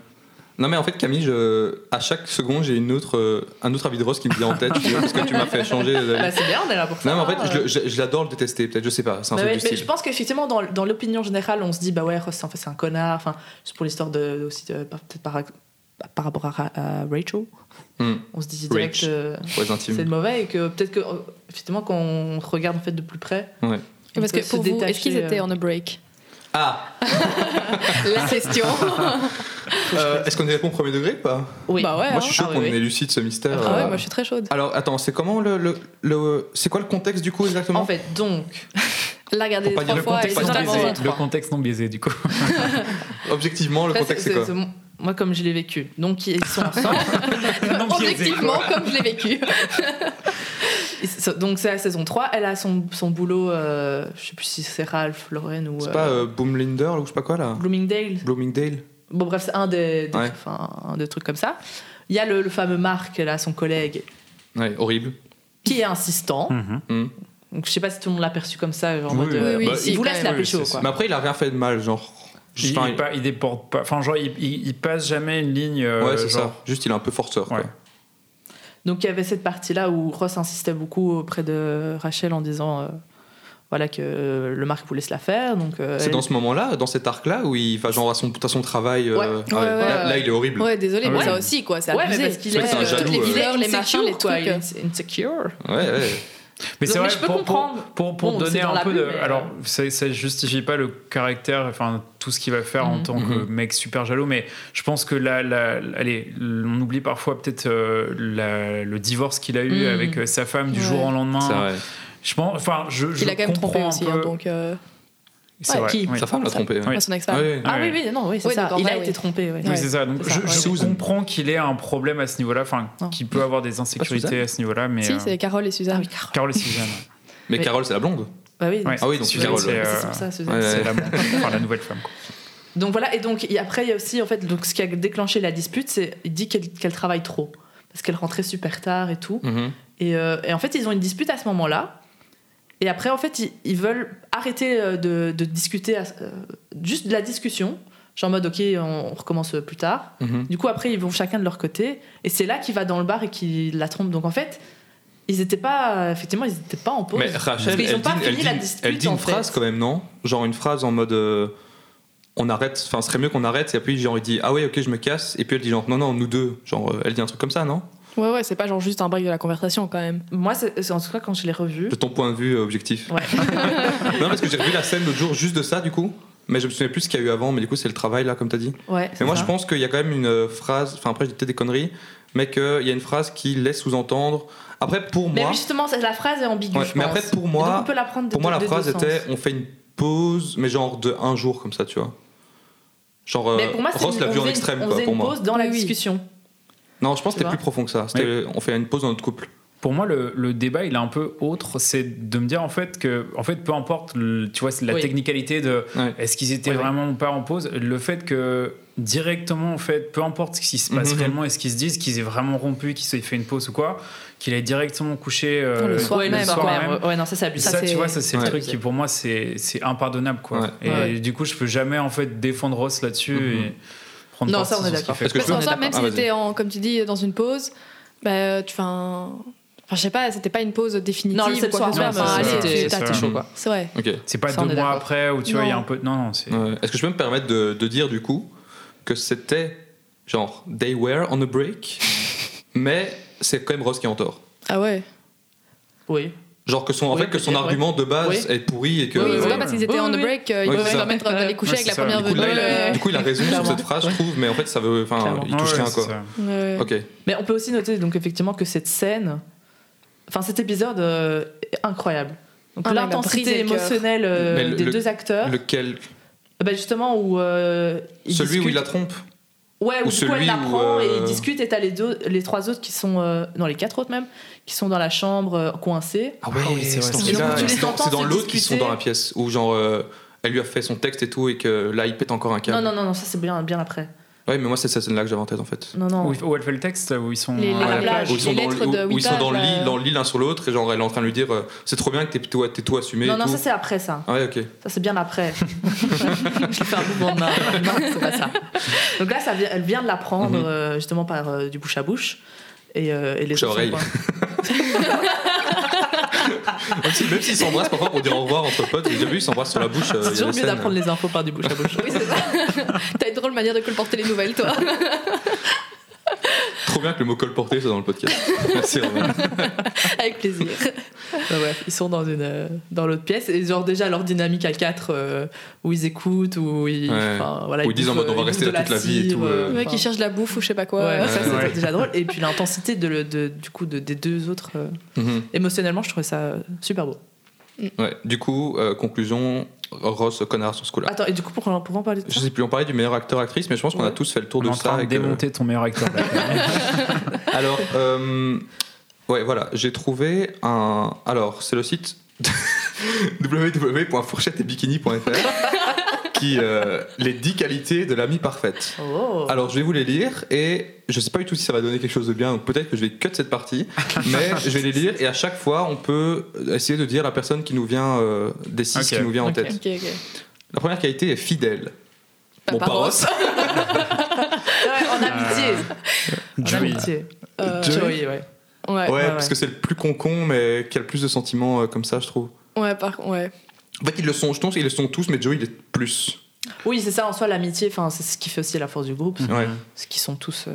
S2: Non mais en fait Camille, je- à chaque seconde j'ai une autre, euh, un autre avis de Ross qui me vient en tête je- parce que tu m'as fait changer.
S5: Bah,
S2: d'avis.
S5: c'est bien, on est là pour ça.
S2: Non mais en fait
S5: hein.
S2: je le- je je l'adore le détester peut-être, je sais pas, c'est un
S5: Bah
S2: truc
S5: ouais,
S2: du
S5: mais je
S2: style.
S5: pense qu'effectivement, dans, dans l'opinion générale, on se dit, bah ouais, Ross, c'est- en fait, c'est un connard. Enfin, c'est pour l'histoire de, aussi, de- par- peut-être par, par rapport à, Ra- à Rachel.
S2: Hmm,
S5: On se dit direct,
S2: Rach.
S5: euh,
S2: pour les intimes.
S5: c'est le mauvais. Et que peut-être que, euh, effectivement, quand on regarde en fait de plus près.
S2: Ouais.
S5: on
S3: Parce
S5: peut
S3: que
S5: se
S3: pour vous, est-ce
S5: détacher,
S3: qu'ils étaient
S5: euh.
S3: on a break
S2: Ah,
S3: La question.
S2: euh, est-ce qu'on y répond au premier degré ou pas
S5: Oui.
S3: Bah ouais,
S2: Moi
S3: hein.
S2: je suis chaud
S5: Ah oui,
S2: qu'on
S5: oui.
S2: élucide ce mystère.
S3: Ah ouais,
S2: euh.
S3: moi je suis très chaude.
S2: Alors attends, c'est comment le, le, le- c'est quoi le contexte du coup exactement
S5: En fait, donc,
S3: La regarder
S2: Faut pas
S3: trois
S2: dire le
S3: fois et
S2: contexte,
S3: c'est
S2: pas
S3: vraiment
S2: dire les
S3: un
S2: autres.
S4: Le contexte non biaisé, du coup.
S2: Objectivement le
S5: après,
S2: contexte
S5: c'est-
S2: c'est quoi
S5: c'est- c'est- moi, comme je l'ai vécu, donc ils sont ensemble.
S4: non biaisé,
S3: Objectivement,
S4: quoi.
S3: comme je l'ai vécu.
S5: Et c'est- donc, c'est la saison 3. Elle a son, son boulot, euh, je sais plus si c'est Ralph, Lauren ou.
S2: C'est
S5: euh,
S2: pas euh, Boomlinder ou je sais pas quoi là
S5: Bloomingdale.
S2: Bloomingdale
S5: Bon, bref, c'est un des, des-
S2: Ouais.
S5: enfin, un des trucs comme ça. Il y a le, le fameux Marc, là, son collègue,
S2: Ouais, horrible.
S5: qui est insistant.
S4: Mhm.
S5: Donc, je sais pas si tout le monde l'a perçu comme ça, genre en
S4: Oui,
S5: mode,
S4: oui,
S5: euh,
S3: oui,
S5: il
S3: si,
S5: vous
S3: quand
S5: laisse
S3: même.
S5: la pécho,
S4: Oui, c'est
S5: quoi.
S2: Mais après il a rien fait de mal, genre.
S4: Il,
S2: Enfin,
S4: il pa- il déporte pas. Enfin, genre, il, il- il passe jamais une ligne. euh,
S2: ouais c'est
S4: genre-
S2: ça. Juste il est un peu forceur. quoi.
S4: Ouais.
S5: Donc, il y avait cette partie-là où Ross insistait beaucoup auprès de Rachel en disant, euh, voilà, que euh, le Marc vous laisse la faire. Donc, euh,
S2: C'est
S5: elle-
S2: dans ce moment-là, dans cet arc-là, où il va genre à son, à son travail. euh,
S5: Ouais.
S2: ah ouais.
S3: Ouais, ouais,
S2: là,
S5: ouais.
S2: là, il est horrible.
S3: Ouais, désolé, mais
S4: Ouais.
S3: ça aussi, quoi. C'est
S5: Ouais, mais
S3: abusé.
S5: parce qu'il
S2: Ouais, c'est un
S5: est,
S2: jaloux,
S3: toutes les
S2: euh.
S3: couleurs, les machins, les
S5: quoi, il
S3: trucs.
S5: est euh, insecure.
S2: Ouais, ouais.
S4: Mais
S5: Non,
S4: c'est
S5: mais
S4: vrai,
S5: je peux
S4: pour, pour,
S5: comprendre.
S4: pour, pour
S5: Bon, c'est
S4: donner
S5: dans
S4: un
S5: la
S4: peu
S5: plume,
S4: de.
S5: mais, euh,
S4: Alors, ça ne justifie pas le caractère, enfin, tout ce qu'il va faire en
S5: Mhm.
S4: tant que
S2: Mhm.
S4: mec super jaloux, mais je pense que là, là, allez, on oublie parfois peut-être euh, la- le divorce qu'il a eu
S5: Mhm.
S4: avec euh, sa femme du
S3: Ouais.
S4: jour au lendemain.
S2: C'est vrai.
S4: Je pense, enfin, je, je
S3: Il a quand même trompé
S4: comprends un
S3: aussi,
S4: peu-
S3: hein, donc. euh,
S4: C'est
S5: Ouais,
S4: vrai,
S5: qui
S4: oui.
S2: Sa femme l'a trompé. ouais.
S4: Oui.
S3: à son
S2: Ouais,
S3: ex-femme.
S2: ouais.
S5: Ah oui,
S4: Ouais.
S5: oui, non, oui, c'est
S3: Oui,
S5: ça.
S3: d'accord,
S5: Il a
S3: là,
S5: été
S3: oui.
S5: trompé, ouais.
S4: Oui,
S3: Ouais.
S4: c'est ça. Donc,
S3: C'est ça,
S4: je, je
S3: ouais.
S2: Susan.
S4: comprends qu'il ait un problème à ce niveau-là, enfin,
S5: Non.
S4: qu'il peut avoir des insécurités
S2: Susan
S4: à ce niveau-là, mais.
S3: Si,
S4: euh,
S3: c'est Carole et
S5: Ah
S3: Suzanne.
S5: oui, Carole.
S4: Carole et Suzanne. ouais.
S2: Mais
S5: Mais-
S2: Carole, c'est la blonde.
S5: Bah oui.
S4: Ouais.
S2: Ah oui, donc
S4: Suzanne,
S2: Carole,
S4: c'est
S2: ouais.
S4: euh,
S5: C'est pour ça, Suzanne.
S2: Ouais, ouais.
S4: c'est la, enfin, la nouvelle femme. quoi.
S5: Donc voilà, et donc et après, il y a aussi, en fait, donc, ce qui a déclenché la dispute, c'est il dit qu'elle qu'elle travaille trop, parce qu'elle rentrait super tard et tout.
S2: Mhm.
S5: Et, euh, et en fait, ils ont une dispute à ce moment-là. Et après, en fait, ils, ils veulent arrêter euh, de, de discuter, à- euh, juste de la discussion. Genre en mode, ok, on, on recommence euh, plus tard.
S2: Mhm.
S5: Du coup, après, ils vont chacun de leur côté. Et c'est là qu'il va dans le bar et qu'il la trompe. Donc en fait, ils n'étaient pas, effectivement, ils n'étaient pas en pause.
S2: Mais Rachel,
S5: qu'ils ont
S2: elle dit,
S5: pas fini
S2: elle dit-
S5: la dispute,
S2: elle dit
S5: en
S2: une
S5: fait.
S2: phrase quand même, non Genre une phrase en mode. euh, on arrête, enfin, ce serait mieux qu'on arrête, et puis genre il dit Ah ouais, ok, je me casse, et puis elle dit genre Non, non, nous deux. Genre, euh, elle dit un truc comme ça, non
S3: Ouais, ouais, c'est pas genre juste un break de la conversation quand même.
S5: Moi, c'est c'est en tout cas quand je l'ai revu.
S2: De ton point de vue euh, objectif.
S5: Ouais.
S2: non, parce que j'ai revu la scène l'autre jour juste de ça, du coup, mais je me souviens plus ce qu'il y a eu avant, mais du coup, c'est le travail là, comme t'as dit.
S5: Ouais, c'est
S2: Mais moi,
S5: ça.
S2: je pense qu'il y a quand même une euh, phrase, enfin après, j'ai peut-être des conneries, mais qu'il y a une phrase qui laisse sous-entendre. Après, pour
S5: Mais
S2: moi,
S5: oui, justement, c'est- la phrase est ambiguë.
S2: Ouais,
S5: je
S2: mais
S5: pense.
S2: après, pour
S5: Et
S2: moi-
S5: donc on peut la prendre de-
S2: pour moi,
S5: de-
S2: la
S5: de
S2: phrase
S5: deux sens.
S2: était on fait une pause, mais genre de un jour, comme ça, tu vois. Genre, euh,
S5: Mais pour moi, c'est
S2: Ross
S5: une-
S2: l'a vu
S5: on
S2: en
S5: faisait
S2: extrême,
S5: une- on
S2: quoi,
S5: faisait
S2: pour
S5: une
S2: moi.
S5: pause dans la
S3: Oui, oui.
S5: discussion.
S2: Non, je pense
S5: tu
S2: que c'était
S5: vois.
S2: plus profond que ça. C'était, On fait une pause dans notre couple.
S4: Pour moi, le, le débat, il est un peu autre. C'est de me dire, en fait, que en fait, peu importe, le- tu vois, c'est la
S5: Oui.
S4: technicalité de
S2: Ouais.
S4: est-ce qu'ils étaient
S5: Oui, oui.
S4: vraiment ou pas en pause, le fait que directement, en fait, peu importe ce qui se passe
S2: Mhm.
S4: réellement et ce qu'ils se disent, qu'ils aient vraiment rompu, qu'ils aient fait une pause ou quoi, qu'il ait directement couché euh,
S3: Oh, le soir
S5: Ouais,
S3: même,
S5: soir
S3: après.
S5: même. Ouais, non, ça, c'est abusé.
S4: Ça, tu vois, ça, c'est
S2: Ouais.
S4: le truc qui, pour moi, c'est c'est impardonnable, quoi.
S2: Ouais.
S4: Et
S5: Ouais.
S4: du coup, je peux jamais, en fait, défendre Ross là-dessus
S2: Mhm.
S4: et prendre
S5: Non,
S4: parti
S5: ça, on est
S4: sur ce
S5: d'accord.
S4: qu'il fait.
S2: Parce que
S3: Parce
S2: je-
S3: qu'en soi,
S2: Ah,
S3: même s'il
S2: vas-y.
S3: était, en, comme tu dis, dans une pause, bah, euh, tu fais un- Enfin, je sais pas, c'était pas une pause définitive.
S5: Non,
S3: ou
S5: c'est le
S3: quoi
S5: soir
S3: que ce soit,
S5: même.
S4: c'est
S3: enfin,
S4: ça,
S5: euh,
S3: allez,
S4: c'est-
S5: c'était-
S3: tu- t'as-
S5: C'était
S4: c'est-
S5: chaud, quoi.
S3: C'est vrai.
S2: Ok.
S4: C'est pas
S5: Ça, on
S4: deux
S5: est
S4: mois
S5: d'accord.
S4: après où, tu vois, il y a
S3: Non.
S4: un peu... Non, non, c'est...
S2: Ouais. Est-ce que je peux me permettre de, de dire, du coup, que c'était genre they were on a break, mais c'est quand même Ross qui est en tort
S3: Ah ouais.
S5: Oui.
S2: Genre que son, en
S5: Oui,
S2: fait, que son
S5: peut-être,
S2: argument de base
S5: Oui.
S2: est pourri et que.
S3: Oui, c'est
S4: oui,
S3: pas
S4: oui.
S3: parce qu'ils étaient
S5: Oui,
S3: on
S5: oui,
S3: the
S5: oui.
S3: break euh, ils
S2: Oui,
S3: peuvent
S2: c'est
S3: se
S2: ça.
S3: permettre d'aller coucher
S4: Ouais,
S3: avec la
S4: c'est ça.
S3: première
S4: Du
S2: Du coup, là,
S3: venue.
S2: il a-
S3: euh,
S2: du coup, il a raison sur
S5: Clairement.
S2: cette phrase, je trouve, mais en fait, ça veut. Enfin,
S5: Clairement.
S2: il touche
S4: Ouais,
S2: rien,
S4: c'est
S2: quoi.
S4: ça.
S3: ouais.
S2: Ok.
S5: Mais on peut aussi noter, donc, effectivement, que cette scène, enfin, cet épisode euh, est incroyable. Donc,
S3: Ah, mais il m'a
S5: l'intensité
S3: brisé le cœur.
S5: émotionnelle euh,
S2: Mais le-
S5: des
S2: le-
S5: deux acteurs,
S2: Lequel
S5: bah, justement, où. euh, ils
S2: Celui où il
S5: discutent-
S2: la trompe
S5: Ouais,
S2: Ou
S5: où du coup,
S2: celui
S5: elle l'apprend
S2: où,
S5: et
S2: euh,
S5: ils discutent, et t'as les, deux, les trois autres qui sont. euh, non, les quatre autres même, qui sont dans la chambre euh, coincés.
S2: Ah
S4: ouais, c'est vrai,
S2: dans
S4: c'est
S2: celui-là,
S4: vrai.
S5: Tu les
S2: c'est dans-
S5: entends
S2: c'est dans
S5: se
S2: l'autre qu'ils sont
S5: discuter.
S2: dans la pièce où genre euh, elle lui a fait son texte et tout et que là il pète encore un câble.
S5: Non, non, non, non, ça c'est bien, bien après.
S2: Ouais, mais moi, c'est cette scène-là que j'avais en tête, en fait.
S5: Non, non.
S4: Où, où elle fait le texte, où ils sont.
S3: Les- les
S4: à la
S3: tablages.
S4: plage.
S2: Où ils sont
S3: les
S2: dans,
S3: lettres
S2: où-
S3: de
S2: où ils sont dans le
S3: Whiplash,
S2: lit,
S3: là.
S2: dans
S5: euh.
S2: le lit l'un sur l'autre, et genre, elle est en train de lui dire euh, C'est trop bien que t'es plutôt, t'es tout assumé.
S5: Non,
S2: et
S5: non,
S2: tout.
S5: ça c'est après ça.
S2: Ah ouais, ok.
S5: Ça c'est bien après. Je fais un mouvement de main. Non, c'est pas ça. Donc là, ça vient- elle vient de l'apprendre
S2: Mhm.
S5: euh, justement par euh, du bouche à bouche. Et, euh, et les
S2: Bouche à
S5: autres
S2: oreille.
S5: sont quoi
S2: Même si- même s'ils s'embrassent parfois pour dire au revoir entre potes, j'ai déjà vu, ils s'embrassent sur la bouche. euh, il y a
S5: C'est
S2: des
S5: toujours mieux
S2: scènes,
S5: d'apprendre les infos par du bouche à bouche.
S3: Oui, c'est ça. T'as une drôle manière de colporter les nouvelles, toi.
S2: euh, Trop bien que le mot colporté soit dans le podcast. Merci, Romain.
S3: Avec plaisir.
S5: Ouais, bref, ils sont dans une euh, dans l'autre pièce et genre déjà leur dynamique à quatre euh, où ils écoutent où ils
S2: Ouais.
S5: enfin, voilà,
S2: Où ils disent en
S5: bouffent,
S2: mode, on va
S5: ils
S2: rester
S5: bouffent
S2: là
S5: de
S2: toute la vie et
S5: cire,
S2: tout, euh.
S5: euh,
S3: Le mec qui
S5: enfin,
S3: cherche la bouffe ou je sais pas quoi.
S5: ouais,
S3: euh.
S5: ça c'était
S4: Ouais.
S5: déjà drôle et puis l'intensité de, le- de- du coup de, des deux autres euh,
S2: Mhm.
S5: émotionnellement je trouvais ça euh, super beau.
S2: Ouais. Du coup, euh, conclusion Ross, connard sur ce coup-là.
S5: Attends et du coup pour pour en parler de
S2: Ah. Je
S5: ça
S2: sais plus, on parlait du meilleur acteur-actrice, mais je pense qu'on a
S5: Ah, Ouais.
S2: tous fait le tour
S4: On est
S2: de
S4: en
S2: ça.
S4: train de
S2: avec, euh,
S4: démonter ton meilleur acteur. là.
S2: Alors, euh, ouais, voilà, j'ai trouvé un. Alors, c'est le site www.fourchetteetbikini.fr qui euh, les 10 qualités de l'ami parfaite.
S5: Oh.
S2: Alors, je vais vous les lire et je sais pas du tout si ça va donner quelque chose de bien, donc peut-être que je vais cut cette partie, mais je vais les lire et à chaque fois, on peut essayer de dire la personne qui nous vient euh, des 6
S4: Ok.
S2: qui nous vient en
S5: Ok.
S2: tête.
S3: Ok, ok.
S2: La première qualité est fidèle.
S3: Pas
S2: Bon, pas
S3: Paros.
S2: Ross.
S5: Ouais, en
S2: Ah.
S5: amitié. En
S4: Joey.
S5: amitié.
S3: Euh,
S2: Joey.
S5: Ah, Joey, ouais.
S3: Ouais,
S2: Ouais,
S3: ouais.
S2: parce que c'est le plus concon, mais qui a le plus de sentiments euh, comme ça, je trouve.
S3: par contre, ouais.
S2: En fait, ils le sont, je pense qu'ils le sont tous, mais Joey, il est plus.
S5: Oui, c'est ça en soi l'amitié, enfin c'est ce qui fait aussi la force du groupe,
S4: Mhm.
S2: Ouais.
S5: ce qui sont tous euh,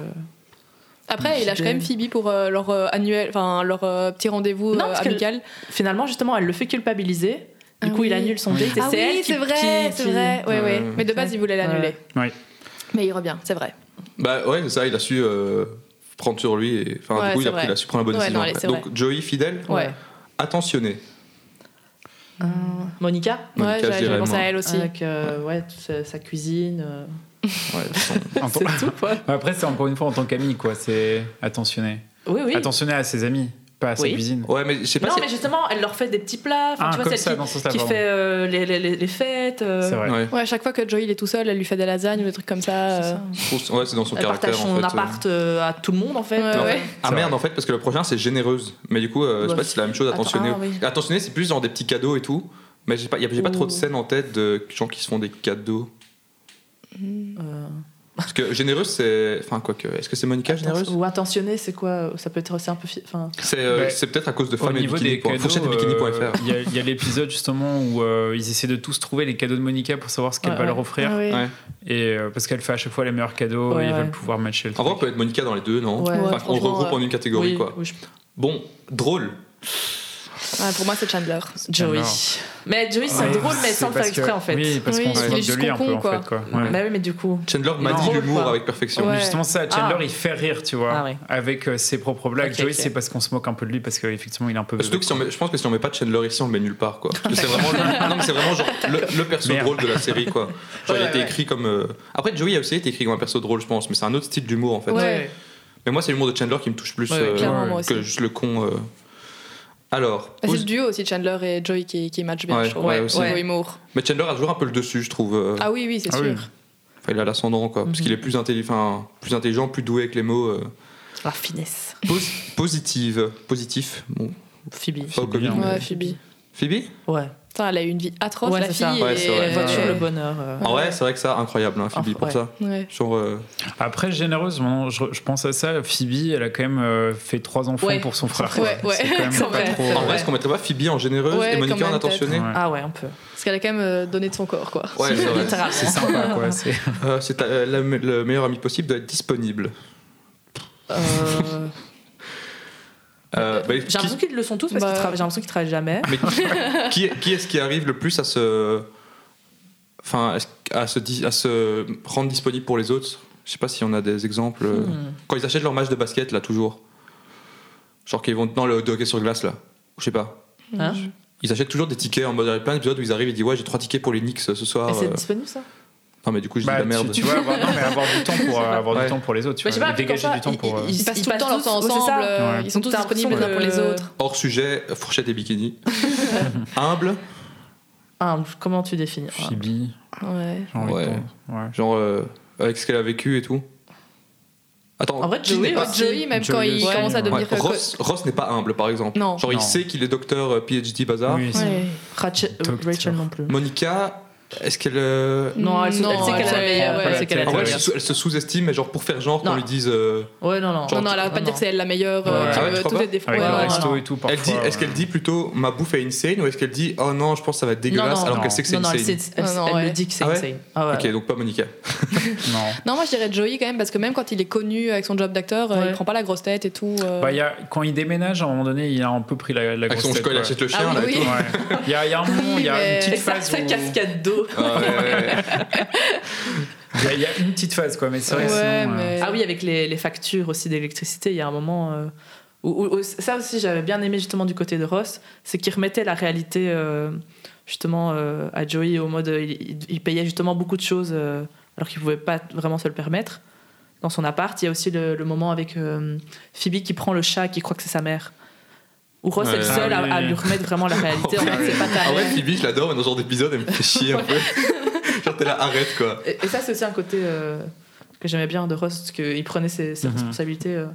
S3: Après, il lâche quand même Phoebe pour euh, leur euh, annuel, enfin leur euh, petit rendez-vous
S5: Non,
S3: euh,
S5: parce que-
S3: amical.
S5: finalement justement elle le fait culpabiliser. Du
S3: Ah
S5: coup, il
S3: oui.
S5: annule son
S4: Oui.
S5: date et c'est elle qui- qui- qui-
S3: Ouais, ouais.
S2: Euh,
S3: Mais de base, il voulait l'annuler.
S4: Ouais.
S3: Mais il revient, c'est vrai.
S2: Bah ouais, c'est ça, il a su euh, prendre sur lui, et enfin,
S3: Ouais,
S2: du coup, il
S3: c'est
S2: a, pris-
S3: vrai.
S2: il a su prendre la bonne
S3: Ouais,
S2: décision.
S3: non, allez,
S2: après.
S3: c'est
S2: Donc, Joey, fidèle,
S3: Ouais.
S2: attentionné.
S5: Euh, Monica
S2: Monica,
S3: Ouais,
S2: je
S3: j'avais
S2: dirais
S3: j'avais pensé à
S2: moi.
S3: elle aussi.
S5: Avec euh, ouais, toute sa, sa cuisine. euh.
S2: Ouais, de toute façon.
S4: En tant-
S5: C'est tout, quoi.
S4: Après, c'est encore une fois en tant qu'ami, quoi. C'est attentionné.
S5: Oui, oui.
S4: Attentionné à ses amis, pas à sa
S5: Oui.
S4: cuisine.
S2: ouais, mais je sais pas
S5: non,
S2: si.
S5: mais justement, elle leur fait des petits plats. Enfin,
S4: Ah,
S5: tu vois,
S4: comme
S5: celle
S4: ça,
S5: qui,
S4: dans ce sens-là,
S5: qui
S4: pardon.
S5: fait euh, les, les- les- les fêtes. euh,
S4: C'est vrai.
S2: Ouais,
S3: Ouais, à chaque fois que Joey il est tout seul, elle lui fait des lasagnes ou des trucs comme ça.
S5: c'est ça.
S3: euh.
S2: je trouve- ouais, c'est dans son
S5: Elle
S2: caractère.
S5: partage son
S2: en fait.
S5: appart euh, à tout le monde, en fait.
S3: Ouais,
S5: Enfin,
S3: ouais.
S2: Ah
S4: C'est
S2: merde, en fait, parce que le prochain, c'est généreuse. Mais du coup, euh, je sais
S5: Bah,
S2: pas si c'est la même chose,
S5: attends,
S2: attentionné.
S5: ah, oui.
S2: Attentionné, c'est plus genre des petits cadeaux et tout. Mais j'ai pas, y a- j'ai pas trop de
S5: Ouh.
S2: scènes en tête de gens qui se font des cadeaux.
S5: euh,
S2: Parce que généreuse, c'est. Enfin, quoi que. Est-ce que c'est Monica généreuse
S5: Ou attentionné, c'est quoi Ça peut être aussi un peu. fi- Enfin,
S2: C'est euh,
S4: Ouais.
S2: c'est peut-être à cause de
S4: Au
S2: femmes et
S4: niveau
S2: bikini.
S4: des
S2: point-
S4: cadeaux,
S2: fourchetteetbikini.fr.
S4: euh, il y a- il y a, l'épisode justement où euh, ils essaient de tous trouver les cadeaux de Monica pour savoir ce qu'elle
S5: Ouais,
S4: va
S5: ouais.
S4: leur offrir.
S3: Ah oui.
S2: Ouais.
S4: Et euh, parce qu'elle fait à chaque fois les meilleurs cadeaux,
S5: Ouais,
S4: et ils
S5: ouais.
S4: veulent pouvoir matcher le
S2: En vrai, on
S4: truc.
S2: peut être Monica dans les deux, non Enfin,
S5: Ouais. Ouais,
S2: On
S3: franchement,
S2: regroupe
S3: ouais.
S2: en une catégorie,
S5: oui,
S2: quoi.
S5: oui, je-
S2: Bon, drôle.
S3: Ouais, pour moi, c'est Chandler.
S5: Joey.
S4: Alors.
S5: Mais Joey, c'est
S4: Ouais,
S5: drôle, mais sans le faire
S4: parce que-
S5: exprès, en fait.
S4: Oui, parce
S3: Oui,
S4: qu'on se
S3: il est
S4: moque de
S3: juste
S4: lui un peu,
S3: con,
S4: en
S3: quoi.
S4: fait. Quoi. Ouais.
S5: Bah oui, mais du coup.
S2: Chandler m'a
S4: Non.
S2: dit
S5: Drôle,
S2: l'humour
S5: quoi.
S2: avec perfection.
S3: Ouais.
S4: Mais Justement ça, Chandler
S5: Ah.
S4: il fait rire, tu vois,
S5: Ah ouais.
S4: avec euh, ses propres blagues.
S5: Ok,
S4: Joey
S5: ok.
S4: c'est parce qu'on se moque un peu de lui parce qu'effectivement il est un peu.
S2: Surtout que si on met- je pense que si on met pas Chandler ici, on le met nulle part, quoi. Parce que C'est vraiment, le- non, mais c'est vraiment genre le, le perso
S4: Merde.
S2: drôle de la série, quoi. Genre, il a
S5: Ouais,
S2: été
S5: ouais.
S2: écrit comme. euh, Après, Joey a aussi été écrit comme un perso drôle, je pense, mais c'est un autre style d'humour, en fait.
S3: Ouais.
S2: Mais moi, c'est l'humour de Chandler qui me touche plus
S5: Ouais,
S2: euh,
S3: clairement, moi aussi.
S2: que juste le con. euh. Alors.
S3: Bah, c'est
S2: pose-
S3: le duo aussi, Chandler et Joey, qui, qui match bien,
S2: Ouais,
S3: je trouve.
S2: ouais,
S3: Au
S2: aussi.
S3: niveau humour.
S2: Mais Chandler a toujours un peu le dessus, je trouve. euh.
S3: Ah oui, oui, c'est
S4: Ah oui.
S3: sûr.
S2: Enfin, il a l'ascendant, quoi. Parce
S5: Mhm.
S2: qu'il est plus, intelli- enfin, plus intelligent, plus doué avec les mots. euh.
S5: La Ah, finesse.
S2: Pos- positive. Positif. Bon,
S5: Phoebe.
S2: pas au Covid,
S4: bien.
S2: mais-
S3: Ouais, Phoebe.
S2: Phoebe
S5: Ouais.
S3: Putain, elle a eu une vie atroce,
S5: Ouais,
S3: la
S5: c'est
S3: fille.
S5: ça.
S3: et-
S2: Ouais, c'est vrai.
S5: Elle voit toujours
S3: Ouais.
S5: le bonheur. euh.
S2: En vrai,
S3: Ouais.
S2: Ah c'est vrai que ça, incroyable, hein, Phoebe,
S5: Ah,
S2: pour
S5: ouais.
S2: ça.
S3: Ouais.
S2: Genre, euh,
S4: Après généreuse, bon, je, je pense à ça. Phoebe, elle a quand même euh, fait trois enfants
S5: Ouais.
S4: pour son frère. quoi.
S3: Ouais, ouais,
S4: C'est quand même
S3: quand
S4: pas
S3: même.
S4: trop. euh,
S2: En vrai,
S5: Ouais.
S2: est-ce qu'on mettrait pas Phoebe en généreuse
S3: Ouais,
S2: et Monica
S3: quand
S2: en
S3: même,
S2: attentionnée
S4: peut-être.
S5: Ah ouais, un peu.
S3: Parce qu'elle a quand même euh, donné de son corps, quoi.
S2: Ouais, c'est vrai.
S5: Littéralement.
S4: C'est sympa quoi. c'est-
S2: Euh, c'est ta- euh, la- le meilleur ami possible doit être disponible.
S5: Euh,
S2: Euh, bah,
S5: J'ai l'impression
S2: qui,
S5: qu'ils le sont tous parce
S3: Bah.
S5: qu'ils travaillent. J'ai l'impression qu'ils travaillent jamais.
S2: mais qui, qui est-ce qui arrive le plus à se, enfin, est-ce- à se, di- à se rendre disponible pour les autres Je sais pas si on a des exemples. euh,
S5: Hmm.
S2: Quand ils achètent leur match de basket, là, toujours. Genre qu'ils vont dans le de hockey sur glace, là. Je sais pas.
S5: Hein
S2: Ils achètent toujours des tickets en mode il y a plein d'épisodes où ils arrivent et disent ouais j'ai trois tickets pour les Knicks ce soir.
S5: Et c'est
S2: euh.
S5: disponible ça
S2: Non mais du coup je dis
S4: Bah,
S2: de
S4: tu-
S2: la merde.
S4: Tu, vois, avoir, non, mais avoir du temps pour euh, avoir
S2: Ouais.
S4: du temps pour les autres, tu
S5: Bah, je sais
S4: vois,
S5: pas,
S4: dégager
S5: comme ça,
S4: du temps pour. euh,
S5: ils-
S3: Ils passent
S5: ils
S3: tout le
S5: passent
S3: temps leur
S5: tous-
S3: temps
S5: ouais, c'est
S3: ensemble.
S5: ça.
S3: euh,
S4: Ouais.
S3: Ils sont tous
S5: T'as l'impression
S3: disponibles les uns
S5: que-
S3: pour les autres.
S2: Hors sujet fourchette et bikini. Humble.
S5: Humble, Ah, comment tu définis
S3: Ouais.
S4: Phoebe, j'ai envie de
S2: Ouais.
S4: prendre. Ouais.
S2: Genre, euh, avec ce qu'elle a vécu et tout. Attends,
S5: En vrai,
S2: qui
S5: Joey,
S2: n'est pas-
S5: ouais.
S3: Joey, même
S4: Joey
S3: quand il
S4: aussi,
S3: commence à
S4: ouais.
S3: devenir. euh,
S2: Ouais, Ross, Ross n'est pas humble, par exemple.
S3: Non.
S2: Genre,
S4: Non.
S2: il sait qu'il est docteur euh, PhD bazar.
S4: Oui, c'est-
S5: Ouais. Rachel, euh,
S4: Docteur.
S5: Rachel non plus.
S2: Monica, est-ce qu'elle. euh,
S5: Non, elle, se-
S3: Non,
S5: elle sait qu'elle a la
S3: elle-
S5: meilleure.
S3: ouais,
S5: elle sait
S4: ouais.
S5: qu'elle a
S2: En
S5: la
S2: vrai, elle
S5: meilleure.
S2: se- elle se sous-estime, mais genre pour faire genre qu'on
S5: Non.
S2: lui dise. euh,
S5: Ouais, non, non.
S3: Non, non, elle va pas
S5: Non,
S3: dire que c'est elle la meilleure.
S4: Ouais.
S3: euh,
S4: Ah ouais,
S2: tu
S3: euh,
S2: crois
S3: tout
S2: pas
S3: est défaut.
S4: Avec
S5: Ouais,
S4: le
S5: ouais,
S4: resto
S5: non.
S4: et tout, parfois. euh,
S2: elle dit, est-ce qu'elle
S4: ouais.
S2: dit plutôt ma bouffe est insane ou est-ce qu'elle dit oh non, je pense que ça va être dégueulasse
S5: non,
S2: alors
S4: non.
S2: qu'elle sait que c'est
S5: Non, non,
S2: insane
S5: elle, sait- elle-
S3: Non, non,
S5: elle
S3: ouais.
S5: le dit que c'est
S2: Ah ouais
S5: insane. Ah ouais.
S2: Ok, donc pas Monica.
S4: Non.
S3: Non, moi je dirais Joey quand même, parce que même quand il est connu avec son job d'acteur, euh,
S5: Ouais.
S3: il prend pas la grosse tête et tout. euh.
S4: Bah, il y a- quand il déménage, à un moment donné, il a un peu pris la, la
S2: Avec
S4: grosse
S2: son
S4: tête,
S2: quand il
S4: ouais.
S2: achète le
S3: Ah
S2: chien
S3: oui,
S2: là et
S3: oui.
S2: tout.
S4: Ouais. Il y a, il y a un moment, il y a
S3: mais-
S4: une petite
S5: Et ça,
S4: phase.
S5: sa
S4: où-
S5: cascade d'eau.
S2: Ah, ouais, ouais, ouais.
S4: Il y a- il y a une petite phase, quoi, mais c'est vrai.
S3: Ouais,
S4: sinon, euh,
S3: mais-
S5: Ah oui, avec les, les factures aussi d'électricité, il y a un moment euh, où, où- où- ça aussi j'avais bien aimé justement du côté de Ross, c'est qu'il remettait la réalité euh, justement euh, à Joey au mode euh, il, il- il payait justement beaucoup de choses euh, alors qu'il pouvait pas vraiment se le permettre dans son appart. Il y a aussi le, le moment avec euh, Phoebe qui prend le chat qui croit que c'est sa mère. Où Ross
S2: Ouais.
S5: est le seul
S4: Ah oui.
S5: à, à lui remettre vraiment la réalité. en mode, c'est pas ta
S2: Ah ouais,
S5: mère.
S2: Phoebe, je l'adore, mais dans ce genre d'épisode, elle me fait chier un peu. Genre, t'es là, arrête quoi.
S5: Et, et ça, c'est aussi un côté euh, que j'aimais bien de Ross, parce qu'il prenait ses, ses
S4: Mhm.
S5: responsabilités euh,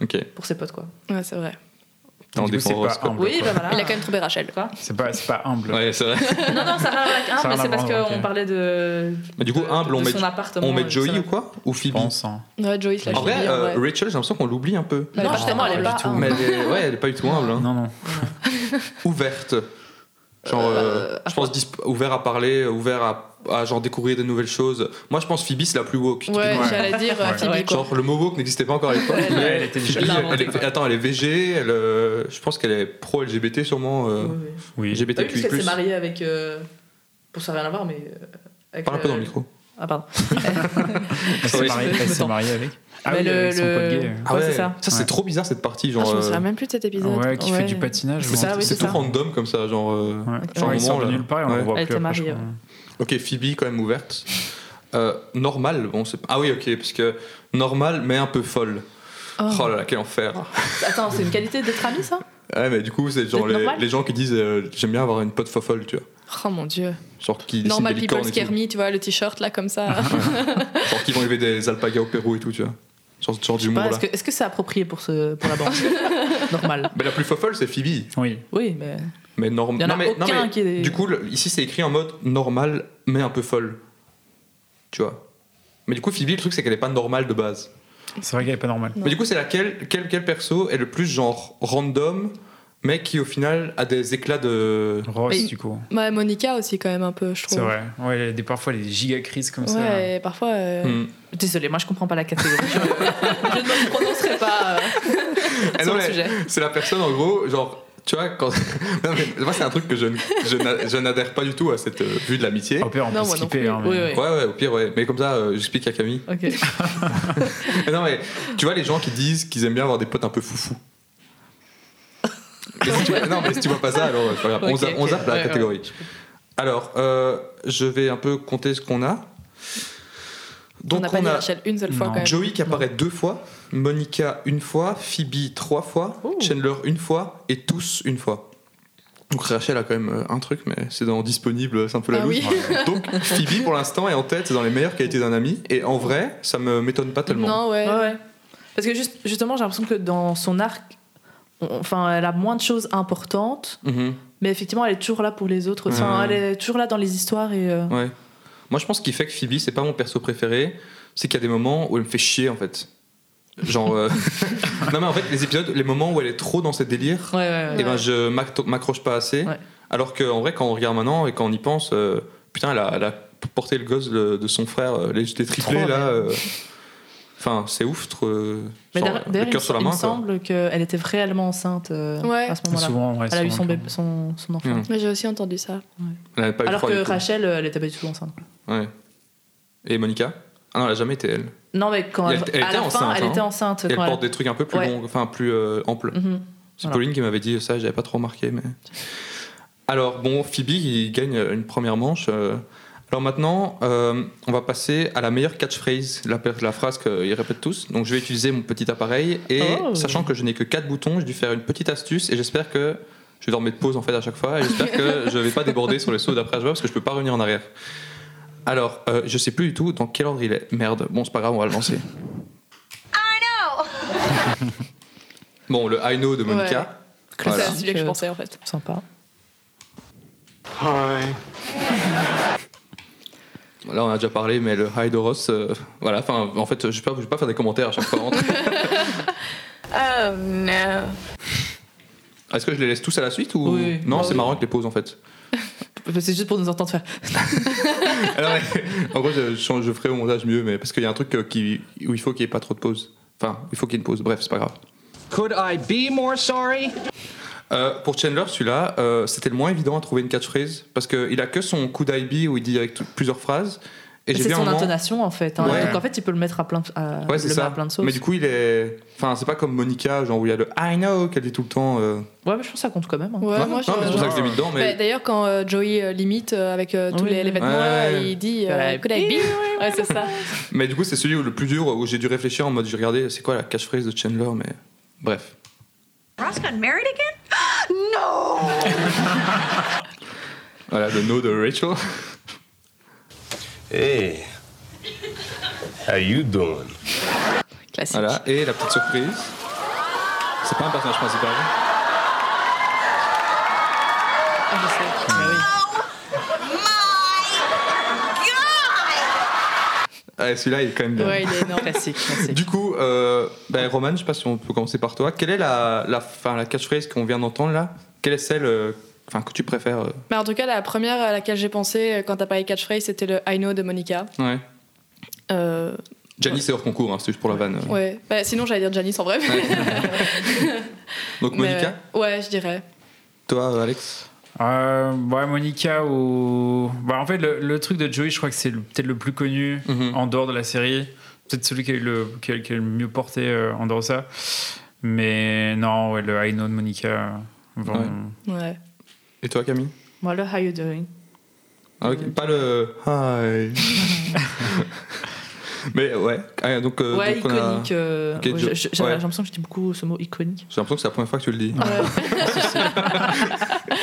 S2: Ok,
S5: pour ses potes, quoi.
S3: Ouais, c'est vrai.
S2: on
S4: du coup,
S2: défend
S4: c'est
S2: Ross,
S4: pas
S2: quoi.
S4: humble.
S5: Oui,
S4: quoi.
S5: bah voilà.
S3: Il a quand même trompé Rachel.
S5: Quoi
S4: C'est pas, c'est pas humble.
S2: Ouais, c'est vrai.
S5: Non, non, ça n'a rien à voir avec
S4: Ça
S5: humble,
S4: n'a
S5: mais c'est
S4: rien à
S5: parce qu'on
S4: voir, ok.
S5: parlait de.
S2: Mais du coup,
S5: de-
S2: humble, on
S5: de
S2: met-
S5: son appartement,
S2: On met
S5: euh,
S2: Joey
S5: ça.
S2: ou quoi Ou
S4: Je
S2: Phoebe
S4: pense. hein.
S3: Ouais, Joey slash
S2: En vrai,
S3: Phoebe,
S2: euh,
S3: ouais.
S2: Rachel, j'ai l'impression qu'on l'oublie un peu.
S3: Bah,
S5: Non,
S3: pas
S5: justement,
S3: du
S5: elle est
S3: tout.
S5: pas. humble.
S2: Mais elle est, ouais, elle est pas du tout humble. hein.
S4: Non, non.
S2: Ouverte. Genre,
S5: Euh,
S2: euh,
S5: à
S2: je pense, disp- ouvert à parler, ouvert à, à genre découvrir des nouvelles choses. Moi, je pense Phoebe, c'est la plus woke.
S3: Ouais,
S2: typiquement.
S3: j'allais dire euh,
S4: Ouais.
S3: Phoebe, quoi.
S2: Genre, le mot woke n'existait pas encore à l'époque.
S5: Elle-
S2: mais
S4: elle était déjà-
S2: Phoebe,
S5: elle l'a
S2: elle est-
S5: inventé, quoi.
S2: attends, elle est VG, elle, euh, je pense qu'elle est pro-LGBT sûrement. euh,
S5: Oui, oui.
S4: Oui.
S5: T'as vu,
S2: LGBTQI+.
S5: puisqu'elle s'est mariée avec. euh, Pour ça, rien à voir, mais. euh, avec
S2: Parle un peu dans le micro.
S5: Ah, pardon.
S4: Elle s'est
S2: Oui,
S4: mariée,
S5: je me
S4: elle s'est
S5: sens.
S4: mariée avec. Ah
S5: Mais
S4: oui,
S5: le-
S4: avec son
S5: le-
S4: pote gay.
S5: Ah ouais, c'est ça.
S2: c'est
S4: Ouais.
S2: trop bizarre cette partie.
S3: Ah,
S2: Genre,
S3: je me
S2: euh,
S3: souviens même plus de cet épisode.
S4: Ouais, qui
S3: Ouais.
S4: fait du patinage.
S5: C'est
S4: ou un
S5: ça,
S4: truc
S5: oui,
S2: c'est
S5: c'est
S2: tout
S5: ça.
S2: random comme ça. Genre, euh,
S4: Ouais.
S2: Genre,
S4: Genre,
S2: au
S4: il sort
S2: moment,
S4: de
S2: là.
S4: nulle part et on
S2: Ouais.
S4: le voit
S5: Elle
S4: plus
S5: était
S4: après,
S5: mariée,
S4: je crois.
S2: Ok, Phoebe quand même ouverte. Euh, normal, bon, c'est ah oui, ok, parce que normal mais un peu folle. Oh, là là, quel enfer.
S5: Attends, c'est une qualité d'être amie, ça
S2: Ouais, mais du coup, c'est genre
S5: D'être
S2: les,
S5: normal
S2: les gens qui disent euh, j'aime bien avoir une pote fofolle, tu vois.
S3: Oh mon dieu.
S2: Genre qui dessinent
S3: Normal
S2: des
S3: People
S2: licornes et
S3: Scare
S2: tout.
S3: Me, tu vois, le t-shirt là comme ça.
S2: Genre qui vont élever des alpagas au Pérou et tout, tu vois. Genre ce genre
S5: Je sais
S2: d'humour
S5: pas,
S2: là.
S5: est-ce que est-ce que c'est approprié pour ce- pour la bande Normal.
S2: Mais la plus fofolle, c'est Phoebe.
S4: Oui.
S5: Oui, mais.
S2: Mais
S5: Il y
S2: normal.
S5: en
S2: Non,
S5: a
S2: mais, non,
S5: aucun
S2: mais
S5: qui est.
S2: du coup, le- ici c'est écrit en mode normal mais un peu folle. Tu vois. Mais du coup, Phoebe, le truc c'est qu'elle est pas normale de base.
S4: C'est vrai qu'elle est pas normale.
S3: Non.
S2: Mais du coup, c'est laquelle quel, quel perso est le plus genre random, mais qui au final a des éclats de.
S4: Ross,
S3: Mais-
S4: du coup.
S3: ouais, Monica aussi quand même un peu, je trouve.
S4: C'est vrai. Ouais, elle a des- parfois les giga crises comme ça.
S3: Ouais, et parfois. euh,
S2: Hmm.
S5: Désolée, moi je comprends pas la catégorie. Je, je ne me prononcerai pas euh,
S2: Eh
S5: sur
S2: non,
S5: le
S2: mais
S5: sujet.
S2: C'est la personne en gros, genre. Tu vois, quand. Non, mais moi, c'est un truc que je, n- je n'a- je n'adhère pas du tout à cette euh, vue de l'amitié.
S4: Au pire, on
S3: Non,
S4: peut
S3: moi non
S4: skipper.
S3: plus.
S4: hein, mais-
S5: Oui, oui.
S2: Ouais, ouais, au pire, ouais. Mais comme ça, euh, j'explique à Camille.
S5: Ok.
S2: Mais non, mais tu vois, les gens qui disent qu'ils aiment bien avoir des potes un peu foufous. Mais si tu vois- non, mais si tu vois pas ça, alors, c'est pas grave. on,
S5: Ok,
S2: zappe, on
S5: ok.
S2: zappe la
S5: Ouais, ouais.
S2: catégorie. Alors, euh, je vais un peu compter ce qu'on a.
S3: on
S2: Donc,
S3: n'a
S2: on,
S3: pas dit
S2: a
S3: Rachel une seule fois
S4: Non.
S3: quand même.
S2: Joey qui apparaît deux fois, Monica une fois, Phoebe trois fois,
S5: Oh.
S2: Chandler une fois et tous une fois. Donc Rachel a quand même euh, un truc, mais c'est dans disponible, c'est un peu la
S3: Ah
S2: loose.
S3: oui.
S2: Donc Phoebe pour l'instant est en tête, c'est dans les meilleures qualités d'un ami. Et en vrai, ça me m'étonne pas tellement.
S3: Non, ouais.
S5: Ouais, ouais. Parce que juste- justement, j'ai l'impression que dans son arc, on- enfin, elle a moins de choses importantes,
S2: Mhm.
S5: mais effectivement, elle est toujours là pour les autres. Enfin,
S2: Ouais.
S5: elle est toujours là dans les histoires et. euh,
S2: Ouais. Moi, je pense qu'il fait que Phoebe, c'est pas mon perso préféré, c'est qu'il y a des moments où elle me fait chier en fait. Genre. euh, non, mais en fait, les épisodes, les moments où elle est trop dans ses délires,
S5: Ouais, ouais,
S2: et
S5: ouais.
S2: ben je m'act- m'accroche pas assez.
S5: Ouais.
S2: Alors qu'en vrai, quand on regarde maintenant et quand on y pense, euh, putain, elle a, elle a porté le gosse de, de son frère, euh, les, les triplés
S5: Trois,
S2: là.
S5: ouais.
S2: euh, Enfin, c'est ouf, trop, euh,
S5: Mais
S2: genre,
S5: d'ailleurs,
S2: le
S5: d'ailleurs, il,
S2: cœur sur la
S5: il
S2: main
S5: me
S2: quoi.
S5: semble qu'elle était réellement enceinte euh,
S3: Ouais.
S5: à ce moment-là.
S4: Souvent, ouais,
S5: Elle a eu
S4: souvent
S2: hein,
S5: son,
S4: le cas.
S5: bébé- son, son enfant.
S2: Mhm.
S3: Mais j'ai aussi entendu ça.
S2: Elle avait pas eu
S5: Alors
S2: froid,
S5: que
S2: du coup.
S5: Rachel, euh, elle était pas du tout enceinte.
S2: Ouais. Et Monica Ah non, elle a jamais été elle.
S5: Non, mais quand
S2: Elle
S5: elle,
S2: était- elle
S5: à
S2: était
S5: la
S2: enceinte,
S5: fin, elle
S2: hein.
S5: était enceinte.
S2: Et elle
S5: quand
S2: porte des trucs un peu plus
S5: Ouais.
S2: longs, enfin plus euh, amples.
S5: Mhm.
S2: C'est
S5: Voilà.
S2: Pauline qui m'avait dit ça, j'avais pas trop remarqué. Mais... Alors, bon, Phoebe, il gagne une première manche. euh. Alors maintenant, euh, on va passer à la meilleure catchphrase, la, per- la phrase qu'ils répètent tous. Donc je vais utiliser mon petit appareil et
S5: Oh.
S2: sachant que je n'ai que 4 boutons, j'ai dû faire une petite astuce et j'espère que je vais leur mettre pause en fait à chaque fois et j'espère que je vais pas déborder sur les sauts d'après à jouer parce que je peux pas revenir en arrière. Alors, euh, je sais plus du tout dans quel ordre il est. Merde, bon, c'est pas grave, on va le lancer. Bon, le I know de Monica.
S3: Ouais.
S2: Voilà.
S3: C'est celui que je pensais en fait.
S5: Sympa.
S2: Là, on a déjà parlé, mais le Hi Doros, euh, voilà, enfin, en fait, je vais, pas, je vais pas faire des commentaires à chaque fois.
S6: Oh no.
S2: Ah, Est-ce que je les laisse tous à la suite ou
S5: Oui.
S2: non
S5: Bah
S2: C'est
S5: oui.
S2: marrant avec les pauses en fait.
S5: C'est juste pour nous entendre faire.
S2: Alors, en gros, je, change- je ferai au montage mieux, mais parce qu'il y a un truc euh, qui, où il faut qu'il n'y ait pas trop de pauses. Enfin, il faut qu'il y ait une pause. Bref, c'est pas grave.
S7: Could I be more sorry?
S2: Euh, pour Chandler, celui-là, euh, c'était le moins évident à trouver une catchphrase parce qu'il a que son coup d'IB où il dit avec tout- plusieurs phrases. Et j'ai
S5: C'est
S2: bien
S5: son
S2: un moment-
S5: intonation en fait. hein.
S2: Ouais.
S5: Donc en fait, il peut le mettre à plein de, à-
S2: Ouais,
S5: le
S2: c'est
S5: mettre
S2: ça.
S5: à plein de sauces.
S2: mais du coup, il est. Enfin, c'est pas comme Monica, genre où il y a le I know qu'elle dit tout le temps. euh.
S5: Ouais, mais je pense que ça compte quand même. hein.
S3: Ouais,
S2: non,
S3: moi,
S2: non, mais c'est pour ça que je l'ai mis dedans, mais.
S3: Bah, D'ailleurs, quand euh, Joey euh, limite euh, avec euh, tous
S5: Oui,
S3: les,
S5: oui.
S3: les vêtements,
S2: Ouais,
S3: là,
S2: ouais.
S3: il dit euh,
S5: Ouais.
S3: Could I be Ouais, c'est ça.
S2: Mais du coup, c'est celui où le plus dur où j'ai dû réfléchir en mode j'ai regardé c'est quoi la catchphrase de Chandler, mais bref.
S6: Ross got married again?
S2: Voilà le no de Rachel.
S8: Hey, how you doing?
S5: Classique.
S2: Voilà, et la petite surprise. C'est pas un personnage principal.
S5: Ah, je sais. Ah, oui.
S2: Ouais, Ah, celui-là, il est quand même bien.
S5: Ah,
S3: Ouais, il est énorme.
S5: Classique, classique.
S2: Du coup, euh, ben, Roman, je sais pas si on peut commencer par toi. Quelle est la, la, enfin, la catchphrase qu'on vient d'entendre là Quelle est celle euh, enfin, que tu préfères euh
S3: Mais en tout cas, la première à laquelle j'ai pensé euh, quand t'as parlé catchphrase, c'était le I know de Monica.
S2: Ouais.
S3: Euh,
S2: Janice c'est hors concours, hein, c'est juste pour la vanne. euh.
S3: ouais. Bah, sinon, j'allais dire Janice en vrai.
S2: Donc
S3: Mais,
S2: Monica,
S3: euh, Ouais, je dirais.
S2: toi, euh, Alex
S4: Euh, ouais, Monica ou. Bah, en fait, le, le truc de Joey, je crois que c'est le- peut-être le plus connu
S2: Mhm.
S4: en dehors de la série. Peut-être celui qui est le, qui est- qui est le mieux porté euh, en dehors de ça. Mais non, ouais, le I know de Monica. euh, vraiment.
S2: Ouais.
S3: Ouais.
S2: Et toi, Camille
S5: Moi, le How you doing
S2: Ah,
S3: Mhm.
S2: ok, Pas le hi. Mais ouais, Ah, donc, euh,
S5: Ouais,
S2: donc on a-
S5: iconique. euh,
S2: Ok,
S5: ouais,
S2: Jo-
S5: je- je- J'ai
S2: ouais.
S5: l'impression que je dis beaucoup ce mot iconique.
S2: J'ai l'impression que c'est la première fois que tu le
S3: Ah
S2: dis.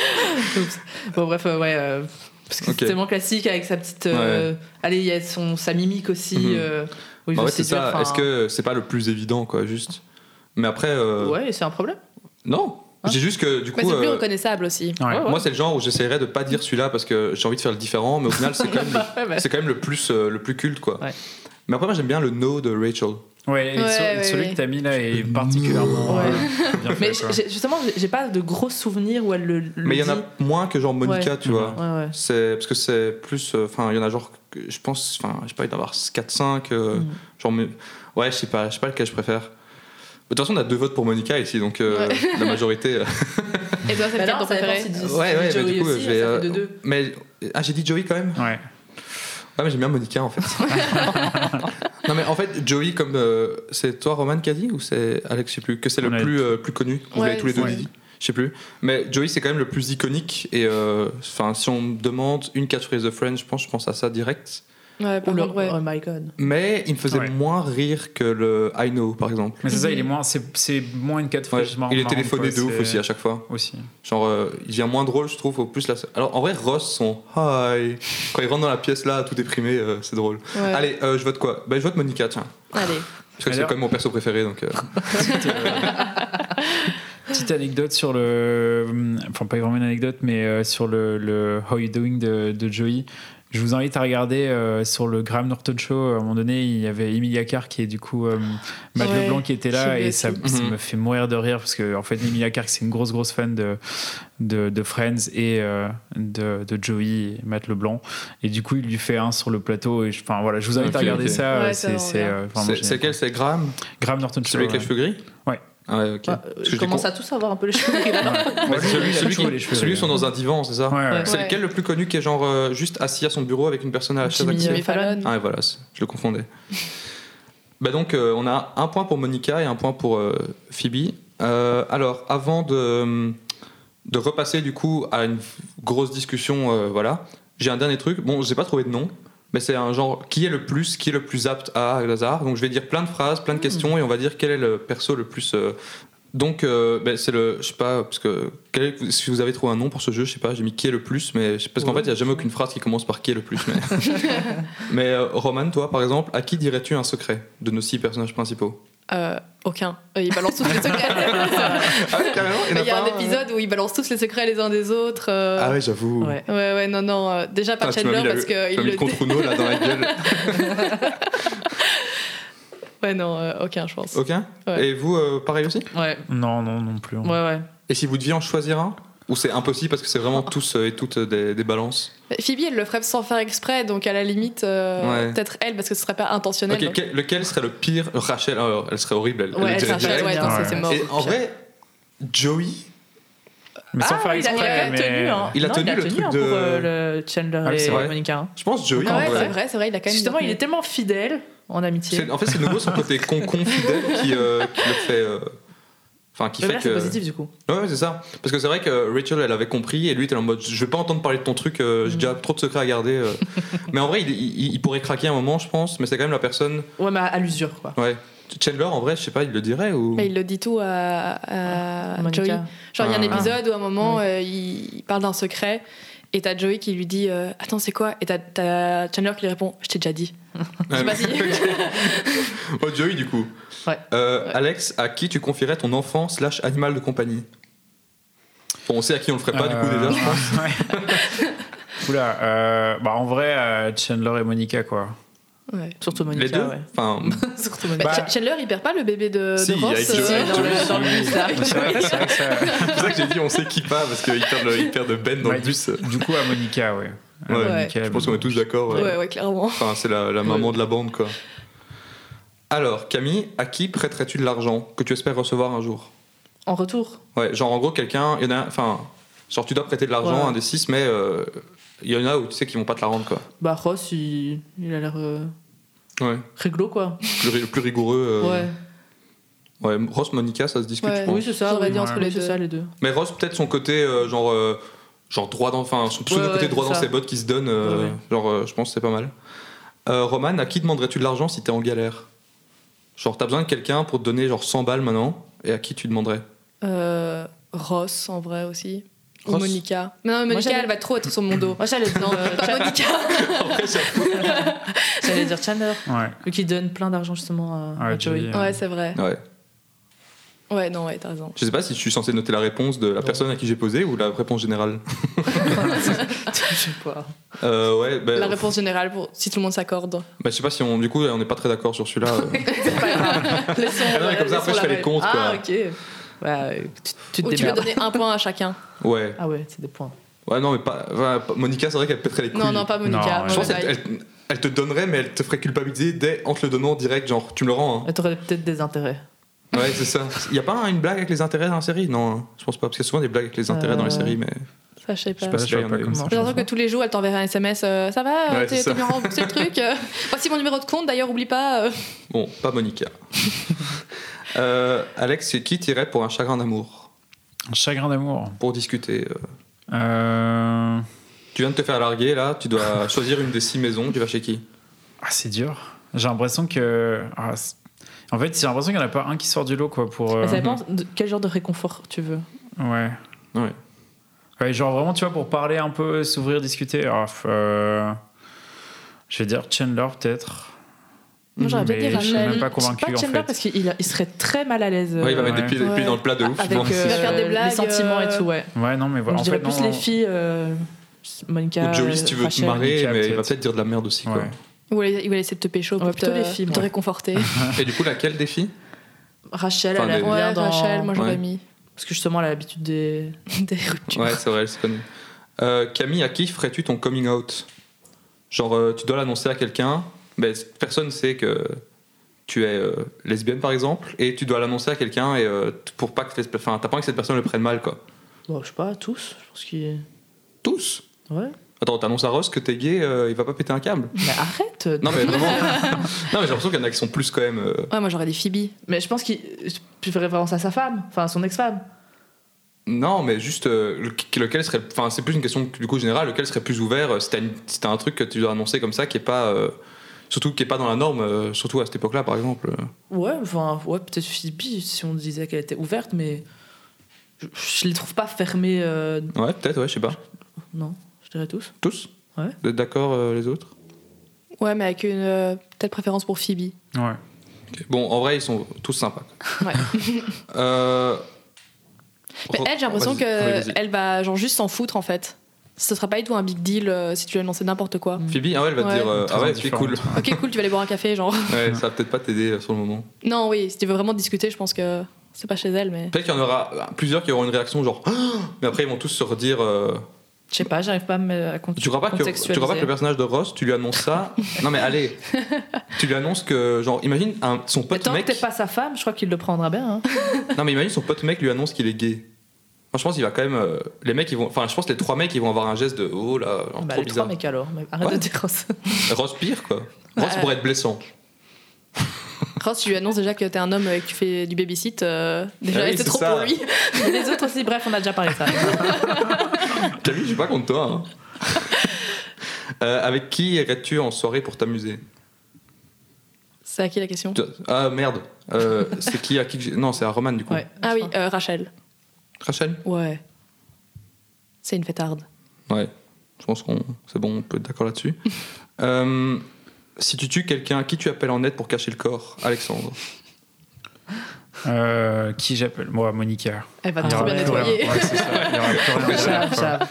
S5: Oups. Bon, bref, euh, ouais. euh, parce que
S2: Ok.
S5: c'est tellement classique avec sa petite. euh, Allez, il y a son, sa mimique aussi.
S2: Mhm.
S5: euh, où il
S2: Bah
S5: veut
S2: ouais, c'est
S5: séduire,
S2: ça.
S5: enfin,
S2: Est-ce que c'est pas le plus évident, quoi, juste Mais après, euh,
S5: Ouais, c'est un problème.
S2: non.
S5: Hein
S2: J'ai juste que du
S3: Mais
S2: coup,
S3: Bah, c'est plus
S2: euh,
S3: reconnaissable aussi.
S4: Ouais.
S5: Ah Ouais, ouais.
S2: moi c'est le genre où j'essaierais de pas dire celui-là parce que j'ai envie de faire le différent, mais au final c'est quand même le,
S5: Ouais, ouais.
S2: c'est quand même le plus euh, le plus culte, quoi.
S5: Ouais.
S2: Mais après moi j'aime bien le no de Rachel.
S4: Ouais, et
S3: Ouais,
S4: ce-
S3: ouais,
S4: celui
S3: ouais.
S4: que t'as mis là est particulièrement
S5: Ouais.
S4: euh, bien
S5: Mais
S4: fait. quoi.
S5: j'ai- justement, j'ai- j'ai pas de gros souvenirs où elle le. le
S2: Mais il y en a
S5: dit.
S2: moins que genre Monica, tu
S4: Mhm.
S2: vois.
S5: Ouais, ouais.
S2: C'est parce que c'est plus. euh, Enfin, il y en a genre. que- Je pense. Enfin, je sais pas, il doit y en avoir 4-5. euh,
S5: Mm.
S2: Genre. mais- Ouais, je sais pas, je sais pas lequel je préfère. De toute façon, on a deux votes pour Monica ici, donc euh, la majorité. euh,
S3: Et toi, c'est
S5: Bah
S3: lequel
S5: non,
S3: ton
S5: ça dépend
S3: préféré
S5: si tu dis- si tu
S2: ouais,
S5: dis
S2: ouais, mais
S5: Joey
S2: du coup,
S5: aussi,
S2: je vais.
S5: ça fait
S2: euh,
S5: de deux.
S2: mais ah, j'ai dit Joey quand même.
S4: Ouais.
S2: Ouais, Ah mais j'aime bien Monica en fait. non, mais en fait, Joey, comme euh, c'est toi, Roman, qui a dit ou c'est Alex, je sais plus, que c'est le
S4: On a-
S2: plus euh, plus connu. Vous
S3: Ouais,
S2: l'avez tous les deux
S4: ouais.
S2: dit. Je sais plus. Mais Joey, c'est quand même le plus iconique. Et euh, enfin, si on me demande une catchphrase de Friends, je pense, je pense à ça direct.
S3: Ouais,
S5: Ou
S3: par
S5: le
S3: contre, ouais.
S5: Oh my god.
S2: Mais il me faisait
S4: Ouais.
S2: moins rire que le I know, par exemple.
S4: Mais c'est ça, il est moins, c'est, c'est moins une 4 fois.
S2: Ouais, il est téléphoné de ouf aussi à chaque fois.
S4: Aussi.
S2: Genre, euh, il devient moins drôle, je trouve. Au plus, là, Alors, en vrai, Ross, son hi. Quand il rentre dans la pièce là, tout déprimé, euh, c'est drôle.
S3: Ouais.
S2: Allez, euh, je vote quoi Bah, je vote Monica, tiens.
S3: Allez.
S2: Parce que c'est
S4: Alors-
S2: quand même mon perso préféré, donc. euh,
S4: Petite anecdote sur le. Enfin, pas vraiment une anecdote, mais euh, sur le, le How You Doing de, de Joey. Je vous invite à regarder euh, sur le Graham Norton Show. À un moment donné, il y avait Emilia Clarke qui est du coup euh, Matt
S3: Ouais,
S4: Leblanc qui était là
S3: j'ai vu
S4: et ça,
S2: aussi.
S4: ça
S2: Mhm.
S4: me fait mourir de rire parce que en fait, Emilia Clarke c'est une grosse grosse fan de de, de Friends et euh, de, de Joey et Matt Leblanc et du coup il lui fait un sur le plateau et je- enfin voilà, je vous invite
S2: Ok,
S4: à regarder
S2: ok.
S4: ça.
S3: Ouais, ça
S4: c'est
S3: va,
S4: c'est,
S3: on
S4: euh, vraiment
S2: c'est
S4: génial.
S2: c'est lequel C'est Graham
S4: Graham Norton Show.
S2: Celui avec les
S4: ouais.
S2: cheveux gris
S4: Ouais.
S2: Ah ouais, ok.
S5: Ouais,
S2: Parce
S5: euh,
S2: que
S5: je
S2: j'étais
S5: commence
S2: con-
S5: à tous avoir un peu les cheveux. gris.
S2: Ouais,
S4: Ouais,
S2: celui,
S4: il a
S2: celui,
S4: toujours
S2: qui-
S4: les cheveux
S2: celui où
S4: gris,
S2: ils sont
S4: hein.
S2: dans un divan, c'est ça
S4: Ouais, ouais.
S2: C'est
S3: Ouais.
S2: lequel le plus connu qui est genre euh, juste assis à son bureau avec une personne à la chaise à
S5: Jimmy,
S2: côté
S5: euh,
S3: Jimmy Fallon.
S2: Ah ouais, voilà, c'est- je le confondais. bah donc euh, on a un point pour Monica et un point pour euh, Phoebe. Euh, alors avant de, euh, de repasser du coup à une grosse discussion, euh, voilà, j'ai un dernier truc. Bon, j'ai pas trouvé de nom, mais c'est un genre qui est le plus, qui est le plus apte à Lazare. Donc je vais dire plein de phrases, plein de questions et on va dire quel est le perso le plus euh, Donc, euh, ben, c'est le. Je sais pas, parce que. quel est- si vous avez trouvé un nom pour ce jeu, je sais pas, j'ai mis qui est le plus, mais. je- Parce qu'en
S5: Ouais,
S2: fait, il n'y a jamais aucune phrase qui commence par qui est le plus. Mais, mais euh, Roman, toi, par exemple, à qui dirais-tu un secret de nos six personnages principaux
S3: Euh, aucun. Euh, ils balancent tous les secrets.
S2: Ah, oui, carrément
S3: Il y a
S2: pas euh,
S3: un épisode où ils balancent tous les secrets les uns des autres. euh,
S2: Ah, ouais, j'avoue.
S5: Ouais.
S3: Ouais, ouais, non, non. euh, déjà pas
S2: Putain, Ah, tu m'as
S3: Chandler
S2: mis, la-
S3: parce
S2: tu m'as
S3: que il
S2: mis
S3: le.
S2: le contre Uno là dans la gueule.
S3: ouais, non, euh, aucun, je pense.
S2: Aucun
S3: Ouais.
S2: Et vous, euh, pareil aussi
S5: Ouais,
S4: Non, non, non plus. hein.
S5: ouais, ouais.
S2: Et si vous deviez en choisir un Ou c'est impossible parce que c'est vraiment tous euh, et toutes euh, des, des balances
S3: Mais Phoebe, elle le ferait sans faire exprès, donc à la limite, euh,
S2: Ouais.
S3: peut-être elle parce que ce serait pas intentionnel.
S2: Ok, quel- lequel serait le pire Rachel, alors, elle serait horrible, elle,
S3: Ouais,
S2: elle
S3: elle
S2: dirait
S3: s'achète,
S2: direct. hein.
S3: ouais, non,
S4: Ouais.
S3: ça, c'est mort.
S2: Et en vrai, Joey,
S4: Mais sans
S5: Ah,
S4: faire
S5: oui, il a-
S4: exprès.
S5: il a
S4: mais... euh,
S5: tenu, hein.
S2: Il a
S5: Non,
S2: tenu le truc
S5: hein,
S2: de-
S5: pour euh, le Chandler
S4: Ah oui, c'est
S5: et
S2: vrai.
S5: Monica. hein.
S2: je pense Joey
S3: Ah
S2: en
S3: ouais,
S2: vrai.
S3: c'est vrai, c'est vrai, il a quand même.
S5: Justement, il
S3: bien
S5: est tellement fidèle en amitié.
S2: C'est- En fait, c'est nouveau son côté con-con fidèle qui, euh, qui le fait. euh, Enfin, qui
S5: Mais
S2: fait
S5: là,
S2: que.
S5: c'est positif du coup.
S2: Ouais, ouais, c'est ça. Parce que c'est vrai que Rachel, elle avait compris et lui, était en mode je vais pas entendre parler de ton truc, euh, j'ai déjà trop de secrets à garder. euh. mais en vrai, il, il- il pourrait craquer un moment, je pense, mais c'est quand même la personne.
S5: Ouais, mais à l'usure quoi.
S2: Ouais. Chandler, en vrai, je sais pas, il le dirait ou.
S3: Mais Bah, il le dit tout à, à
S5: Monica.
S3: Bah, Joey. Genre, il y a un
S2: Ah.
S3: épisode où à un moment, euh, il, il parle d'un secret et t'as Joey qui lui dit euh, Attends, c'est quoi Et t'as- t'as Chandler qui lui répond Je t'ai déjà dit.
S2: Ouais,
S3: pas si-
S2: Ok. Oh, Joey, du coup.
S5: Ouais.
S2: Euh, Alex, à qui tu confierais ton enfant slash animal de compagnie Bon, on sait à qui on le ferait pas, du coup,
S4: Euh,
S2: déjà, je pense.
S4: ouais. Oula, euh, bah en vrai, euh, Chandler et Monica, quoi.
S3: Ouais.
S5: Surtout Monica.
S2: Les deux
S5: ouais.
S2: Enfin,
S3: Bah,
S5: Surtout Monica.
S4: Bah,
S3: Ch- Chandler, il perd pas le bébé de,
S2: Si,
S3: de Ross
S2: avec
S3: euh,
S2: Joey,
S3: dans
S2: Joey,
S3: le- dans le
S2: si.
S3: bus, là.
S4: Mais c'est vrai, c'est vrai que ça-
S2: c'est pour ça que j'ai dit on sait qui pas, parce qu'il perd, le- il perd de Ben dans
S4: Bah,
S2: le bus.
S4: Du coup, à Monica, ouais. À
S2: Ouais,
S4: Monica,
S2: Je pense qu'on est tous d'accord. ouais.
S3: Ouais, ouais, clairement.
S2: Enfin, c'est la, la maman de la bande, quoi. Alors, Camille, à qui prêterais-tu de l'argent que tu espères recevoir un jour
S5: En retour.
S2: Ouais, genre en gros, quelqu'un, il y en a, un- enfin, genre tu dois prêter de l'argent à
S5: Ouais.
S2: un des six, mais euh, il y en a où tu sais qu'ils vont pas te la rendre, quoi.
S5: Bah Ross, il, il a l'air euh,
S2: Ouais.
S5: réglo quoi.
S2: Plus, ri- plus rigoureux. euh,
S5: Ouais.
S2: ouais. Ross, Monica, ça se discute,
S3: Ouais.
S2: je pense.
S5: Oui, c'est ça.
S3: J'aurais
S5: ouais.
S3: dit entre
S5: Oui,
S3: les
S5: c'est
S3: deux.
S5: ça, les deux.
S2: Mais Ross, peut-être son côté, euh, genre, euh, genre droit dans, enfin, son pseudo
S5: Ouais,
S2: côté
S5: ouais,
S2: droit
S5: c'est
S2: dans
S5: ça.
S2: ses bottes qui se donne, euh,
S5: Ouais, ouais.
S2: genre, euh, je pense que c'est pas mal. Euh, Roman, à qui demanderais-tu de l'argent si t'es en galère Genre, t'as besoin de quelqu'un pour te donner genre 100 balles maintenant, et à qui tu demanderais
S3: Euh, Ross, en vrai aussi. Ou
S2: Ross.
S3: Monica. Mais non, mais
S5: Moi,
S3: Monica,
S5: j'avais-
S3: elle va trop être sur mon dos.
S5: Moi j'allais dire,
S3: Non, pas Monica.
S5: j'allais dire Chandler,
S4: Ouais.
S5: lui qui donne plein d'argent justement à,
S4: Ouais,
S5: à Joey.
S4: Ah, Joey.
S3: Ouais, c'est vrai.
S2: Ouais.
S3: Ouais, non, ouais, t'as raison.
S2: Je sais pas si je suis censé noter la réponse de la personne à qui j'ai posé ou la réponse générale.
S5: Je sais pas.
S2: Euh, ouais, bah,
S3: La réponse générale, pour si tout le monde s'accorde.
S2: bah, je sais pas si on, du coup, on n'est pas très d'accord sur celui-là. euh.
S5: C'est pas grave. Laissons,
S2: Ah non, mais comme ça, après, je fais
S5: laissons la
S2: les
S5: règle.
S2: comptes, quoi.
S5: Ah ok. Ouais, tu, tu te
S3: Ou tu veux
S5: démerdes.
S3: donner un point à chacun.
S2: ouais.
S5: Ah ouais, c'est des points.
S2: Ouais, non, mais pas. enfin, pas- Monica, c'est vrai qu'elle pèterait les couilles.
S3: Non, non, pas Monica.
S4: Non,
S3: Ouais,
S2: Je pense
S3: ouais,
S2: qu'elle
S3: bye.
S2: elle, elle te donnerait, mais elle te ferait culpabiliser dès en te le donnant direct, genre tu me le rends. hein.
S5: Et T'aurais peut-être des intérêts.
S2: Ouais, c'est ça. Y a pas un- une blague avec les intérêts dans la série Non, hein. je pense pas, parce qu'il y a souvent des blagues avec les intérêts dans les
S5: Euh,
S2: séries, mais.
S3: Ça, je sais pas.
S2: pas si
S4: je vois pas
S2: il y en a
S4: comment
S2: eu.
S3: J'ai
S4: ça change.
S3: l'impression que tous les jours, elle t'enverra un SMS. euh, ça va euh,
S2: Ouais, c'est
S3: T'es
S2: ça.
S3: t'es bien remboursé le truc euh, Voici mon numéro de compte, d'ailleurs, oublie pas. euh.
S2: Bon, pas Monica. Euh, Alex, c'est qui t'irait pour un chagrin d'amour
S4: Un chagrin d'amour.
S2: Pour discuter. euh.
S4: Euh,
S2: Tu viens de te faire larguer, là, tu dois choisir une des six maisons, tu vas chez qui
S4: Ah, c'est dur. J'ai l'impression que. ah, c'est- en fait, j'ai l'impression qu'il n'y en a pas un qui sort du lot, quoi. Pour, euh,
S5: Mais Ça dépend de quel genre de réconfort tu veux.
S4: Ouais.
S2: Ouais.
S4: Ouais, genre vraiment, tu vois, pour parler un peu, s'ouvrir, discuter. ah, f- euh, je vais dire Chandler, peut-être.
S3: Moi, j'aurais
S4: Mais
S3: peut-être dit
S4: je suis même
S3: Rachel.
S4: pas convaincu,
S5: pas
S4: en
S5: Chandler
S4: fait.
S5: parce qu'il a- il serait très mal à l'aise. euh,
S2: Ouais, il va mettre
S4: ouais.
S2: des pieds, des pieds dans le plat de ouf, je
S5: Avec
S2: pense.
S5: euh,
S3: Il va faire des blagues,
S5: les sentiments
S3: euh,
S5: et tout, ouais.
S4: Ouais, non, mais
S5: Donc,
S4: voilà. En
S5: je dirais
S4: fait,
S5: plus
S4: non,
S5: les filles, euh, Monica.
S2: Ou Joey, si tu veux te
S5: Rachel.
S2: marrer,
S4: Monica,
S2: mais il va
S4: peut-être.
S2: peut-être dire de la merde aussi, quoi.
S4: Ouais.
S3: Ou elle, il va essayer de te pécho pour
S5: Ouais, plutôt
S3: te,
S5: les filles,
S3: te
S5: moi.
S3: réconforter.
S2: Et du coup, laquelle des filles
S5: Rachel,
S2: Enfin,
S5: elle a
S2: des-
S5: l'air
S3: ouais,
S5: bien dans-
S3: Rachel, moi, j'aurais
S2: Ouais.
S3: mis
S5: Parce que justement, elle a l'habitude des.
S3: des ruptures.
S2: Ouais, c'est vrai, elle se connaît. Euh, Camille, à qui ferais-tu ton coming out Genre, euh, tu dois l'annoncer à quelqu'un, mais personne sait que tu es euh, lesbienne, par exemple, et tu dois l'annoncer à quelqu'un et euh, t- pour pas que, les- enfin, t'as pas envie que cette personne le prenne mal, quoi.
S5: Bon, je sais pas, tous. Je pense qu'il.
S2: Tous
S5: Ouais.
S2: Attends, t'annonces à Ross que t'es gay, euh, il va pas péter un câble
S5: Mais arrête euh,
S2: Non, mais vraiment. non, mais j'ai l'impression qu'il y en a qui sont plus quand même. euh,
S3: Ouais, moi, j'aurais dit Phoebe.
S5: Mais je pense qu'il tu fais référence à sa femme, enfin à son ex-femme.
S2: Non, mais juste euh, le- lequel serait. Enfin, c'est plus une question du coup générale. Lequel serait plus ouvert euh, si t'as une- si t'as un truc que tu dois annoncer comme ça qui est pas. euh, surtout qui est pas dans la norme, euh, surtout à cette époque-là, par exemple. euh.
S5: Ouais, enfin, ouais, peut-être Phoebe si on disait qu'elle était ouverte, mais je, je les trouve pas fermés. euh,
S2: Ouais, peut-être, ouais, je sais pas.
S5: non, je dirais tous.
S2: Tous
S5: Ouais.
S2: Vous êtes d'accord, euh, les autres
S3: Ouais, mais avec une euh, peut-être préférence pour Phoebe.
S4: Ouais.
S2: Ok. Bon, en vrai, ils sont tous sympas.
S3: Ouais.
S2: Euh,
S3: Mais elle, j'ai l'impression
S2: Vas-y. Ouais, vas-y.
S3: qu'elle va genre juste s'en foutre en fait. Ce sera pas du tout un big deal euh, si tu lui annonçais n'importe quoi.
S2: Phoebe, ah ouais, elle va te
S3: Ouais.
S2: dire euh,
S4: Très
S2: Ah ouais, c'est
S4: indifférente.
S2: cool.
S3: Ok, cool, tu vas aller boire un café, genre.
S2: Ouais, ça va peut-être pas t'aider euh, sur le moment.
S3: Non, oui, si tu veux vraiment discuter, je pense que c'est pas chez elle, mais.
S2: Peut-être qu'il y en aura euh, plusieurs qui auront une réaction genre Ah Mais après, ils vont tous se redire. euh,
S5: Je sais pas, j'arrive pas à me à
S2: Tu crois, pas que, tu crois pas que le personnage de Ross, tu lui annonces ça Non mais allez, tu lui annonces que, genre, imagine un- son pote
S5: Tant que
S2: mec.
S5: t'es pas sa femme, je crois qu'il le prendra bien. hein.
S2: Non mais imagine son pote mec lui annonce qu'il est gay. Moi je pense qu'il va quand même. euh, les mecs ils vont. Enfin je pense que les trois mecs ils vont avoir un geste de oh là, genre,
S5: bah,
S2: trop
S5: les
S2: bizarre.
S5: trois mecs alors, mais arrête
S2: Ouais.
S5: de dire ça.
S2: Ross pire quoi. Ross
S3: Ouais.
S2: pourrait être blessant.
S3: Ross, tu lui annonces déjà que t'es un homme et que tu fais du babysit. euh, déjà,
S2: Ah oui,
S3: et c'est
S2: c'est
S3: trop
S2: ça.
S3: pour lui.
S5: Mais les autres aussi, bref, on a déjà parlé de ça.
S2: T'as vu, je suis pas contre toi. hein. Euh, avec qui irais-tu en soirée pour t'amuser
S3: C'est à qui la question
S2: Tu- Ah merde, Euh, c'est qui à qui que j'ai- Non, c'est à Roman du coup.
S5: Ouais,
S3: Ah
S5: je
S3: oui,
S5: crois.
S3: euh, Rachel.
S2: Rachel
S3: Ouais. C'est une fêtarde.
S2: Ouais, je pense qu'on c'est bon, on peut être d'accord là-dessus. Euh, si tu tues quelqu'un, qui tu appelles en aide pour cacher le corps Alexandre.
S4: Euh, qui j'appelle Moi, Monica.
S5: Elle va
S4: Il y
S5: Ah, trop
S4: aura
S5: bien
S4: plus rien.
S5: nettoyer.
S4: Ouais, c'est ça. Il y aura plus rien à faire,
S5: Chave,
S4: quoi.
S5: chave.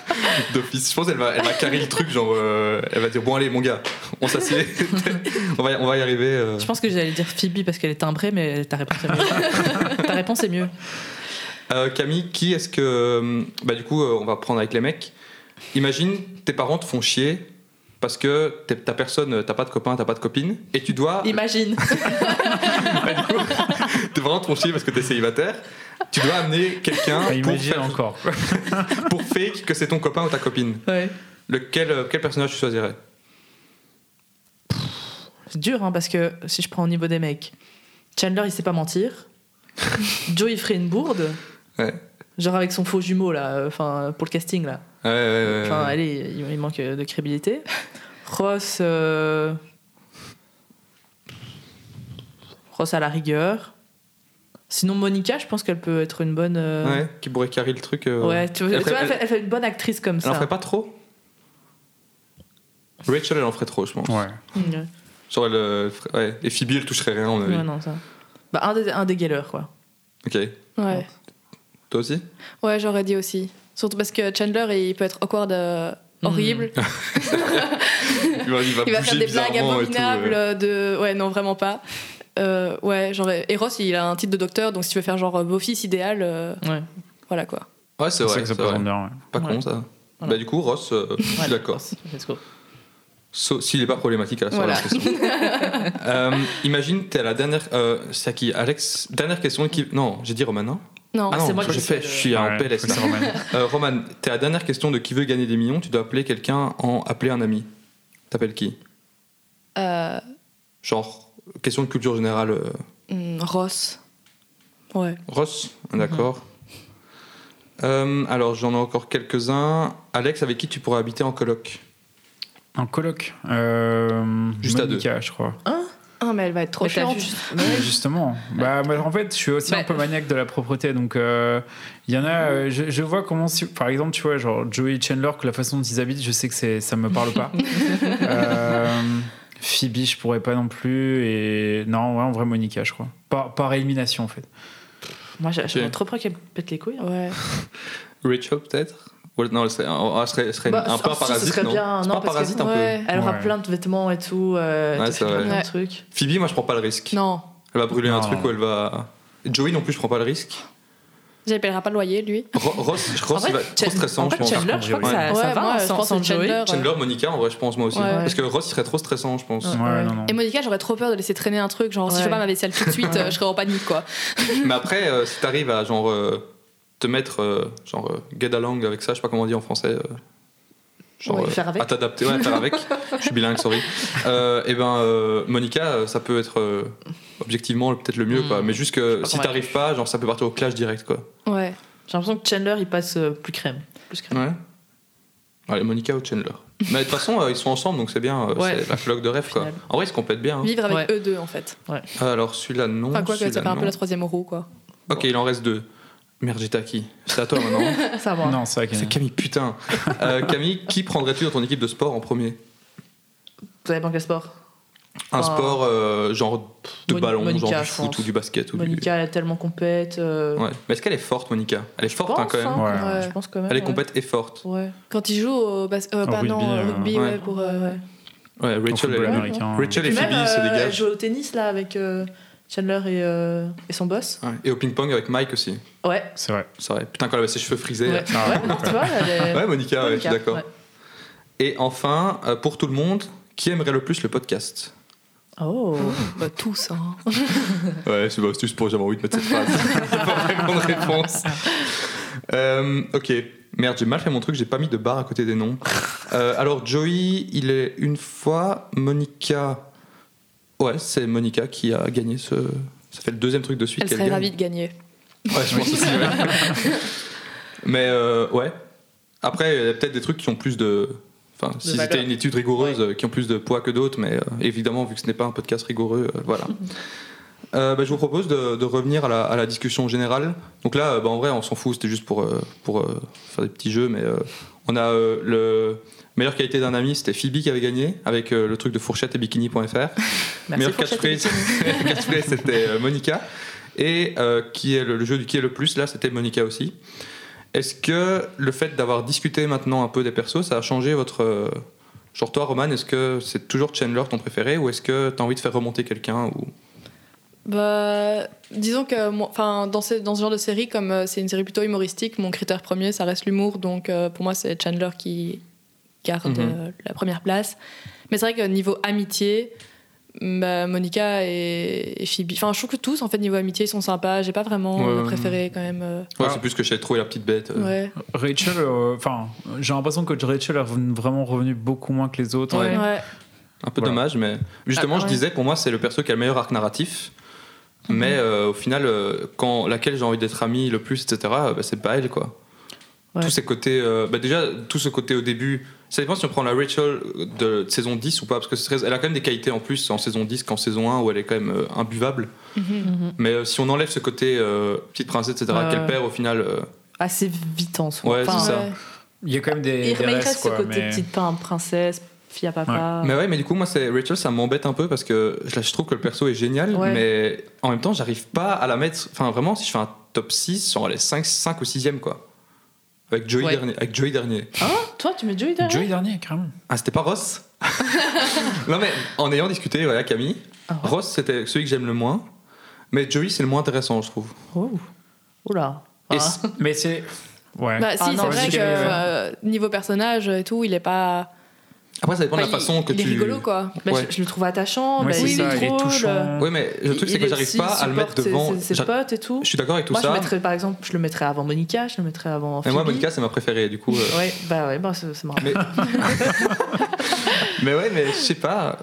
S2: D'office, je pense qu'elle va, elle va carrer le truc, genre, euh, elle va dire Bon, allez, mon gars, on s'assied, on, va, y- on va y arriver. euh.
S5: Je pense que j'allais dire Phoebe parce qu'elle est timbrée, mais ta réponse est mieux. ta réponse est mieux.
S2: Euh, Camille, qui est-ce que. euh, Bah, du coup, euh, on va prendre avec les mecs. Imagine, tes parents te font chier parce que t'es- t'as personne, t'as pas de copain, t'as pas de copine, et tu dois.
S5: Imagine.
S2: Tes parents te font chier parce que t'es célibataire. Tu dois amener quelqu'un
S4: Enfin,
S2: pour,
S4: Bah, imagine
S2: faire-
S4: encore.
S2: pour fake que c'est ton copain ou ta copine.
S5: Ouais.
S2: Lequel, euh, quel personnage tu choisirais
S5: C'est dur, hein, parce que si je prends au niveau des mecs, Chandler, il sait pas mentir. Joe, il ferait une bourde.
S2: Ouais.
S5: Genre avec son faux jumeau, là, euh, enfin, pour le casting, là.
S2: Ouais, ouais, ouais.
S5: Enfin, allez, il il manque euh, de crédibilité. Ross. euh, Ross à la rigueur. Sinon, Monica, je pense qu'elle peut être une bonne. euh,
S2: Ouais, qui pourrait carrer le truc. euh.
S5: Ouais, tu,
S2: Elle
S5: tu vois,
S2: ferait-
S5: elle, fait, elle fait une bonne actrice comme
S2: Elle en
S5: ça.
S2: ferait pas trop Rachel, elle en ferait trop, je pense.
S4: Ouais.
S5: Mm, ouais.
S2: Genre, elle, euh, ferait- ouais. Et Phoebe, elle toucherait rien, on a
S5: Ouais, non, ça. Bah, un des, un des galeurs, quoi.
S2: Ok.
S3: Ouais.
S2: Toi aussi
S3: Ouais, j'aurais dit aussi. Surtout parce que Chandler, il peut être awkward, euh,
S5: Mm.
S3: horrible.
S2: Il va,
S3: Il
S2: bouger
S3: va faire des blagues
S2: bizarrement et tout,
S3: abominables
S2: ouais.
S3: euh, de. Ouais, non, vraiment pas. Euh, ouais, genre. Et Ross, il a un titre de docteur, donc si tu veux faire genre euh, beau-fils idéal, euh,
S5: Ouais.
S3: voilà quoi.
S2: Ouais, c'est
S4: C'est ça
S2: vrai.
S4: que ça
S2: c'est
S4: présente
S2: vrai.
S4: bien. ouais.
S2: Pas
S5: Ouais.
S2: con, ça.
S5: Voilà.
S2: Bah, du coup, Ross, euh, je suis
S5: Ouais,
S2: d'accord.
S5: Ross, let's go.
S2: Sauf S'il n'est pas problématique à la soirée.
S3: Voilà.
S2: la question. euh, imagine, t'es à la dernière. euh, c'est à qui Alex Dernière question. Qui... Non, j'ai dit Roman, non
S3: Non,
S2: Ah
S5: c'est
S2: non,
S5: moi
S2: je
S5: qui
S2: fais.
S5: fais
S2: Je
S5: le-
S2: suis en
S4: Ouais,
S2: PLS.
S4: faut que
S2: là.
S4: ça remène.
S2: Euh, Roman, t'es à la dernière question de qui veut gagner des millions. Tu dois appeler quelqu'un en appeler un ami. T'appelles qui
S3: euh,
S2: Genre, question de culture générale. euh,
S3: hmm, Ross. Ouais.
S2: Ross,
S5: Mhm.
S2: d'accord. Euh, alors, j'en ai encore quelques-uns. Alex, avec qui tu pourrais habiter en coloc
S4: En coloc. Euh,
S2: Juste à
S4: Monica, je crois.
S3: Ah, mais elle va être trop
S5: Mais t'as
S3: chiante.
S5: vu-
S4: Mais justement, bah, bah, en fait, je suis aussi
S5: Bah.
S4: un peu maniaque de la propreté. Donc, euh, il y en a, euh, je, je vois comment, si- par exemple, tu vois, genre Joey et Chandler, que la façon dont ils habitent, je sais que c'est- ça me parle pas. Euh, Phoebe, je pourrais pas non plus. Et non, ouais, en vrai, Monica, je crois. Par, par élimination, en fait.
S5: Moi, j'ai-
S2: Ok.
S5: j'aimerais trop près qu'elle me pète les couilles. hein.
S3: Ouais.
S2: Rachel, peut-être Ou- Non, elle serait, ah, elle serait- elle serait
S5: Bah,
S2: un peu un
S5: si, ce
S2: parasite.
S5: serait
S2: non
S5: bien,
S2: C'est
S5: non,
S2: pas un
S5: parce que-
S2: parasite un peu.
S3: ouais.
S5: Elle aura
S4: Ouais.
S5: plein de vêtements et tout. Euh,
S2: Ouais,
S5: elle te
S2: c'est
S5: fait
S2: vrai.
S5: plein
S3: Ouais.
S5: de trucs.
S2: Phoebe, moi, je prends pas le risque.
S3: Non.
S2: Elle va brûler un
S4: Non.
S2: truc ou elle va. Joey, non plus, je prends pas le risque.
S3: J'appellera pas le loyer, lui.
S2: Ro- Ross, je- Ross,
S5: En
S2: il va
S5: vrai,
S2: être trop
S5: Chan-
S2: stressant,
S5: en
S2: je
S5: fait,
S2: pense.
S5: Chandler, je crois que ça,
S3: Ouais,
S5: ça va
S3: moi,
S5: hein,
S3: je
S5: sans,
S3: pense
S5: sans
S3: que
S5: Joey.
S3: Chandler-
S2: Chandler, Monica, en vrai, je pense moi aussi.
S3: Ah, Ouais.
S2: Parce que Ross, il serait trop stressant, je pense.
S4: Ouais,
S5: Ouais.
S4: non, non.
S3: euh, Et Monica, j'aurais trop peur de laisser traîner un truc. Genre, si je fais
S5: Ouais.
S3: pas ma vaisselle tout de suite, euh, je serais en panique, quoi.
S2: Mais après, euh, si t'arrives à genre euh, te mettre euh, genre euh, get along avec ça, je sais pas comment on dit en français. euh, genre euh,
S5: Ouais, faire avec.
S2: à t'adapter, ouais, faire avec. je suis bilingue, sorry. Euh, et ben, euh, Monica, euh, ça peut être euh, objectivement peut-être le mieux,
S5: Mm.
S2: quoi. Mais juste que
S5: pas
S2: si t'arrives pas, genre ça peut partir au clash direct, quoi.
S3: Ouais.
S5: J'ai l'impression que Chandler, il passe euh, plus crème. Plus crème.
S2: Ouais. Allez, Monica ou Chandler. Mais de toute façon, euh, ils sont ensemble, donc c'est bien. euh,
S5: Ouais.
S2: C'est la cloque de rêve, quoi.
S5: Final.
S2: En vrai, ils se complètent bien. hein.
S3: Vivre avec
S5: Ouais.
S3: eux deux, en fait.
S2: Ah, Alors, celui-là, non.
S3: Enfin, quoi que ça
S2: celui-là,
S3: fait un peu
S2: non.
S3: la troisième roue, quoi.
S2: Ok, il en reste deux. Merde, j'étais à qui C'est à toi maintenant.
S5: Ça va.
S4: Non, c'est vrai
S2: c'est
S4: qu'il
S2: Camille, putain. Euh, Camille, qui prendrais-tu dans ton équipe de sport en premier
S5: Vous avez manqué sport.
S2: Un
S5: Ah.
S2: sport euh, genre de
S5: Moni-
S2: ballon, genre
S5: Monica,
S2: du
S5: je
S2: foot
S5: pense.
S2: ou du basket ou du-
S5: Monica, elle est tellement compète. euh,
S2: Ouais. Mais est-ce qu'elle est forte, Monica Elle est
S5: je
S2: forte hein,
S5: pense,
S2: quand même.
S5: hein,
S4: Ouais.
S5: Je pense quand même.
S2: Elle est
S5: ouais.
S2: compète et forte.
S5: Ouais.
S3: Quand ils jouent au bas- euh,
S4: Au
S3: pas, non,
S4: rugby,
S3: au
S4: euh,
S3: rugby,
S2: ouais.
S3: ouais, pour. euh,
S5: Ouais.
S2: Ouais, Rachel,
S4: football
S2: elle-
S5: ouais.
S4: américain.
S2: Rachel et
S5: Puis
S2: Phoebe
S5: même,
S2: se
S5: euh, elle
S2: dégagent.
S5: joue au tennis là avec euh, Chandler et, euh, et son boss.
S2: Ouais. Et au ping-pong avec Mike aussi.
S5: Ouais.
S4: C'est vrai.
S2: C'est vrai. Putain, quand elle avait ses cheveux frisés.
S5: Ouais,
S2: là.
S5: Ah Ouais, non, tu vois, elle est-
S2: Ouais, Monica, ouais, je suis
S5: Monica,
S2: d'accord.
S5: ouais.
S2: Et enfin, euh, pour tout le monde, qui aimerait le plus le podcast
S5: Oh.
S3: bah, tous, hein.
S2: Ouais, c'est pas astuce pour j'avais envie de mettre cette phrase. c'est pas vraiment de réponse. Euh, ok. Merde, j'ai mal fait mon truc, j'ai pas mis de barre à côté des noms. Euh, alors, Joey, il est une fois. Monica. Ouais, c'est Monica qui a gagné ce. Ça fait le deuxième truc de suite
S3: Elle
S2: qu'elle
S3: serait
S2: gagne.
S3: ravie de gagner.
S2: Ouais, je pense aussi, ouais. Mais euh, ouais. Après, il y a peut-être des trucs qui ont plus de. Enfin, si
S5: valeur.
S2: c'était une étude rigoureuse, euh, qui ont plus de poids que d'autres, mais euh, évidemment, vu que ce n'est pas un podcast rigoureux, euh, voilà. Euh, bah, je vous propose de, de revenir à la, à la discussion générale. Donc là, euh, bah, en vrai, on s'en fout, c'était juste pour, euh, pour euh, faire des petits jeux, mais euh, on a euh, le meilleure qualité d'un ami, c'était Phoebe qui avait gagné avec euh, le truc de fourchette et bikini.fr.
S5: Merci
S2: Meilleur
S5: pour cette
S2: catchphrase,
S5: émission.
S2: catchphrase, c'était euh, Monica. Et euh, qui est le, le jeu du qui est le plus, là, c'était Monica aussi. Est-ce que le fait d'avoir discuté maintenant un peu des persos, ça a changé votre. euh, genre, toi, Roman, est-ce que c'est toujours Chandler ton préféré ou est-ce que t'as envie de faire remonter quelqu'un ou...
S3: Bah, disons que moi- enfin, dans, ce, dans ce genre de série, comme euh, c'est une série plutôt humoristique, mon critère premier, ça reste l'humour. Donc euh, pour moi, c'est Chandler qui garde
S2: Mhm.
S3: euh, la première place. Mais c'est vrai que niveau amitié, bah, Monica et, et Phoebe. Enfin, je trouve que tous, en fait, niveau amitié, ils sont sympas. J'ai pas vraiment
S2: Ouais,
S3: euh,
S2: ouais,
S3: préféré quand même. euh,
S2: Ouais,
S4: Ah.
S2: c'est plus que j'avais trouvé la petite bête. euh.
S3: ouais.
S4: Rachel, euh, enfin, j'ai l'impression que Rachel est revenue- vraiment revenue beaucoup moins que les autres.
S5: Ouais.
S3: Ouais.
S2: Un peu
S4: Voilà.
S2: dommage, mais justement,
S5: Ah,
S2: je
S5: ouais. Mhm.
S2: disais, pour moi, c'est le perso qui a le meilleur arc narratif. Mais euh, au final, euh, quand laquelle j'ai envie d'être ami le plus, etc., euh, bah, c'est pas elle, quoi.
S5: Ouais.
S2: Tous ces côtés, euh, bah, déjà, tout ce côté au début, ça dépend si on prend la Rachel de, de saison 10 ou pas, parce que c'est très- elle a quand même des qualités en plus en saison 10 qu'en saison 1 où elle est quand même euh, imbuvable.
S5: Mhm.
S2: Mais euh, si on enlève ce côté euh, petite princesse, etc.,
S5: Ouais,
S2: qu'elle
S5: ouais.
S2: perd au final, euh,
S5: Assez vite en soi. euh,
S2: Ouais, c'est ça.
S3: Ouais.
S4: Il y a quand même des,
S5: Il,
S4: des
S5: mais il
S4: restes,
S5: reste
S4: quoi,
S5: ce côté
S4: mais-
S5: petite pain, princesse, fille à papa.
S2: Mais ouais, mais du coup, moi, c'est Rachel, ça m'embête un peu parce que je, je trouve que le perso est génial,
S5: Ouais.
S2: mais en même temps, j'arrive pas à la mettre. Enfin, vraiment, si je fais un top 6, genre les 5, 5 ou 6 e quoi. Avec Joey
S5: Ouais.
S2: dernier. Avec Joey dernier.
S5: Hein Toi, tu mets Joey derrière
S4: Joey dernier, carrément.
S2: Ah, c'était pas Ross Non, mais en ayant discuté, voilà, Camille,
S5: Ah ouais.
S2: Ross, c'était celui que j'aime le moins, mais Joey, c'est le moins intéressant, je trouve.
S5: Oh. Oula.
S2: Et
S5: Ah.
S2: c'est-
S4: Mais c'est. Ouais.
S3: Bah, si,
S5: Ah non,
S3: c'est vrai que
S5: c'est
S4: vrai, ouais.
S3: euh, niveau personnage et tout, il est pas.
S2: Après, ça dépend de la
S3: enfin, il-
S2: façon que
S3: il
S2: tu.
S3: est rigolo, quoi.
S5: Bah,
S2: Ouais.
S5: je, je le trouve attachant,
S4: Ouais,
S5: bah,
S4: c'est
S5: il,
S4: ça,
S5: est
S4: il est
S5: drôle.
S4: touchant.
S2: Oui, mais le truc, c'est que j'arrive pas à le mettre devant.
S5: Ses, ses
S2: J'a-
S5: potes et tout.
S2: Je suis d'accord avec tout
S5: moi,
S2: ça.
S5: je mettrais par exemple, je le mettrais avant Monica, je le mettrais avant.
S2: Mais
S5: Phoebe.
S2: moi, Monica, c'est ma préférée, du coup. euh,
S5: Ouais, bah ouais, bah, c'est c'est marrant.
S2: Mais... mais ouais, mais je sais pas.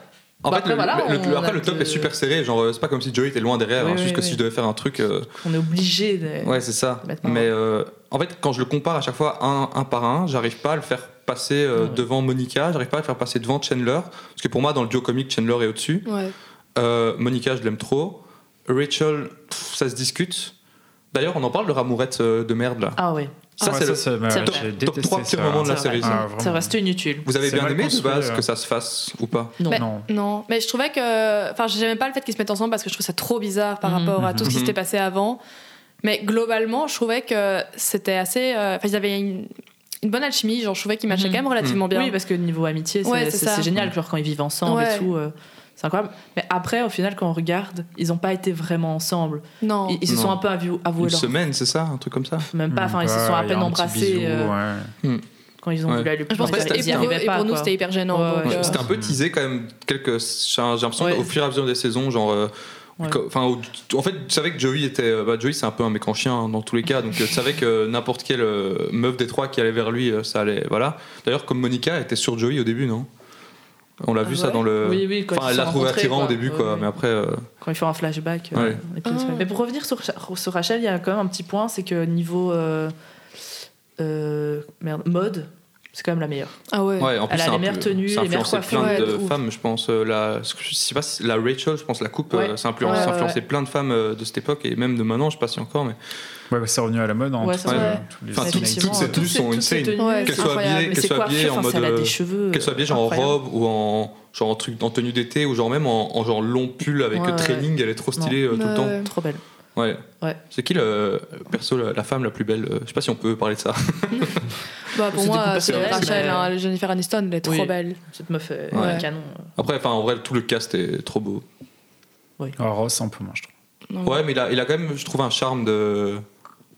S2: En
S5: Bah
S2: fait,
S5: après,
S2: le,
S5: voilà,
S2: le- le-
S5: on
S2: après,
S5: a
S2: le top
S5: que-
S2: est super serré. Genre, euh, c'est pas comme si Joey était loin derrière.
S5: Oui,
S2: hein,
S5: oui,
S2: juste que
S5: oui.
S2: si je devais faire un truc. euh,
S5: On est obligé de.
S2: ouais, c'est ça.
S5: Maintenant.
S2: Mais euh, en fait, quand je le compare à chaque fois un, un par un, j'arrive pas à le faire passer euh, devant Monica, j'arrive pas à le faire passer devant Chandler. Parce que pour moi, dans le duo comique, Chandler est au-dessus.
S3: Ouais.
S2: Euh, Monica, je l'aime trop. Rachel, pff, ça se discute. D'ailleurs, on en parle de ramourette euh, de merde là.
S5: Ah ouais.
S2: Ça,
S4: Ah,
S2: c'est le
S4: c'est- ouais,
S5: c'est
S4: j'ai
S2: top- top
S4: détesté
S2: 3 pires
S4: ça.
S2: moments de la
S5: C'est vrai.
S2: série.
S4: Ah,
S5: Ça
S4: vraiment.
S5: reste inutile.
S2: Vous avez
S4: C'est
S2: bien
S4: mal
S2: aimé de
S4: construit,
S2: base
S4: euh.
S2: que ça se fasse ou pas
S5: Non.
S3: Mais-
S4: Non.
S3: Non, mais je trouvais que. Enfin, j'aimais pas le fait qu'ils se mettent ensemble parce que je trouve ça trop bizarre par
S5: Mhm.
S3: rapport à tout ce qui
S2: Mhm.
S3: s'était passé avant. Mais globalement, je trouvais que c'était assez. euh, Enfin, ils avaient une, une bonne alchimie. Genre, je trouvais qu'ils matchaient
S5: Mhm.
S3: quand même relativement bien.
S5: Oui, parce que niveau amitié, c'est
S3: Ouais, c'est
S5: c'est-
S3: ça.
S5: c'est génial, genre quand ils vivent ensemble
S3: Ouais.
S5: et tout. euh, c'est incroyable. Mais après, au final, quand on regarde, ils n'ont pas été vraiment ensemble.
S3: Non.
S5: Ils, ils se
S2: Non.
S5: sont un peu avou- avoués
S2: Une
S5: leur.
S2: semaine, c'est ça Un truc comme ça
S5: Même pas, bah, enfin, ils se
S4: Hmm. Ouais,
S5: sont à
S4: il y a
S5: peine
S4: un petit
S5: embrassés
S4: bisou,
S5: euh,
S4: ouais.
S5: quand ils ont
S2: Ouais.
S5: voulu aller
S3: Je
S5: plus
S3: pense
S2: Après,
S5: loin.
S3: que c'était-
S5: Ils y
S3: et pour, eux,
S5: arrivaient
S3: et
S5: pas,
S3: pour nous,
S5: quoi.
S3: c'était hyper gênant.
S5: Ouais,
S3: donc,
S5: ouais.
S3: euh,
S2: C'était un peu teasé quand même quelques. J'ai l'impression
S5: Ouais.
S2: qu'au fur et à mesure des saisons, genre. euh,
S5: Ouais.
S2: que- Enfin, au- en fait, tu savais que Joey était. euh, Bah, Joey, c'est un peu un mec en chien hein, dans tous les cas, donc euh, tu savais que n'importe quelle euh, meuf des trois qui allait vers lui, euh, ça allait. Voilà. D'ailleurs, comme Monica elle était sur Joey au début, non On l'a vu
S5: Ah
S2: ça
S5: ouais
S2: dans le.
S5: Oui, oui, quand
S2: enfin,
S5: ils
S2: elle
S5: se
S2: l'a
S5: sont
S2: trouvé
S5: rencontrés,
S2: attirant au
S5: quoi.
S2: début, quoi.
S5: Ouais, ouais.
S2: Mais après. euh,
S5: quand ils font un flashback. euh,
S2: Ouais.
S5: et puis-
S3: Ah.
S5: Mais pour revenir sur, sur Rachel, il y a quand même un petit point, c'est que niveau euh, euh, merde, mode, C'est quand même la meilleure.
S3: Ah ouais.
S2: Ouais, en plus,
S5: Elle a
S2: c'est
S5: les
S2: un
S5: meilleures
S2: peu-
S5: tenues,
S2: ça
S5: les meilleures
S2: influencé
S5: coiffures,
S2: plein
S3: ouais,
S2: de
S3: de ouf.
S2: femmes, je pense. euh, la, je sais pas si la Rachel, je pense, la coupe,
S5: Ouais.
S2: euh, ça a influencé, ça
S5: Ouais,
S2: a
S5: ouais,
S2: influencé
S5: ouais.
S2: plein de femmes euh, de cette époque et même de maintenant, je sais pas si encore, mais
S4: Ouais, bah, c'est revenu à la mode. Hein,
S5: Ouais,
S4: tout-
S5: c'est
S2: vrai.
S4: tous les
S2: Enfin,
S4: tenues.
S2: toutes- toutes ces
S5: Effectivement, euh,
S2: tenues sont
S5: toutes ces
S2: insane.
S5: tenues,
S3: Ouais,
S2: Qu'elles
S3: c'est
S2: soient
S3: incroyable.
S2: habillées,
S5: Mais
S2: qu'elles
S5: ses
S2: soient habillées
S5: coiffures,
S2: en
S5: enfin,
S2: mode.
S5: ça, elle a
S2: euh,
S5: des cheveux.
S2: Qu'elles soient habillées genre en
S5: incroyables.
S2: robe ou en genre en truc en tenue d'été ou genre même en, en genre long pull avec
S5: Ouais,
S2: euh,
S5: ouais.
S2: training, elle est trop stylée euh, tout le temps.
S3: Ouais.
S5: Trop belle.
S2: Ouais.
S5: Ouais.
S2: C'est qui le perso la, la femme la plus belle euh, Je sais pas si on peut parler de ça.
S3: Bah, pour
S5: C'est du
S3: moi,
S5: coup
S3: c'est
S5: personnel,
S3: Rachel,
S5: mais-
S3: hein, Jennifer Aniston, elle est
S5: Oui.
S3: trop belle.
S5: Cette meuf euh, est
S2: Ouais.
S5: un canon.
S2: Après, enfin en vrai, tout le cast est trop beau.
S4: Ah, Ross, un peu moins, je trouve.
S3: Non.
S2: Ouais, mais il a, il a quand même, je trouve, un charme de.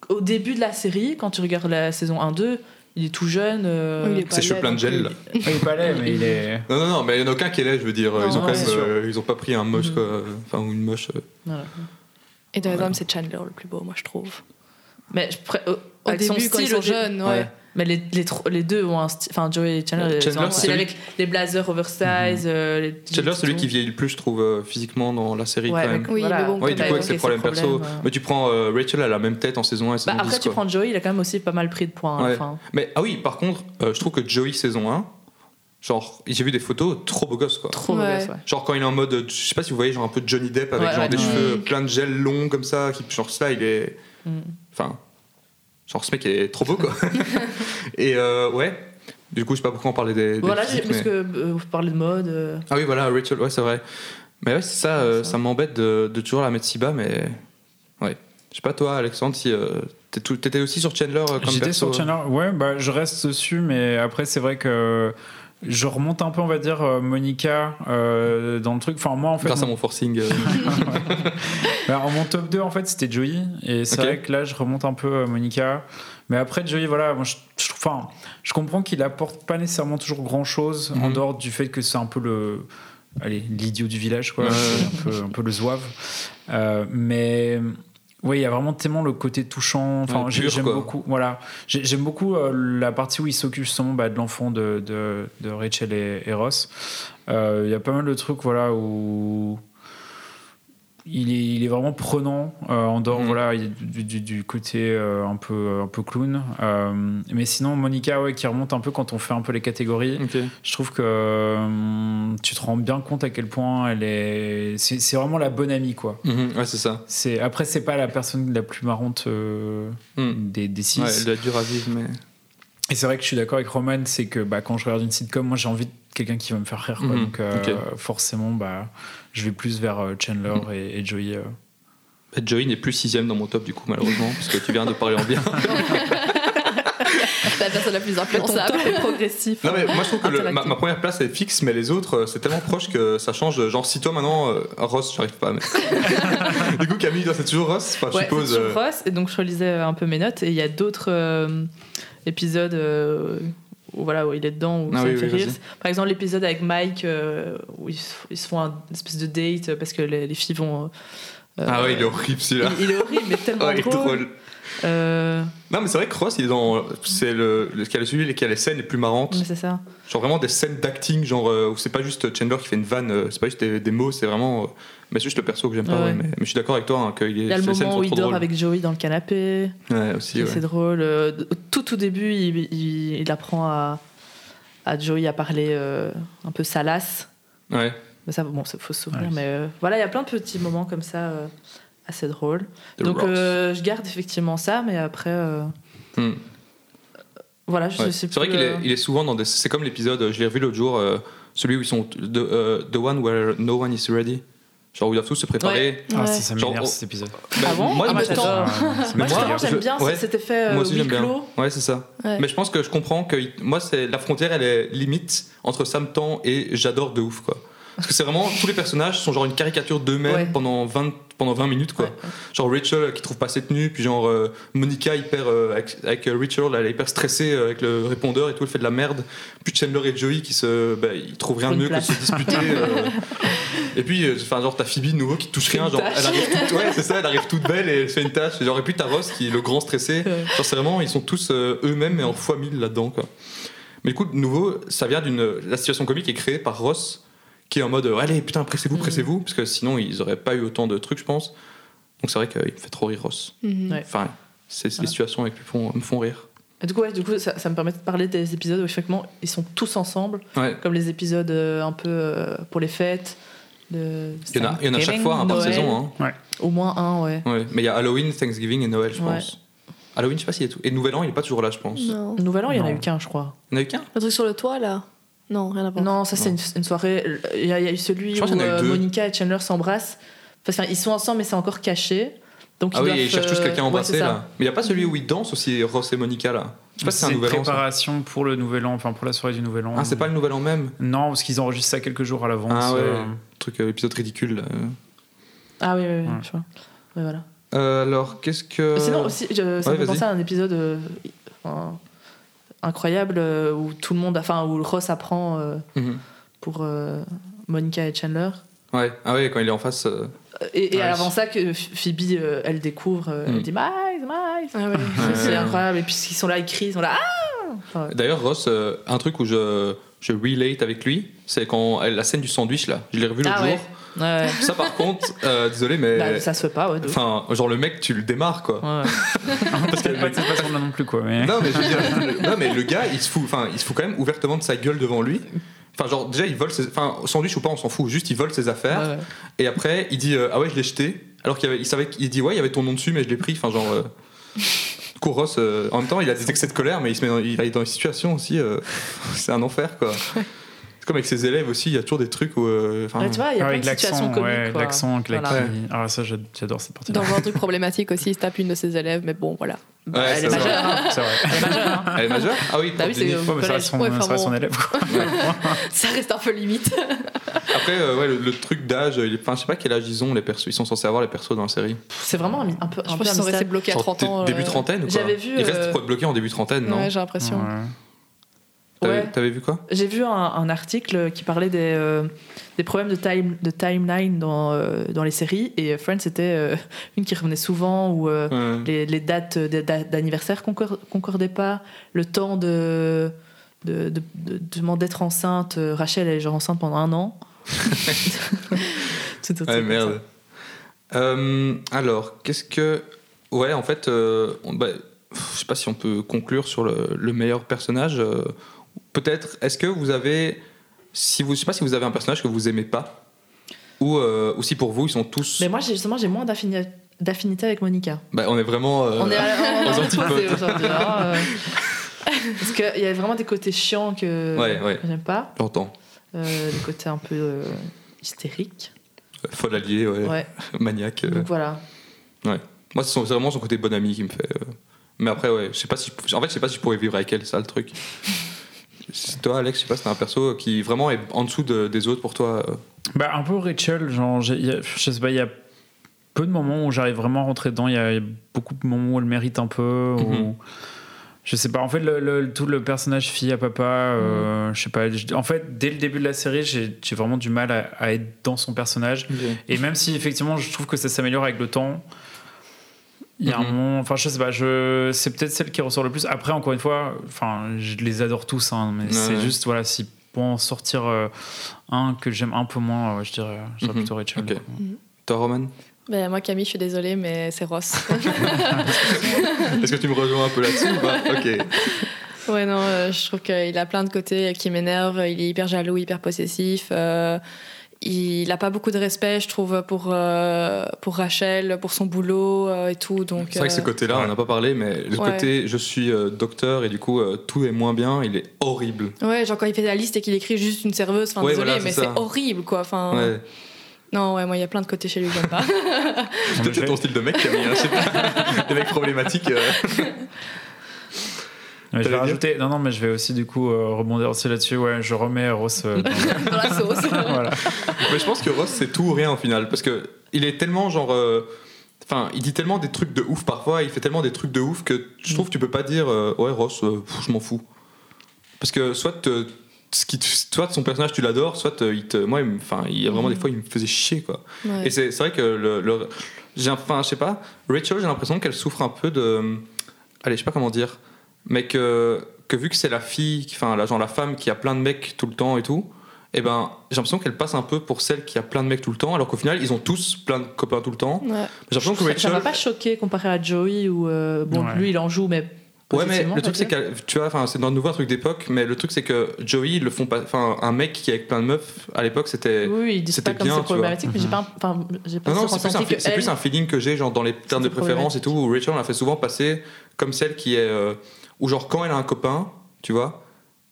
S5: Au début de la série, quand tu regardes la saison 1-2, il est tout jeune. euh,
S3: Oui, il est pas
S2: Ses cheveux
S3: laid,
S2: pleins de
S3: donc
S2: gel.
S3: il-
S2: là.
S4: Ah, Il est pas laid, mais il est.
S2: Non, non, non, mais il n'y en a aucun qui est laid, je veux dire. ils ont
S5: Non,
S2: quand
S5: ouais,
S2: même,
S5: c'est
S2: euh, ils ont pas pris un moche,
S5: Mhm.
S2: quoi. Enfin, ou une moche. euh.
S5: voilà.
S3: Et dans les hommes, c'est Chandler le plus beau, moi, je trouve.
S5: Mais je pré- au,
S3: Au
S5: avec son
S3: début, quand ils
S5: style,
S3: sont
S5: au dé-
S3: jeunes, ouais.
S5: Ouais. Mais les, les, tro- les deux ont un style. Enfin, Joey et Chandler, ils ont
S2: Chandler,
S5: un
S2: c'est
S5: style
S2: celui- Mhm.
S5: avec les blazers oversize. euh, les petits
S2: Chandler,
S5: boutons.
S2: celui qui vieillit le plus, je trouve, euh, physiquement dans la série,
S5: Ouais,
S2: quand même.
S5: avec-
S3: Oui,
S5: voilà.
S3: mais bon,
S2: Oui,
S3: quand
S2: du
S3: même.
S2: coup, avec ses
S5: ses
S2: problèmes perso.
S5: problèmes, ouais.
S2: Mais tu prends euh, Rachel, elle a la même tête en saison 1 et saison
S5: Bah,
S2: 10.
S5: après, tu
S2: quoi.
S5: prends Joey, il a quand même aussi pas mal pris de points à
S2: Ouais.
S5: la fin.
S2: Mais ah oui, par contre, euh, je trouve que Joey, saison 1, genre, j'ai vu des photos trop beau gosse, quoi.
S5: Trop
S3: Ouais.
S5: beau gosse, ouais.
S2: Genre quand il est en mode, je sais pas si vous voyez, genre un peu Johnny Depp avec
S5: Ouais,
S2: genre
S5: ouais,
S2: des
S5: ouais.
S2: cheveux
S3: Mm.
S2: plein de gel long comme ça, qui genre ça, il est,
S5: Mm.
S2: enfin, genre ce mec est trop beau quoi. Et euh, ouais, du coup je sais pas pourquoi on parlait des. des
S5: Voilà,
S2: physiques,
S5: parce
S2: mais-
S5: que euh, vous parlez de mode. euh,
S2: Ah oui voilà Rachel, ouais c'est vrai. Mais ouais c'est ça, euh, ça m'embête de, de toujours la mettre si bas, mais ouais. Je sais pas toi Alexandre si euh, t'es tout- t'étais aussi sur Chandler euh, comme
S4: J'étais
S2: perso.
S4: sur Chandler. Ouais, bah, je reste dessus, mais après, c'est vrai que je remonte un peu, on va dire, euh, Monica euh, dans le truc. Enfin, moi, en fait.
S2: Grâce à
S4: mon-
S2: mon forcing. euh,
S4: Bah, en mon top 2, en fait, c'était Joey. Et c'est
S2: Ok.
S4: vrai que là, je remonte un peu euh, Monica. Mais après, Joey, voilà, moi, je, je, trouve- enfin, je comprends qu'il apporte pas nécessairement toujours grand chose en
S2: Mhm.
S4: dehors du fait que c'est un peu le. Allez, l'idiot du village, quoi.
S2: Ouais.
S4: un, peu, un peu le zouave. Euh, mais. Oui, il y a vraiment tellement le côté touchant. Enfin,
S2: Ouais,
S4: j'ai-
S2: pur,
S4: j'aime
S2: quoi.
S4: beaucoup. Voilà, J'ai- j'aime beaucoup euh, la partie où il s'occupe justement bah, de l'enfant de, de, de Rachel et, et Ross. Euh, Il y a pas mal de trucs, voilà, où il est, il est vraiment prenant euh, en dehors
S2: Mhm.
S4: voilà il- du, du- du côté euh, un peu un peu clown Euh, mais sinon Monica ouais qui remonte un peu quand on fait un peu les catégories
S2: ok.
S4: je trouve que euh, tu te rends bien compte à quel point elle est c'est c'est vraiment la bonne amie quoi
S2: Mhm, ouais c'est ça.
S4: c'est après c'est pas la personne la plus marrante euh,
S2: Mhm.
S4: des, des six
S2: Ouais, elle a dur à vivre mais.
S4: et c'est vrai que je suis d'accord avec Roman, c'est que bah, quand je regarde une sitcom, moi j'ai envie de quelqu'un qui va me faire rire. quoi.
S2: Mhm.
S4: Donc euh, forcément, bah, je vais plus vers euh, Chandler
S2: Mhm.
S4: et, et Joey. euh.
S2: Bah, Joey n'est plus sixième dans mon top du coup malheureusement parce que tu viens de parler en bien.
S3: La personne la plus
S5: Ton
S3: influençable.
S5: top est progressif.
S2: Non mais moi je trouve que le- ma,
S5: Interactif.
S2: ma première place est fixe mais les autres euh, c'est tellement proche que ça change. Genre si toi maintenant euh, Ross j'arrive pas. Mais... du coup Camille toi, c'est toujours Ross enfin, je
S5: Ouais,
S2: suppose.
S5: c'est sur
S2: euh,
S5: Ross, et donc je relisais euh, un peu mes notes, et il y a d'autres euh, épisodes euh, où, voilà, où il est dedans, où
S2: Ah
S5: ça
S2: oui,
S5: me fait
S2: oui,
S5: rire.
S2: vas-y.
S5: Par exemple, l'épisode avec Mike, euh, où ils, se- ils se font un- une espèce de date euh, parce que les, les filles vont. euh,
S2: Ah ouais il est
S5: euh,
S2: horrible celui-là.
S5: il- il est horrible, mais tellement
S2: Ouais, il est
S5: drôle.
S2: drôle.
S5: Euh,
S2: Non mais c'est vrai que Ross il est dans c'est le, le qui a le celui qui a les scènes les plus marrantes.
S5: mais c'est ça.
S2: Genre vraiment des scènes d'acting genre euh, où c'est pas juste Chandler qui fait une vanne, euh, c'est pas juste des, des mots, c'est vraiment euh, mais c'est juste le perso que j'aime pas.
S5: Ouais.
S2: ouais, mais, mais je suis d'accord avec toi hein, que il est-
S5: Il y a le
S2: les scènes
S5: moment
S2: sont
S5: où il
S2: trop
S5: dort
S2: drôles.
S5: avec Joey dans le canapé,
S2: Ouais aussi.
S5: et
S2: ouais.
S5: c'est drôle. Euh, Tout au début, il, il- il apprend à, à Joey à parler euh, un peu salace.
S2: Ouais.
S5: Mais ça, bon, ça faut se souvenir.
S4: Ouais.
S5: Mais euh, voilà, il y a plein de petits moments comme ça, euh, assez drôles.
S2: De
S5: Donc
S2: Ross.
S5: euh, je garde effectivement ça, mais après, euh,
S2: Hmm.
S5: voilà, je
S2: Ouais.
S5: sais
S2: C'est
S5: plus.
S2: vrai qu'il est,
S5: euh,
S2: il est souvent dans des. C'est comme l'épisode, euh, je l'ai revu l'autre jour, euh, celui où ils sont. The, euh, the one where no one is ready. Genre où ils doivent tous se préparer.
S4: Ah,
S3: Ouais.
S4: ça, ça m'énerve
S2: Genre,
S4: cet épisode.
S2: Bah,
S5: Ah bon
S2: moi,
S5: Ah,
S2: je
S5: bah,
S2: me sens-
S4: Euh,
S5: j'adore.
S4: ça
S5: Moi,
S2: je
S4: m'énerve.
S5: justement, j'aime bien
S2: ouais.
S5: cet effet euh,
S2: moi aussi
S5: huis
S2: j'aime bien.
S5: clos.
S2: Ouais, c'est ça.
S3: Ouais.
S2: Mais je pense que je comprends que. Moi, c'est la frontière, elle est limite entre ça me tend et j'adore de ouf, quoi. Parce que c'est vraiment. Tous les personnages sont genre une caricature d'eux-mêmes
S5: Ouais.
S2: pendant 20 pendant 20 minutes quoi.
S5: Ouais, ouais.
S2: Genre Rachel euh, qui trouve pas ses tenues, puis genre euh, Monica hyper euh, avec, avec, euh, Rachel, elle est hyper stressée euh, avec le répondeur et tout, elle fait de la merde. Puis Chandler et Joey qui se, bah, ils trouvent rien de
S5: Une
S2: mieux
S5: place.
S2: que de se disputer. euh. Et puis euh, enfin genre t'as Phoebe de nouveau qui touche
S5: Fait
S2: rien,
S5: une
S2: genre
S5: tâche.
S2: elle arrive toute, ouais, c'est ça, elle arrive toute belle et elle se fait une tâche. Et, genre, et puis t'as Ross qui est le grand stressé.
S5: Ouais.
S2: Genre c'est vraiment ils sont tous euh, eux-mêmes et en fois mille là-dedans quoi. Mais du coup de nouveau ça vient d'une la situation comique est créée par Ross qui est en mode euh, allez putain
S5: Mm.
S2: pressez-vous pressez-vous parce que sinon ils auraient pas eu autant de trucs je pense donc c'est vrai qu'il me fait trop rire Ross
S3: Mhm.
S5: Ouais.
S2: enfin c'est- c'est les
S5: Voilà.
S2: situations avec Pupon me font rire
S5: Et du coup, ouais, du coup ça, ça me permet de parler des épisodes où effectivement ils sont tous ensemble,
S2: Ouais.
S5: comme les épisodes euh, un peu euh, pour les fêtes. de-
S2: Il y en a, il y en a chaque fois hein, par
S5: Noël.
S2: saison. hein.
S5: Au moins un, ouais.
S2: Ouais. Mais il y a Halloween, Thanksgiving et Noël, je
S5: Ouais.
S2: pense. Halloween, je sais pas s'il est tout. Et Nouvel An, il est pas toujours là, je pense. Il
S3: Non.
S5: Nouvel An, il y en a
S4: Non.
S5: eu qu'un, je crois.
S2: n'y en a eu qu'un
S3: Le truc sur le toit, là Non, rien à voir.
S5: Non, ça c'est une, une soirée. Il y, a il y a eu celui
S2: Je
S5: où
S2: crois qu'il y en a eu
S5: euh,
S2: deux.
S5: Monica et Chandler s'embrassent. Enfin, ils sont ensemble, mais c'est encore caché. Donc
S2: Ah oui,
S5: doivent,
S2: ils cherchent tous
S5: euh,
S2: quelqu'un à
S5: ouais,
S2: embrasser
S5: c'est ça.
S2: là. Mais il n'y a pas celui où ils dansent aussi, Ross et Monica là. Je sais pas si c'est un
S4: une
S2: nouvel an. ça.
S4: préparation pour le nouvel an, enfin pour la soirée du nouvel an.
S2: Ah, c'est pas le nouvel an même
S4: Non, parce qu'ils enregistrent ça quelques jours à l'avance.
S2: Ah ouais,
S4: euh,
S2: truc, euh, épisode ridicule. là.
S5: Ah oui, oui, oui,
S4: Ouais.
S5: je vois. Ouais, voilà.
S2: Euh, alors, qu'est-ce que.
S5: Sinon, aussi, je- ça
S2: ouais,
S5: me fait
S2: vas-y.
S5: penser à un épisode euh, enfin, incroyable euh, où tout le monde, enfin, où Ross apprend euh,
S2: Mhm.
S5: pour euh, Monica et Chandler.
S2: Ouais. Ah ouais, quand il est en face. euh,
S5: Et, et
S4: Ouais.
S5: avant ça, que Ph- Phoebe, euh, elle découvre, euh,
S2: Mhm.
S5: elle dit Miles, Miles.
S3: Ah ouais.
S5: C'est incroyable. Et puis ils sont là, ils crient, ils sont là. Ah
S2: D'ailleurs, Ross, euh, un truc où je, je relate avec lui, c'est quand elle- la scène du sandwich là. Je l'ai revu l'autre
S5: Ah ouais.
S2: jour.
S5: Ouais.
S2: Ça, par contre, euh, désolé, mais.
S5: Bah, ça se fait pas, ouais. de ouf.
S2: Enfin, genre le mec, tu le démarres quoi.
S5: Ouais.
S4: parce qu'elle pas de cette façon-là non plus, quoi. Mais...
S2: Non mais, je veux dire, le- non mais le gars il se fout enfin il se fout quand même ouvertement de sa gueule devant lui. Enfin genre déjà il vole ses enfin sandwich ou pas on s'en fout juste il vole ses affaires
S5: Ouais, ouais.
S2: et après il dit euh, ah ouais je l'ai jeté alors qu'il y avait- il savait qu'il dit ouais il y avait ton nom dessus mais je l'ai pris enfin genre euh, Kouros, euh, en même temps il a des excès de colère mais il se met dans, il est dans une situation aussi euh, c'est un enfer quoi. C'est comme avec ses élèves aussi il y a toujours des trucs où euh, enfin,
S5: Ouais, Bah, tu vois, il y a plein
S4: avec
S5: de situations
S4: Ah l'accent,
S5: comiques.
S4: ouais,
S5: quoi.
S4: l'accent, avec la
S5: Voilà.
S4: qui- Ah, ça, j'ad- j'adore cette partie-là.
S3: Dans un truc problématique aussi, il se tape une de ses élèves, mais bon, voilà.
S5: Bah,
S2: Ouais,
S5: elle
S2: c'est
S5: est
S2: vrai.
S5: majeure. hein.
S4: C'est vrai.
S5: Elle est majeure, hein.
S2: elle est majeure ah oui,
S5: Bah oui,
S2: Denis.
S5: c'est-
S4: Ouais, mais ça reste son,
S3: Ouais, enfin
S4: ça reste
S3: bon.
S4: son élève, quoi.
S3: Ça reste un peu limite.
S2: après euh, ouais, le, le truc d'âge il est- enfin je sais pas quel âge ils ont les persos ils sont censés avoir les persos dans la série
S5: C'est vraiment un, mi- un peu.
S3: Je
S5: un
S3: pense
S5: peu
S3: qu'ils
S5: un
S3: sont restés
S5: mystère.
S3: bloqués à
S2: Genre
S3: 30 ans.
S2: Début
S3: euh,
S2: trentaine ou quoi
S5: j'avais vu,
S2: Il reste
S5: euh,
S2: pour être bloqué en début trentaine, non
S3: Ouais, j'ai l'impression.
S4: Ouais.
S2: T'avais
S5: Ouais.
S2: t'avais vu quoi
S5: J'ai vu un, un article qui parlait des, euh, des problèmes de, time, de timeline dans, euh, dans les séries et Friends c'était euh, une qui revenait souvent où euh, les, les dates des- d'a- d'anniversaire concor- concordaient pas, le temps de de- de- de- de- de- d'être enceinte, euh, Rachel elle est genre enceinte pendant un an. Tout un truc
S2: Ouais,
S5: comme
S2: Ah, merde. Euh, alors, qu'est-ce que. Ouais, en fait, euh, on- bah, pff, je sais pas si on peut conclure sur le, le meilleur personnage. euh, Peut-être, est-ce que vous avez. Si vous, je sais pas si vous avez un personnage que vous aimez pas, ou, euh, ou si pour vous, ils sont
S5: ça.
S2: tous.
S5: Mais moi j'ai- justement j'ai moins d'affini- d'affinité avec Monica.
S2: Bah, on est vraiment. euh,
S5: On est à-
S2: aux
S5: on est
S2: antipodes.
S5: opposés aujourd'hui, hein, euh. Parce qu'il y a vraiment des côtés chiants que
S2: Ouais, ouais.
S5: que j'aime pas.
S2: J'entends.
S5: Euh, le côté un peu euh, hystérique.
S2: euh, Folle alliée, ouais.
S5: Ouais.
S2: Maniaque. euh.
S5: Donc voilà.
S2: Moi, c'est son- c'est vraiment son côté bon ami qui me fait. euh. Mais après, ouais, je sais pas si. je- En fait, je sais pas si je pourrais vivre avec elle, c'est ça le truc. C'est Toi, Alex, je sais pas si t'as un perso qui vraiment est en dessous de- des autres pour toi. euh.
S4: Bah, un peu Rachel, genre, j'ai- y a- je sais pas, il y a peu de moments où j'arrive vraiment à rentrer dedans. Il y a beaucoup de moments où elle mérite un peu. où-
S2: Mhm.
S4: Je sais pas, en fait, le, le- tout le personnage fille à papa, euh, je sais pas. je- En fait, dès le début de la série, j'ai j'ai vraiment du mal à, à être dans son personnage. Et même si, effectivement, je trouve que ça s'améliore avec le temps, il y a un
S2: Mhm.
S4: moment. Enfin, je sais pas, je, c'est peut-être celle qui ressort le plus. Après, encore une fois, enfin, je les adore tous, hein, mais
S2: Ouais,
S4: c'est
S2: ouais.
S4: juste, voilà, si pour en sortir euh, un que j'aime un peu moins, ouais, je dirais, euh, je dirais
S2: Mhm.
S4: plutôt Rachel.
S2: Ok. Toi, Roman
S3: Ben, moi, Camille, je suis désolée, mais c'est Ross.
S2: Est-ce que tu me rejoins un peu là-dessus ou pas Ok.
S3: ouais, non, euh, je trouve qu'il a plein de côtés qui m'énervent. Il est hyper jaloux, hyper possessif. euh, il n'a pas beaucoup de respect, je trouve, pour, euh, pour Rachel, pour son boulot euh, et tout. Donc,
S2: C'est vrai que ce
S3: euh,
S2: côté-là, on n'a pas parlé, mais le
S3: Ouais.
S2: côté je suis euh, docteur et du coup euh, tout est moins bien, il est horrible.
S3: Ouais, genre quand il fait la liste et qu'il écrit juste une serveuse, enfin
S2: Ouais,
S3: désolé,
S2: voilà, c'est
S3: mais
S2: ça.
S3: c'est horrible quoi. Enfin,
S2: Ouais.
S3: Non, ouais, moi il y a plein de côtés chez lui que j'aime pas.
S4: Non, mais
S2: Peut-être
S4: je
S2: c'est
S4: vais-
S2: ton style de mec, Camille, hein, je sais pas. Des mecs problématiques. euh.
S4: mais
S2: T'allais
S4: je vais
S2: dire
S4: rajouter. Non, non, mais je vais aussi, du coup, euh, rebondir aussi là-dessus. Ouais, je remets Ross. euh, dans-
S3: dans la sauce.
S4: voilà.
S2: Mais je pense que Ross, c'est tout ou rien au final. Parce que il est tellement genre. euh, Enfin, il dit tellement des trucs de ouf parfois, il fait tellement des trucs de ouf que je trouve que tu peux pas dire euh, Ouais, Ross, euh, pff, je m'en fous. Parce que soit, euh, ce qui, soit son personnage tu l'adores, soit euh, il te. Moi, il me- enfin, il y a vraiment des fois, il me faisait chier quoi.
S3: Ouais.
S2: Et c'est c'est vrai que le. le- j'ai- enfin, je sais pas, Rachel, j'ai l'impression qu'elle souffre un peu de. Allez, je sais pas comment dire. Mais que, que vu que c'est la fille, qui- enfin, la, genre la femme qui a plein de mecs tout le temps et tout, et ben, j'ai l'impression qu'elle passe un peu pour celle qui a plein de mecs tout le temps, alors qu'au final, ils ont tous plein de copains tout le temps.
S3: Ouais.
S2: J'ai l'impression que
S5: Ça- Ça
S2: Rachel.
S5: m'a pas choqué comparé à Joey où euh, bon
S4: Ouais.
S5: lui il en joue mais
S2: Ouais, mais
S5: Positivement,
S2: le truc,
S5: on va
S2: c'est
S5: dire.
S2: que tu vois, enfin, c'est dans le nouveau un truc d'époque, mais le truc, c'est que Joey, ils le font pas. Enfin, un mec qui est avec plein de meufs, à l'époque, c'était.
S5: Oui, oui, ils disent
S2: c'était
S5: pas comme
S2: bien, tu
S5: c'est
S2: Mhm.
S5: problématique, mais j'ai pas, enfin, j'ai pas
S2: Non, non, c'est plus, un,
S5: ressenti
S2: fi-
S5: que
S2: c'est
S5: elle-
S2: plus un feeling que j'ai, genre dans les termes de
S5: C'était
S2: préférence et tout, où Rachel, on l'a fait souvent passer comme celle qui est. euh, où, genre, quand elle a un copain, tu vois,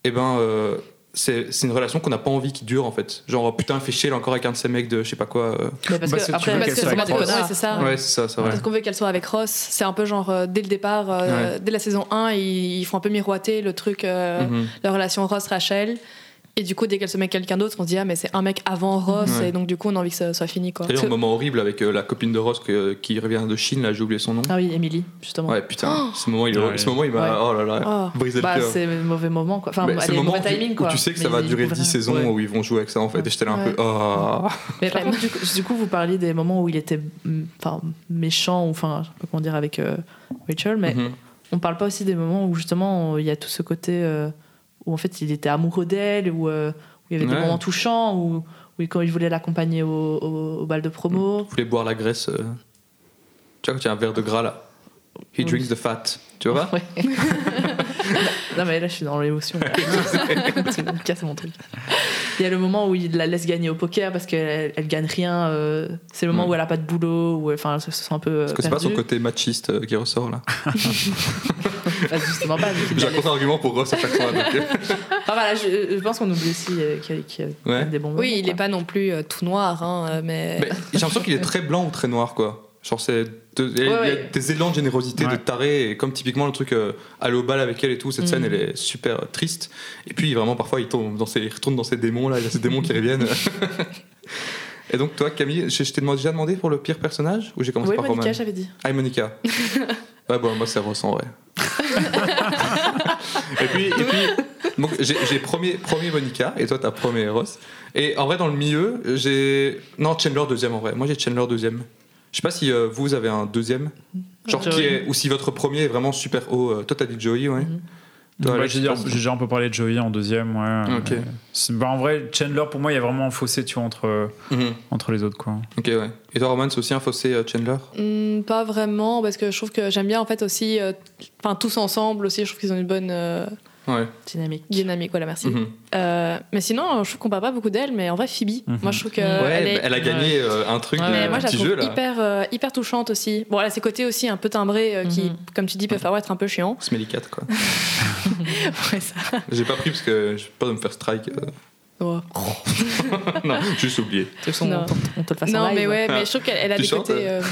S2: et ben. euh, c'est c'est une relation qu'on n'a pas envie qui dure en fait. Genre oh, putain, fait chier là, encore avec un de ces mecs de je sais pas quoi. euh.
S5: Mais parce
S4: Bah,
S5: que
S4: si tu
S5: après,
S4: veux
S5: parce
S4: qu'elle
S5: que
S4: soit
S5: c'est pas
S4: avec
S5: des
S4: Ross.
S5: connards.
S3: Ouais, c'est ça.
S2: Ouais, c'est ça, c'est vrai.
S3: Parce qu'on veut qu'elle soit avec Ross, c'est un peu genre euh, dès le départ, euh, dès la saison 1, ils, ils font un peu miroiter le truc, euh,
S2: Mhm.
S3: la relation Ross-Rachel. Et du coup, dès qu'elle se met avec quelqu'un d'autre, on se dit ah mais c'est un mec avant Ross,
S2: Ouais.
S3: et donc du coup on a envie que ça soit fini quoi.
S2: D'ailleurs,
S3: Parce
S2: un
S3: que-
S2: moment horrible avec euh, la copine de Ross que- qui revient de Chine, là j'ai oublié son nom.
S5: Ah oui, Emily, justement.
S2: Ouais, putain, ce moment il, est horrible.
S4: Ouais.
S2: ce moment, il m'a.
S5: Ouais.
S2: Oh là là,
S3: Oh.
S2: brisé
S5: Bah,
S2: le cœur.
S5: c'est le mauvais moment, quoi. Enfin,
S2: Mais
S5: allez,
S2: c'est le moment
S5: mauvais
S2: où tu-
S5: timing,
S2: où
S5: quoi.
S2: tu sais que
S5: Mais
S2: ça va
S5: ils
S2: durer 10
S5: découvriront.
S2: saisons
S5: Ouais.
S2: où ils vont jouer avec ça en fait. Et j'étais là un
S3: Ouais.
S2: peu. ah.
S5: Mais par contre, du coup, du coup, vous parliez des moments où il était mm, enfin, méchant, ou enfin, je sais pas comment dire, avec euh, Rachel, mais
S2: Mhm.
S5: on parle pas aussi des moments où justement il y a tout ce côté euh, où en fait il était amoureux d'elle, où, euh, où il y avait
S2: Ouais.
S5: des moments touchants, où, où quand il voulait l'accompagner au, au- au bal de promo.
S2: Je voulais boire la graisse. euh. Tu vois, quand tu as un verre de gras là. He
S5: Oui.
S2: drinks the fat. Tu vois
S5: Ouais. non mais là je suis dans l'émotion. là. tu me casses mon truc. Il y a le moment où il la laisse gagner au poker parce qu'elle elle gagne rien. euh, c'est le moment
S2: Mm.
S5: où elle a pas de boulot, où enfin elle se sent un peu euh,
S2: Parce que c'est pas son
S5: perdue.
S2: côté machiste euh, qui ressort là.
S5: Enfin, Ah, justement pas. vu qu'il
S2: J'ai
S5: la
S2: un
S5: laisse-
S2: contre-argument pour Ross à chaque fois. donc, euh,
S5: Enfin, Ah, voilà, je, je pense qu'on oublie aussi euh, qu'il y a- qu'il y a quand même des bons moments.
S3: oh. Oui, il
S5: quoi.
S3: est pas non plus euh, tout noir, hein, euh, mais.
S2: Mais j'ai l'impression qu'il est très blanc ou très noir, quoi. Genre, c'est. de- il y a-
S5: Ouais,
S2: il y a
S5: ouais.
S2: des élans de générosité, de
S4: Ouais.
S2: taré, et comme typiquement le truc euh, aller au bal avec elle et tout, cette
S5: Mhm.
S2: scène elle est super euh, triste. Et puis vraiment parfois il, tombe dans ses, il retourne dans ses démons là, il y a ces démons qui reviennent. et donc toi Camille, je, je t'ai demandé- déjà demandé pour le pire personnage ou j'ai commencé
S5: Oui,
S2: par
S5: Monica,
S2: Roman
S5: j'avais dit.
S2: Ah, et Monica. ouais, bon, moi, ça ressent, ouais. et puis, et puis donc, j'ai j'ai premier, premier Monica, et toi, t'as premier Ross. Et en vrai, dans le milieu, j'ai. Non, Chandler deuxième, en vrai. Moi, j'ai Chandler deuxième. Je sais pas si euh, vous avez un deuxième. Genre, qui
S5: Joey.
S2: est, ou si votre premier est vraiment super haut. Euh, Toi, t'as dit Joey, ouais.
S5: Mhm.
S2: Toi,
S4: Mm-hmm. Ouais,
S2: Alex,
S4: j'ai déjà-
S2: t'as-
S4: j'ai déjà un peu parlé de Joey en deuxième. Ouais,
S2: Ok.
S4: Euh, c'est- bah, en vrai, Chandler, pour moi, il y a vraiment un fossé tu vois, entre, euh,
S2: Mhm.
S4: entre les autres. Quoi.
S2: Ok, ouais. Et toi, Roman, c'est aussi un fossé euh, Chandler
S3: Hmm, pas vraiment, parce que je trouve que j'aime bien en fait aussi, euh, enfin tous ensemble aussi, je trouve qu'ils ont une bonne euh,
S2: Ouais.
S5: Dynamique.
S3: dynamique, voilà, merci.
S2: Mhm.
S3: Euh, mais sinon, je trouve qu'on parle pas beaucoup d'elle, mais en vrai, Phoebe,
S4: Mhm.
S3: moi je trouve que
S2: ouais,
S3: elle est-
S2: bah, elle a gagné euh, un truc,
S5: Ouais,
S2: de-
S3: Mais
S5: Euh,
S3: moi,
S2: un
S3: je la
S2: petit
S3: trouve
S2: jeu, là.
S3: hyper, euh, hyper touchante aussi. Bon, elle a ses côtés aussi un peu timbrés euh, qui,
S5: Mhm.
S3: comme tu dis, peuvent avoir être un peu chiants.
S2: Smelly Cat, quoi.
S3: Ouais, ça.
S2: J'ai pas pris parce que j'ai peur de me faire strike. euh.
S3: Ouais.
S2: non, juste oublié.
S5: De toute façon,
S3: Non.
S5: on te- on te le fasse en
S3: Non,
S5: live.
S3: mais ouais,
S2: Ah.
S3: mais je trouve qu'elle elle a
S2: Tu
S3: des
S2: chantes,
S3: côtés. euh,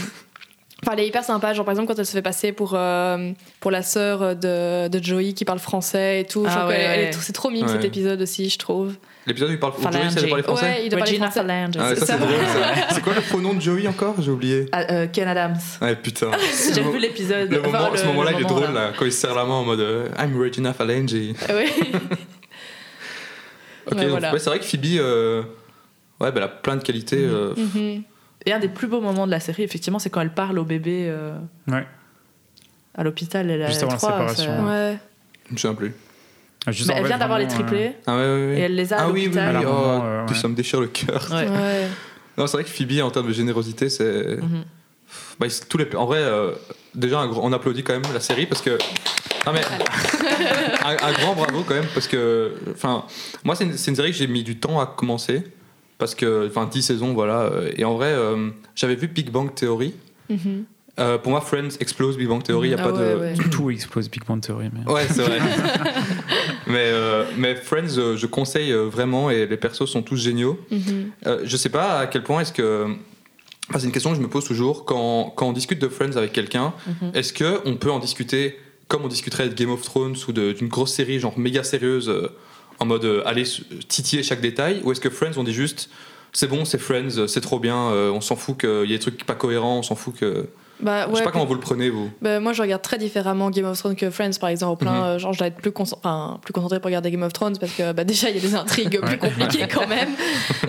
S3: Enfin, elle est hyper sympa. Genre, par exemple, quand elle se fait passer pour, euh, pour la sœur de, de Joey qui parle français et tout.
S5: Ah
S3: Je trouve
S5: ouais,
S3: qu'elle- elle est
S5: ouais.
S3: tr- c'est trop mignon
S2: Ouais.
S3: cet épisode aussi, je trouve.
S2: L'épisode où il parle où Joey,
S5: Phalange.
S2: c'est elle parle français
S3: Ouais, il doit parler
S5: Regina
S3: français.
S5: Phalange.
S2: Ah ouais, ça,
S3: ça.
S2: c'est drôle, ça. C'est quoi le pronom de Joey encore J'ai oublié.
S5: Ah, euh, Ken Adams.
S2: Ouais, putain.
S5: J'ai vu l'épisode.
S2: Le
S5: enfin,
S2: moment, ce
S5: le-
S2: moment-là,
S5: le
S2: il est
S5: moment,
S2: drôle, là, quand il se serre la main en mode euh, I'm Regina Phalange. et-
S3: Ah Ouais.
S2: Ok,
S3: Ouais,
S2: donc,
S3: voilà.
S2: ouais, c'est vrai que Phoebe, euh, ouais, bah, elle a plein de qualités. euh,
S5: Mm.
S3: Mhm.
S5: Et un des plus beaux moments de la série, effectivement, c'est quand elle parle au bébé euh,
S4: Ouais.
S5: à l'hôpital. Elle a
S4: Juste avant la
S5: trois,
S4: séparation.
S5: ça-
S3: Ouais.
S2: Je me souviens plus.
S4: Ah, juste,
S5: Mais
S4: en
S5: elle
S4: fait,
S5: vient d'avoir les
S4: vraiment, euh,
S5: triplés
S2: Ah, ouais, ouais, ouais.
S5: et elle les a à
S2: ah oui, oui,
S5: l'hôpital.
S2: oui,
S4: À
S2: oh,
S4: la maman, euh,
S2: tout
S4: ouais.
S2: ça me déchire le cœur.
S5: Ouais.
S3: Ouais.
S2: Non, c'est vrai que Phoebe, en termes de générosité, c'est.
S5: Mhm.
S2: Bah, ils- tous les... En vrai, euh, déjà, un gros- on applaudit quand même la série parce que. Non, mais. un, un grand bravo quand même parce que. Enfin, moi, c'est une, c'est une série que j'ai mis du temps à commencer parce que. Enfin, 10 saisons, voilà. euh, Et en vrai, euh, j'avais vu Big Bang Theory.
S3: Mhm.
S2: Euh, pour moi, Friends explose Big Bang Theory, il a
S3: Ah
S2: pas
S3: ouais,
S2: de.
S3: ouais.
S4: Tout explose Big Bang Theory. Mais... euh,
S2: Ouais, c'est vrai. mais, euh, mais Friends, euh, je conseille euh, vraiment et les persos sont tous géniaux.
S3: Mhm.
S2: Euh, je sais pas à quel point est-ce que. Enfin, c'est une question que je me pose toujours. Quand, quand on discute de Friends avec quelqu'un,
S5: Mhm.
S2: est-ce que on peut en discuter comme on discuterait de Game of Thrones ou de- d'une grosse série, genre méga sérieuse, euh, en mode euh, aller s- titiller chaque détail Ou est-ce que Friends, on dit juste c'est bon, c'est Friends, euh, c'est trop bien, euh, on s'en fout qu'il y ait des trucs pas cohérents, on s'en fout que.
S3: Bah,
S2: je
S3: ouais,
S2: sais pas comment vous le prenez, vous.
S3: Bah, moi, je regarde très différemment Game of Thrones que Friends, par exemple. hein.
S2: Mhm.
S3: Euh, Genre, je dois être plus, concent- enfin, plus concentrée pour regarder Game of Thrones parce que bah, déjà, il y a des intrigues plus compliquées quand même.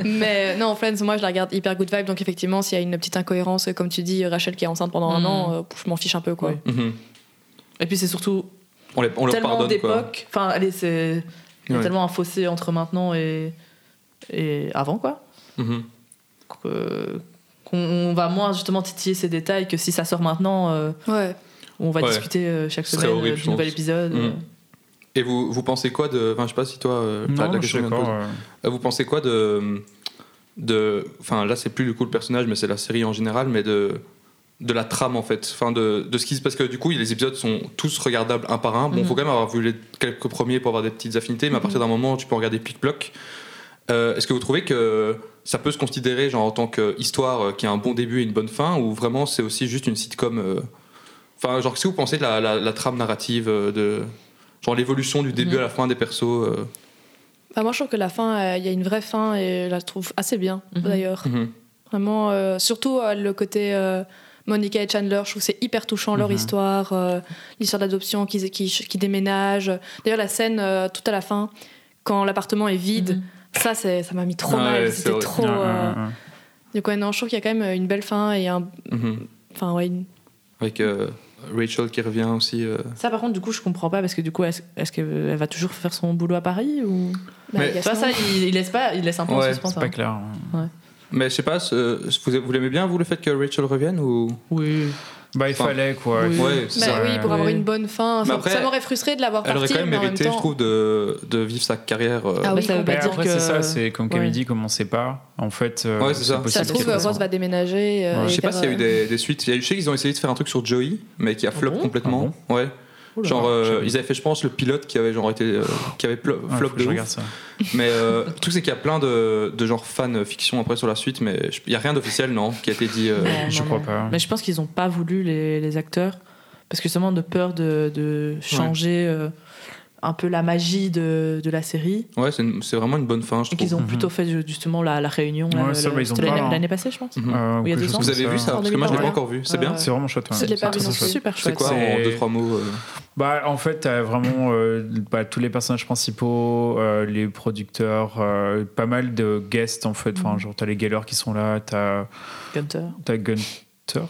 S3: Mais euh, non, Friends, moi, je la regarde hyper good vibe. Donc, effectivement, s'il y a une petite incohérence, euh, comme tu dis, Rachel qui est enceinte pendant un
S5: Mhm.
S3: an, euh, je m'en fiche un peu. quoi.
S5: Oui.
S2: Mhm.
S5: Et puis c'est surtout
S2: On, les, on leur
S5: tellement
S2: pardonne, quoi.
S5: d'époque. Enfin, allez, c'est il y a
S2: Ouais.
S5: tellement un fossé entre maintenant et, et avant, quoi.
S2: Mhm.
S5: que- Qu'on on va moins justement titiller ces détails que si ça sort maintenant. euh,
S3: Ouais.
S5: où on va
S2: Ouais.
S5: discuter euh, chaque
S2: Ce serait
S5: semaine euh,
S2: horrible, je
S5: du
S2: pense.
S5: nouvel épisode. euh,
S2: Mm. Et vous, vous pensez quoi de. Enfin, je sais pas si toi. euh, la- la
S4: Non, je
S2: question
S4: suis
S2: vient de
S4: d'accord.
S2: poser.
S4: euh,
S2: Euh, Vous pensez quoi de. de enfin, là, c'est plus du coup le personnage, mais c'est la série en général, mais de. de la trame en fait. Enfin, de, de ce qui se Parce que du coup, les épisodes sont tous regardables un par un. Bon,
S5: Mhm.
S2: faut quand même avoir vu les quelques premiers pour avoir des petites affinités, mais à partir d'un moment, tu peux regarder pic-bloc. Euh, Est-ce que vous trouvez que ça peut se considérer genre en tant qu'histoire euh, qui a un bon début et une bonne fin, ou vraiment c'est aussi juste une sitcom euh, Enfin, genre, qu'est-ce que vous pensez de la, la- la trame narrative euh, de. Genre l'évolution du début
S5: Mhm.
S2: à la fin des persos euh,
S3: Bah, moi, je trouve que la fin, euh, il y a une vraie fin et je la trouve assez bien,
S5: Mhm.
S3: d'ailleurs.
S2: mhm.
S3: Vraiment, euh, surtout euh, le côté euh, Monica et Chandler, je trouve que c'est hyper touchant leur
S4: Mhm.
S3: histoire, euh, l'histoire d'adoption qui, qui, qui déménage. D'ailleurs, la scène euh, tout à la fin, quand l'appartement est vide, ça, c'est- ça m'a mis trop
S2: Mhm. Ah
S3: mal.
S2: ouais, c'est
S3: C'était
S2: vrai.
S3: trop.
S4: ouais, ouais,
S3: euh,
S4: ouais.
S3: Donc, ouais, non, je trouve qu'il y a quand même une belle fin et un.
S2: Mhm.
S3: Enfin, ouais, une-
S2: Avec euh, Rachel qui revient aussi. euh.
S5: Ça, par contre, du coup, je comprends pas parce que du coup, est-ce est-ce qu'elle va toujours faire son boulot à Paris ou
S3: bah,
S2: Mais-
S3: il y a
S5: Tu vois, ça, il, il laisse pas, il laisse un peu
S2: Ouais,
S5: en suspens.
S4: C'est
S5: hein.
S4: pas clair. hein.
S2: Mais je sais pas, ce- ce- vous, vous l'aimez bien, vous, le fait que Rachel revienne ou...
S5: Oui.
S4: Bah, il
S2: Enfin,
S4: fallait quoi.
S5: oui.
S2: Ouais, c'est
S3: Bah
S2: ça.
S4: Ouais.
S3: oui, pour avoir
S5: Ouais.
S3: une bonne fin. Enfin,
S2: Mais après,
S3: ça m'aurait frustré de l'avoir
S2: Elle aurait
S3: partie,
S2: quand même
S3: mais en
S2: mérité,
S3: même
S2: je
S3: temps-
S2: trouve, de, de vivre sa carrière. euh.
S3: Ah
S5: Mais
S3: oui,
S5: ça veut pas
S4: Mais
S5: dire
S4: après,
S5: que.
S4: c'est ça, c'est comme Camille
S5: ouais.
S4: dit, comme on sait pas, en fait. euh,
S2: Ouais, c'est ça.
S4: possible
S3: Ça se trouve,
S4: qu'elle
S3: Rose
S4: fasse un-
S3: va déménager. euh,
S4: Ouais.
S3: et
S2: Je sais pas
S3: faire,
S2: s'il y a eu
S3: euh,
S2: des, des suites. Il y a eu, je sais qu'ils ont essayé de faire un truc sur Joey, mais qui a flop
S5: bon
S2: complètement. ouais.
S5: Oula.
S2: Genre, euh,
S4: j'avoue.
S2: ils avaient fait, je pense, le pilote qui avait genre été, euh, qui avait plo-
S4: Ouais,
S2: flop
S4: faut que
S2: de
S4: je
S2: ouf.
S4: regarde ça.
S2: Mais euh, le truc c'est qu'il y a plein de, de genre fan fiction après sur la suite, mais je- il y a rien d'officiel non qui a été dit. euh.
S5: Non,
S4: je
S5: non,
S4: crois
S5: non.
S4: pas.
S5: Mais je pense qu'ils ont pas voulu les, les acteurs parce que justement de peur de, de changer euh, un peu la magie de, de la série.
S2: Ouais, c'est une- c'est vraiment une bonne fin, je
S5: Et qu'ils
S2: trouve.
S5: ont
S4: Mhm.
S5: plutôt fait justement la, la réunion là,
S4: Ouais,
S5: le-
S4: ça,
S5: le-
S4: bah, ils ont
S5: c'était
S4: pas,
S5: l'année
S4: hein.
S5: l'année passée, je pense.
S2: Mhm.
S4: Euh,
S5: il y a
S4: quelque
S5: deux
S4: chose
S5: ans.
S2: Vous avez
S4: comme
S2: vu
S4: ça
S2: ça Parce que moi je l'ai pas
S5: Ouais.
S2: encore vu. C'est
S5: Euh,
S2: bien.
S4: C'est vraiment chouette. ouais.
S3: Je l'ai pas
S4: C'est
S3: vu
S4: très
S3: non
S4: chouette.
S3: plus.
S5: Super
S2: C'est
S5: chouette.
S2: quoi en
S4: C'est-
S2: deux trois mots euh,
S4: Bah, en fait, t'as vraiment euh, bah, tous les personnages principaux, euh, les producteurs, euh, pas mal de guests en fait.
S3: Mm.
S4: Enfin, genre, t'as les galeurs qui sont là, t'as
S5: Gunther.
S4: as Gunter.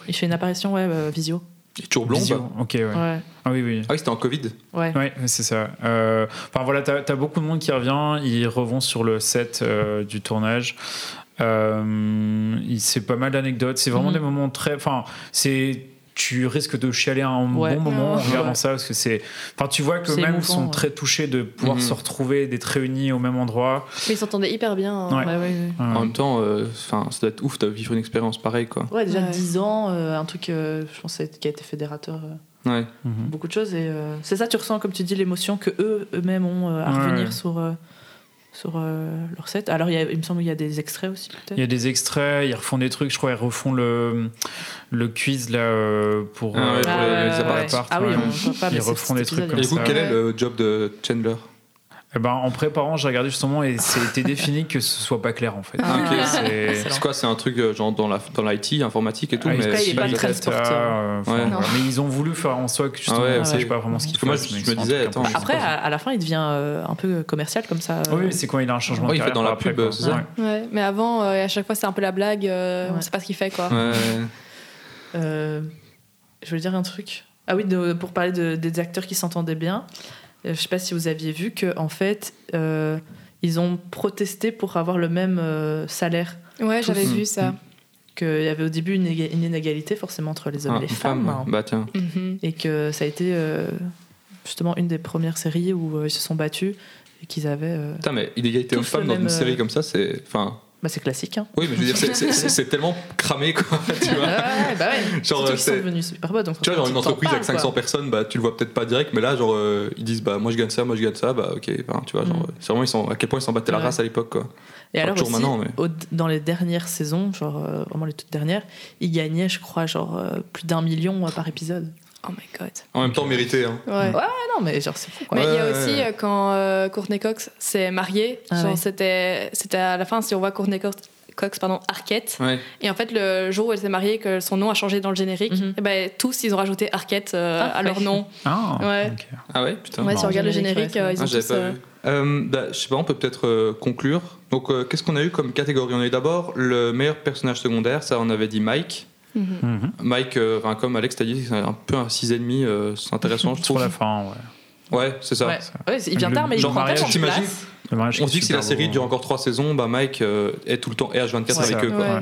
S5: Il fait une apparition, ouais, euh, visio.
S2: il est Toujours blond
S4: Visio.
S2: bah.
S4: Ok, ouais.
S5: Ouais.
S4: Ah oui, oui.
S2: Ah oui, c'était en Covid.
S5: Ouais.
S4: Ouais, ouais, c'est ça. Euh, Enfin voilà, t'as as beaucoup de monde qui revient, ils revont sur le set euh, du tournage. Euh, il- c'est pas mal d'anecdotes, c'est vraiment
S5: Mhm.
S4: des moments très. Enfin, c'est. Tu risques de chialer un
S5: Ouais.
S4: bon moment en
S5: Ouais.
S4: regardant ça parce que c'est. Enfin, tu vois que
S5: C'est
S4: même
S5: émouvant,
S4: ils sont
S5: ouais.
S4: très touchés de pouvoir
S2: Mhm.
S4: se retrouver, d'être réunis au même endroit.
S3: Mais ils s'entendaient hyper bien. hein.
S4: Ouais.
S5: Ouais, ouais, ouais.
S4: Euh,
S2: En même temps, euh, 'fin, ça doit être ouf de vivre une expérience pareille quoi.
S5: Ouais, déjà
S3: Ouais.
S5: 10 ans, euh, un truc, euh, je pense, qui a été fédérateur, euh,
S2: Ouais.
S4: mhm.
S5: beaucoup de choses. Et euh, c'est ça, tu ressens, comme tu dis, l'émotion que eux, eux-mêmes ont euh, à
S4: Ouais,
S5: revenir
S4: ouais.
S5: sur, euh, sur euh, leur set. Alors, il, y a- il me semble qu'il y a des extraits aussi, peut-être.
S4: Il y a des extraits, ils refont des trucs, je crois, ils refont le, le quiz là euh, pour.
S2: Ah ouais,
S4: euh,
S2: pour les-
S5: ouais,
S2: les
S5: ouais,
S2: apparts,
S5: ouais. Ah oui,
S4: ouais.
S5: on voit pas,
S4: Ils
S5: mais c'est-
S4: refont
S5: c'est
S4: des trucs
S5: épisode,
S4: comme
S2: Et
S5: il y
S2: du
S5: a
S2: coup,
S4: ça.
S2: quel
S5: ouais.
S2: est le job de Chandler
S4: Eh ben, en préparant, j'ai regardé justement et c'était défini que ce soit pas clair en fait.
S5: Ah,
S2: ok.
S4: C'est-
S5: Excellent.
S2: C'est quoi C'est un truc euh, genre dans la dans l'IT, informatique et tout.
S4: Ah,
S2: mais
S5: tout cas, il est pas
S4: si,
S5: très
S4: data,
S5: sportif.
S4: euh, enfin,
S2: Ouais.
S4: voilà. Mais ils ont voulu faire en soi que justement,
S2: Ah ouais,
S4: on
S2: ok.
S4: sache pas vraiment ce qu'il
S2: Parce que moi, je-
S4: fasse, mais
S2: je
S4: ils
S2: me
S4: font
S2: disais,
S4: un truc
S2: attends,
S4: un peu
S5: Après,
S4: chiant.
S5: à, à la fin, il devient euh, un peu commercial comme ça. euh,
S4: oui, mais c'est quand il a un changement
S2: Ouais,
S4: de
S2: il fait
S4: carrière
S2: dans la
S4: par après,
S2: pub,
S4: quoi.
S2: c'est ça
S4: Ouais.
S3: Ouais, mais avant, euh, à chaque fois, c'est un peu la blague, euh, on
S5: Ouais.
S3: sait pas ce qu'il fait, quoi.
S2: Ouais.
S5: Euh, je voulais dire un truc. Ah oui, de- pour parler de- des acteurs qui s'entendaient bien. Euh, je sais pas si vous aviez vu que en fait, euh, ils ont protesté pour avoir le même euh, salaire.
S3: Ouais, j'avais
S2: Tous.
S3: vu ça.
S5: Qu'il y avait au début une, éga- une inégalité forcément entre les hommes
S2: Ah,
S5: et les
S2: une
S5: femmes. hein.
S2: Bah tiens.
S3: Mhm.
S5: Et que ça a été euh, justement une des premières séries où euh, ils se sont battus et qu'ils avaient. euh,
S2: Putain, mais inégalité
S5: Tous
S2: homme-femme
S5: le
S2: dans
S5: même,
S2: une
S5: euh,
S2: série comme ça, c'est. Enfin.
S5: Bah, c'est classique. Hein.
S2: Oui, mais je veux dire, c'est- c'est- c'est c'est tellement cramé, quoi. Tu vois,
S5: Ouais, bah
S2: Genre,
S5: ouais. Surtout qu'ils sont
S2: c'est-
S5: devenus super bas. Donc,
S2: tu vois genre une
S5: t'en
S2: entreprise avec
S5: parles,
S2: 500
S5: quoi.
S2: personnes, bah, tu le vois peut-être pas direct, mais là, genre, euh, ils disent, bah, moi je gagne ça, moi je gagne ça, bah, ok, enfin, tu vois, genre,
S5: Mm.
S2: euh, c'est vraiment, ils sont, à quel point ils s'en battaient la
S5: Ouais.
S2: race à l'époque, quoi.
S5: Et
S2: Enfin,
S5: alors
S2: toujours
S5: aussi,
S2: maintenant, mais-
S5: au- dans les dernières saisons, genre euh, vraiment les toutes dernières, ils gagnaient, je crois, genre euh, plus d'un million euh, par épisode.
S3: Oh my god.
S2: En même temps, mérité, hein.
S3: Ouais.
S5: Ah non, mais genre c'est fou quoi.
S3: Mais il y a
S2: Ouais,
S3: aussi
S2: ouais.
S3: euh, quand euh, Courtney Cox s'est mariée,
S5: Ah
S3: genre
S5: ouais.
S3: c'était, c'était à la fin, si on voit Courtney Cox, Cox pardon, Arquette,
S2: Ouais.
S3: et en fait le jour où elle s'est mariée, que son nom a changé dans le générique,
S5: Mhm.
S3: eh ben, tous ils ont rajouté Arquette euh,
S5: Ah,
S3: à leur
S5: ouais.
S3: nom.
S4: Ah,
S3: Ouais.
S4: ok.
S2: Ah ouais, putain.
S3: Ouais,
S4: marrant.
S3: si on regarde le
S5: Générique,
S3: générique,
S5: ouais,
S3: euh,
S5: c'est
S3: ils ont
S2: Ah, j'avais
S3: tous,
S2: pas
S3: euh,
S2: vu. Euh, bah, je sais pas, on peut peut-être euh, conclure. Donc, euh, qu'est-ce qu'on a eu comme catégorie On a eu d'abord le meilleur personnage secondaire, ça on avait dit Mike.
S3: mhm.
S4: Mhm.
S2: Mike, euh, enfin, comme Alex t'as dit, c'est un peu un 6,5, euh, c'est intéressant, je
S4: Sur
S2: trouve.
S4: la fin, ouais.
S2: Ouais, c'est ça.
S5: Ouais.
S4: ça.
S5: Ouais, c'est- il vient
S4: Le-
S5: tard, mais il
S4: genre
S5: prend
S4: mariage,
S5: tellement de
S2: t'imagines
S5: place.
S4: Le mariage
S2: On
S4: qui
S2: se
S4: est
S2: dit que si
S4: super
S2: la série
S4: beau. hein.
S2: dure encore trois saisons, bah Mike euh, est tout le temps et H24
S4: C'est
S2: avec
S4: ça.
S2: eux. quoi.
S3: Ouais.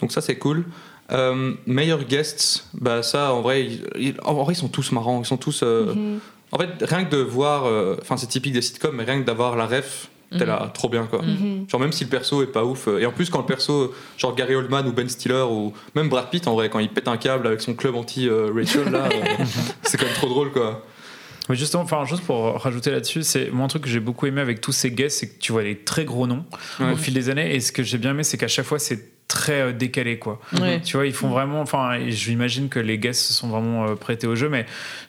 S2: Donc ça c'est cool. Euh, meilleurs guests, bah ça en vrai, ils, ils- en vrai ils sont tous marrants, ils sont tous. euh,
S3: Mm-hmm.
S2: En fait, rien que de voir, euh, enfin c'est typique des sitcoms, mais rien que d'avoir la ref,
S3: Mm-hmm.
S2: t'es là, trop bien quoi. Genre même si le perso est pas ouf, euh, et en plus quand le perso, genre Gary Oldman ou Ben Stiller ou même Brad Pitt en vrai, quand il pète un câble avec son club anti euh, Rachel là, euh, c'est quand même trop drôle quoi.
S4: Mais justement, enfin, juste pour rajouter là-dessus, c'est moi un truc que j'ai beaucoup aimé avec tous ces guests, c'est que tu vois des très gros noms
S2: Ouais.
S4: au fil des années, et ce que j'ai bien aimé, c'est qu'à chaque fois, c'est très euh, décalé, quoi.
S5: Ouais.
S4: Tu vois, ils font vraiment, enfin, et j'imagine que les guests se sont vraiment euh, prêtés au jeu, mais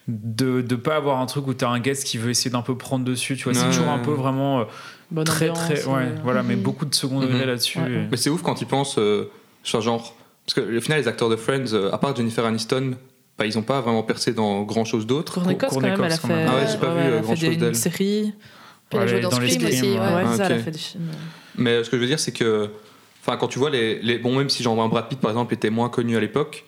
S4: de ne pas avoir un truc où t'as un guest qui veut essayer d'un peu prendre dessus, tu vois, c'est
S2: Ouais.
S4: toujours un peu vraiment euh,
S5: Bonne
S4: très,
S5: ambiance,
S4: très, ouais,
S5: euh,
S4: voilà, mais beaucoup de second degré
S2: Mhm.
S4: là-dessus.
S5: Ouais.
S4: et-
S2: Mais c'est ouf quand ils pensent, euh, sur genre, parce que au final les acteurs de Friends, euh, à part Jennifer Aniston, bah ils ont pas vraiment percé dans grand chose d'autre.
S5: Cornécos, quand même, elle a
S4: Cornécos,
S5: fait,
S4: quand même.
S2: Ah ouais, j'ai pas vu,
S5: elle a
S2: euh, grand-chose
S5: fait des- une
S2: d'elle.
S5: série.
S3: Puis elle a
S4: Ouais,
S3: joué dans
S4: dans les
S3: Scream aussi.
S4: Scream,
S3: ouais.
S5: Ouais,
S2: Ah,
S5: c'est ça, elle a
S2: ok.
S5: fait des films.
S2: Mais euh, ce que je veux dire, c'est que. Enfin, quand tu vois les, les. Bon, même si genre un Brad Pitt, par exemple, était moins connu à l'époque,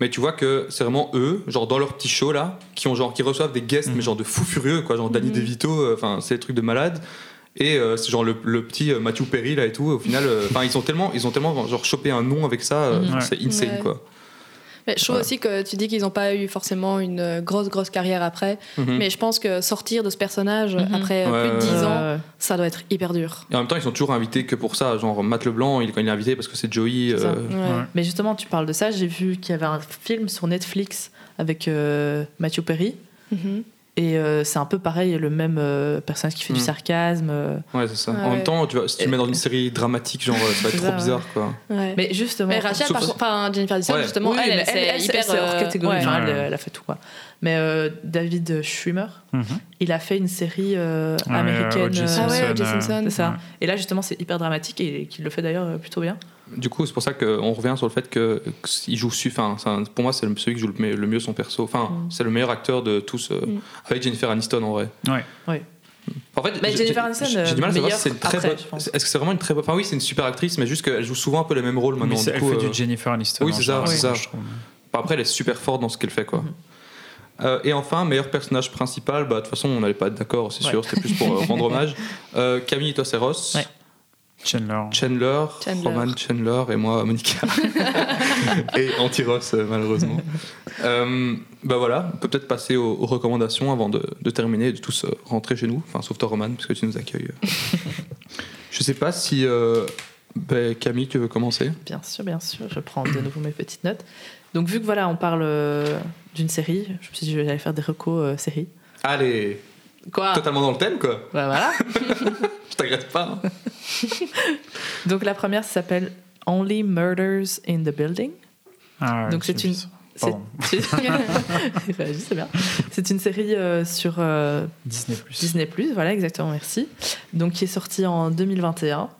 S2: mais tu vois que c'est vraiment eux, genre dans leur petit show là, qui, ont, genre, qui reçoivent des guests,
S5: Mhm.
S2: mais genre de fous furieux, quoi. Genre Danny DeVito, euh, enfin, c'est des trucs de malade. Et euh, c'est genre le, le petit euh, Matthew Perry là et tout, au final, euh, enfin, ils ont tellement, ils ont tellement genre, chopé un nom avec ça, euh,
S5: Mhm.
S4: Ouais.
S2: c'est insane
S3: Ouais.
S2: quoi.
S3: Mais je trouve
S2: Voilà.
S3: aussi que tu dis qu'ils n'ont pas eu forcément une euh, grosse, grosse carrière après.
S2: Mhm.
S3: Mais je pense que sortir de ce personnage euh,
S5: Mhm.
S3: après euh,
S2: Ouais,
S3: plus de
S2: ouais,
S3: 10 ans,
S5: Ouais, ouais.
S3: ça doit être hyper dur.
S2: Et en même temps, ils sont toujours invités que pour ça. Genre Matt LeBlanc, il, quand il est invité, parce que c'est Joey.
S5: C'est ça.
S2: euh,
S3: Ouais.
S4: Ouais.
S5: Mais justement, tu parles de ça. J'ai vu qu'il y avait un film sur Netflix avec euh, Matthew Perry.
S3: Mhm.
S5: Et euh, c'est un peu pareil, le même euh, personnage qui fait du
S2: Mm.
S5: sarcasme. euh.
S2: Ouais, c'est ça.
S3: Ouais,
S2: En
S3: ouais.
S2: même temps, tu vois, si tu le mets dans une série dramatique, genre, euh, ça va être
S5: C'est
S2: trop
S5: ça, ouais.
S2: bizarre quoi.
S3: Ouais. Mais,
S5: Mais justement.
S3: Rachel,
S2: Sauf
S3: par
S2: que-
S3: contre, enfin Jennifer Aniston,
S2: Ouais.
S3: justement,
S5: Oui,
S3: elle,
S5: mais
S3: elle, c'est
S5: c'est-
S3: hyper.
S5: c'est hors
S3: euh,
S5: catégorie.
S3: ouais.
S5: Enfin,
S4: Ouais.
S5: elle, elle a fait tout quoi. Mais euh, David Schwimmer,
S4: Mhm.
S5: il a fait une série euh,
S4: Ouais,
S5: américaine.
S4: O.J.
S5: euh,
S3: Ah ouais,
S4: Simpson,
S3: O.J.
S4: euh,
S3: Simpson.
S5: c'est ça.
S4: Ouais.
S5: Et là justement, c'est hyper dramatique et qu'il le fait d'ailleurs euh, plutôt bien.
S2: Du coup, c'est pour ça qu'on revient sur le fait que- qu'il joue. su- Enfin, c'est un- pour moi, c'est le- celui qui joue le, me- le mieux son perso. Enfin,
S5: Mm.
S2: c'est le meilleur acteur de tous, euh,
S3: Mm.
S2: avec Jennifer Aniston en vrai. Mm.
S4: Ouais.
S5: Ouais.
S2: En fait,
S5: Mais
S2: j'ai-
S5: Jennifer
S2: j'ai-
S5: Aniston,
S2: j'ai j'ai du mal à savoir
S5: meilleure
S2: si c'est une très
S5: après,
S2: bonne.
S5: je pense.
S2: Est-ce que c'est vraiment une très bonne. Enfin, oui, c'est une super actrice, mais juste qu'elle joue souvent un peu les mêmes rôles
S4: Mais
S2: maintenant.
S4: c'est-
S2: du
S4: elle
S2: coup,
S4: fait
S2: euh,
S4: du Jennifer Aniston. hein,
S2: oui,
S4: en
S2: c'est ça,
S4: général,
S2: c'est ça.
S4: je trouve.
S2: Enfin, Après, elle est super forte dans ce qu'elle fait, quoi.
S5: Mhm.
S2: Euh, et enfin, meilleur personnage principal, bah, de toute façon, on n'allait pas être d'accord, c'est
S5: Ouais.
S2: sûr, c'était plus pour euh, rendre hommage. Euh, Camille, toi, c'est Ross.
S5: Ouais.
S4: Chandler.
S2: Chandler,
S3: Chandler.
S2: Roman Chandler et moi, Monica. et Antiros, euh, malheureusement. Euh, bah voilà, on peut peut-être passer aux, aux recommandations avant de, de terminer et de tous euh, rentrer chez nous. Enfin, sauf toi, Roman, parce que tu nous accueilles. euh. Je sais pas si. euh, bah, Camille, tu veux commencer
S5: Bien sûr, bien sûr. Je prends de nouveau mes petites notes. Donc vu que voilà, on parle euh, d'une série, je me suis dit je vais aller faire des recos euh, séries.
S2: Allez,
S5: Quoi
S2: totalement dans le thème, quoi.
S5: Bah voilà.
S2: Je t'agresse pas. hein.
S5: Donc la première s'appelle Only Murders in the Building.
S4: Ah, ouais,
S5: Donc c'est
S4: j'ai
S5: une-
S4: vu ça.
S5: C'est-
S4: Pardon.
S5: c'est- Il réagit, c'est bien. C'est une série euh, sur euh,
S4: Disney Plus.
S5: Disney+, voilà, exactement, merci. Donc, qui est sortie en 2021,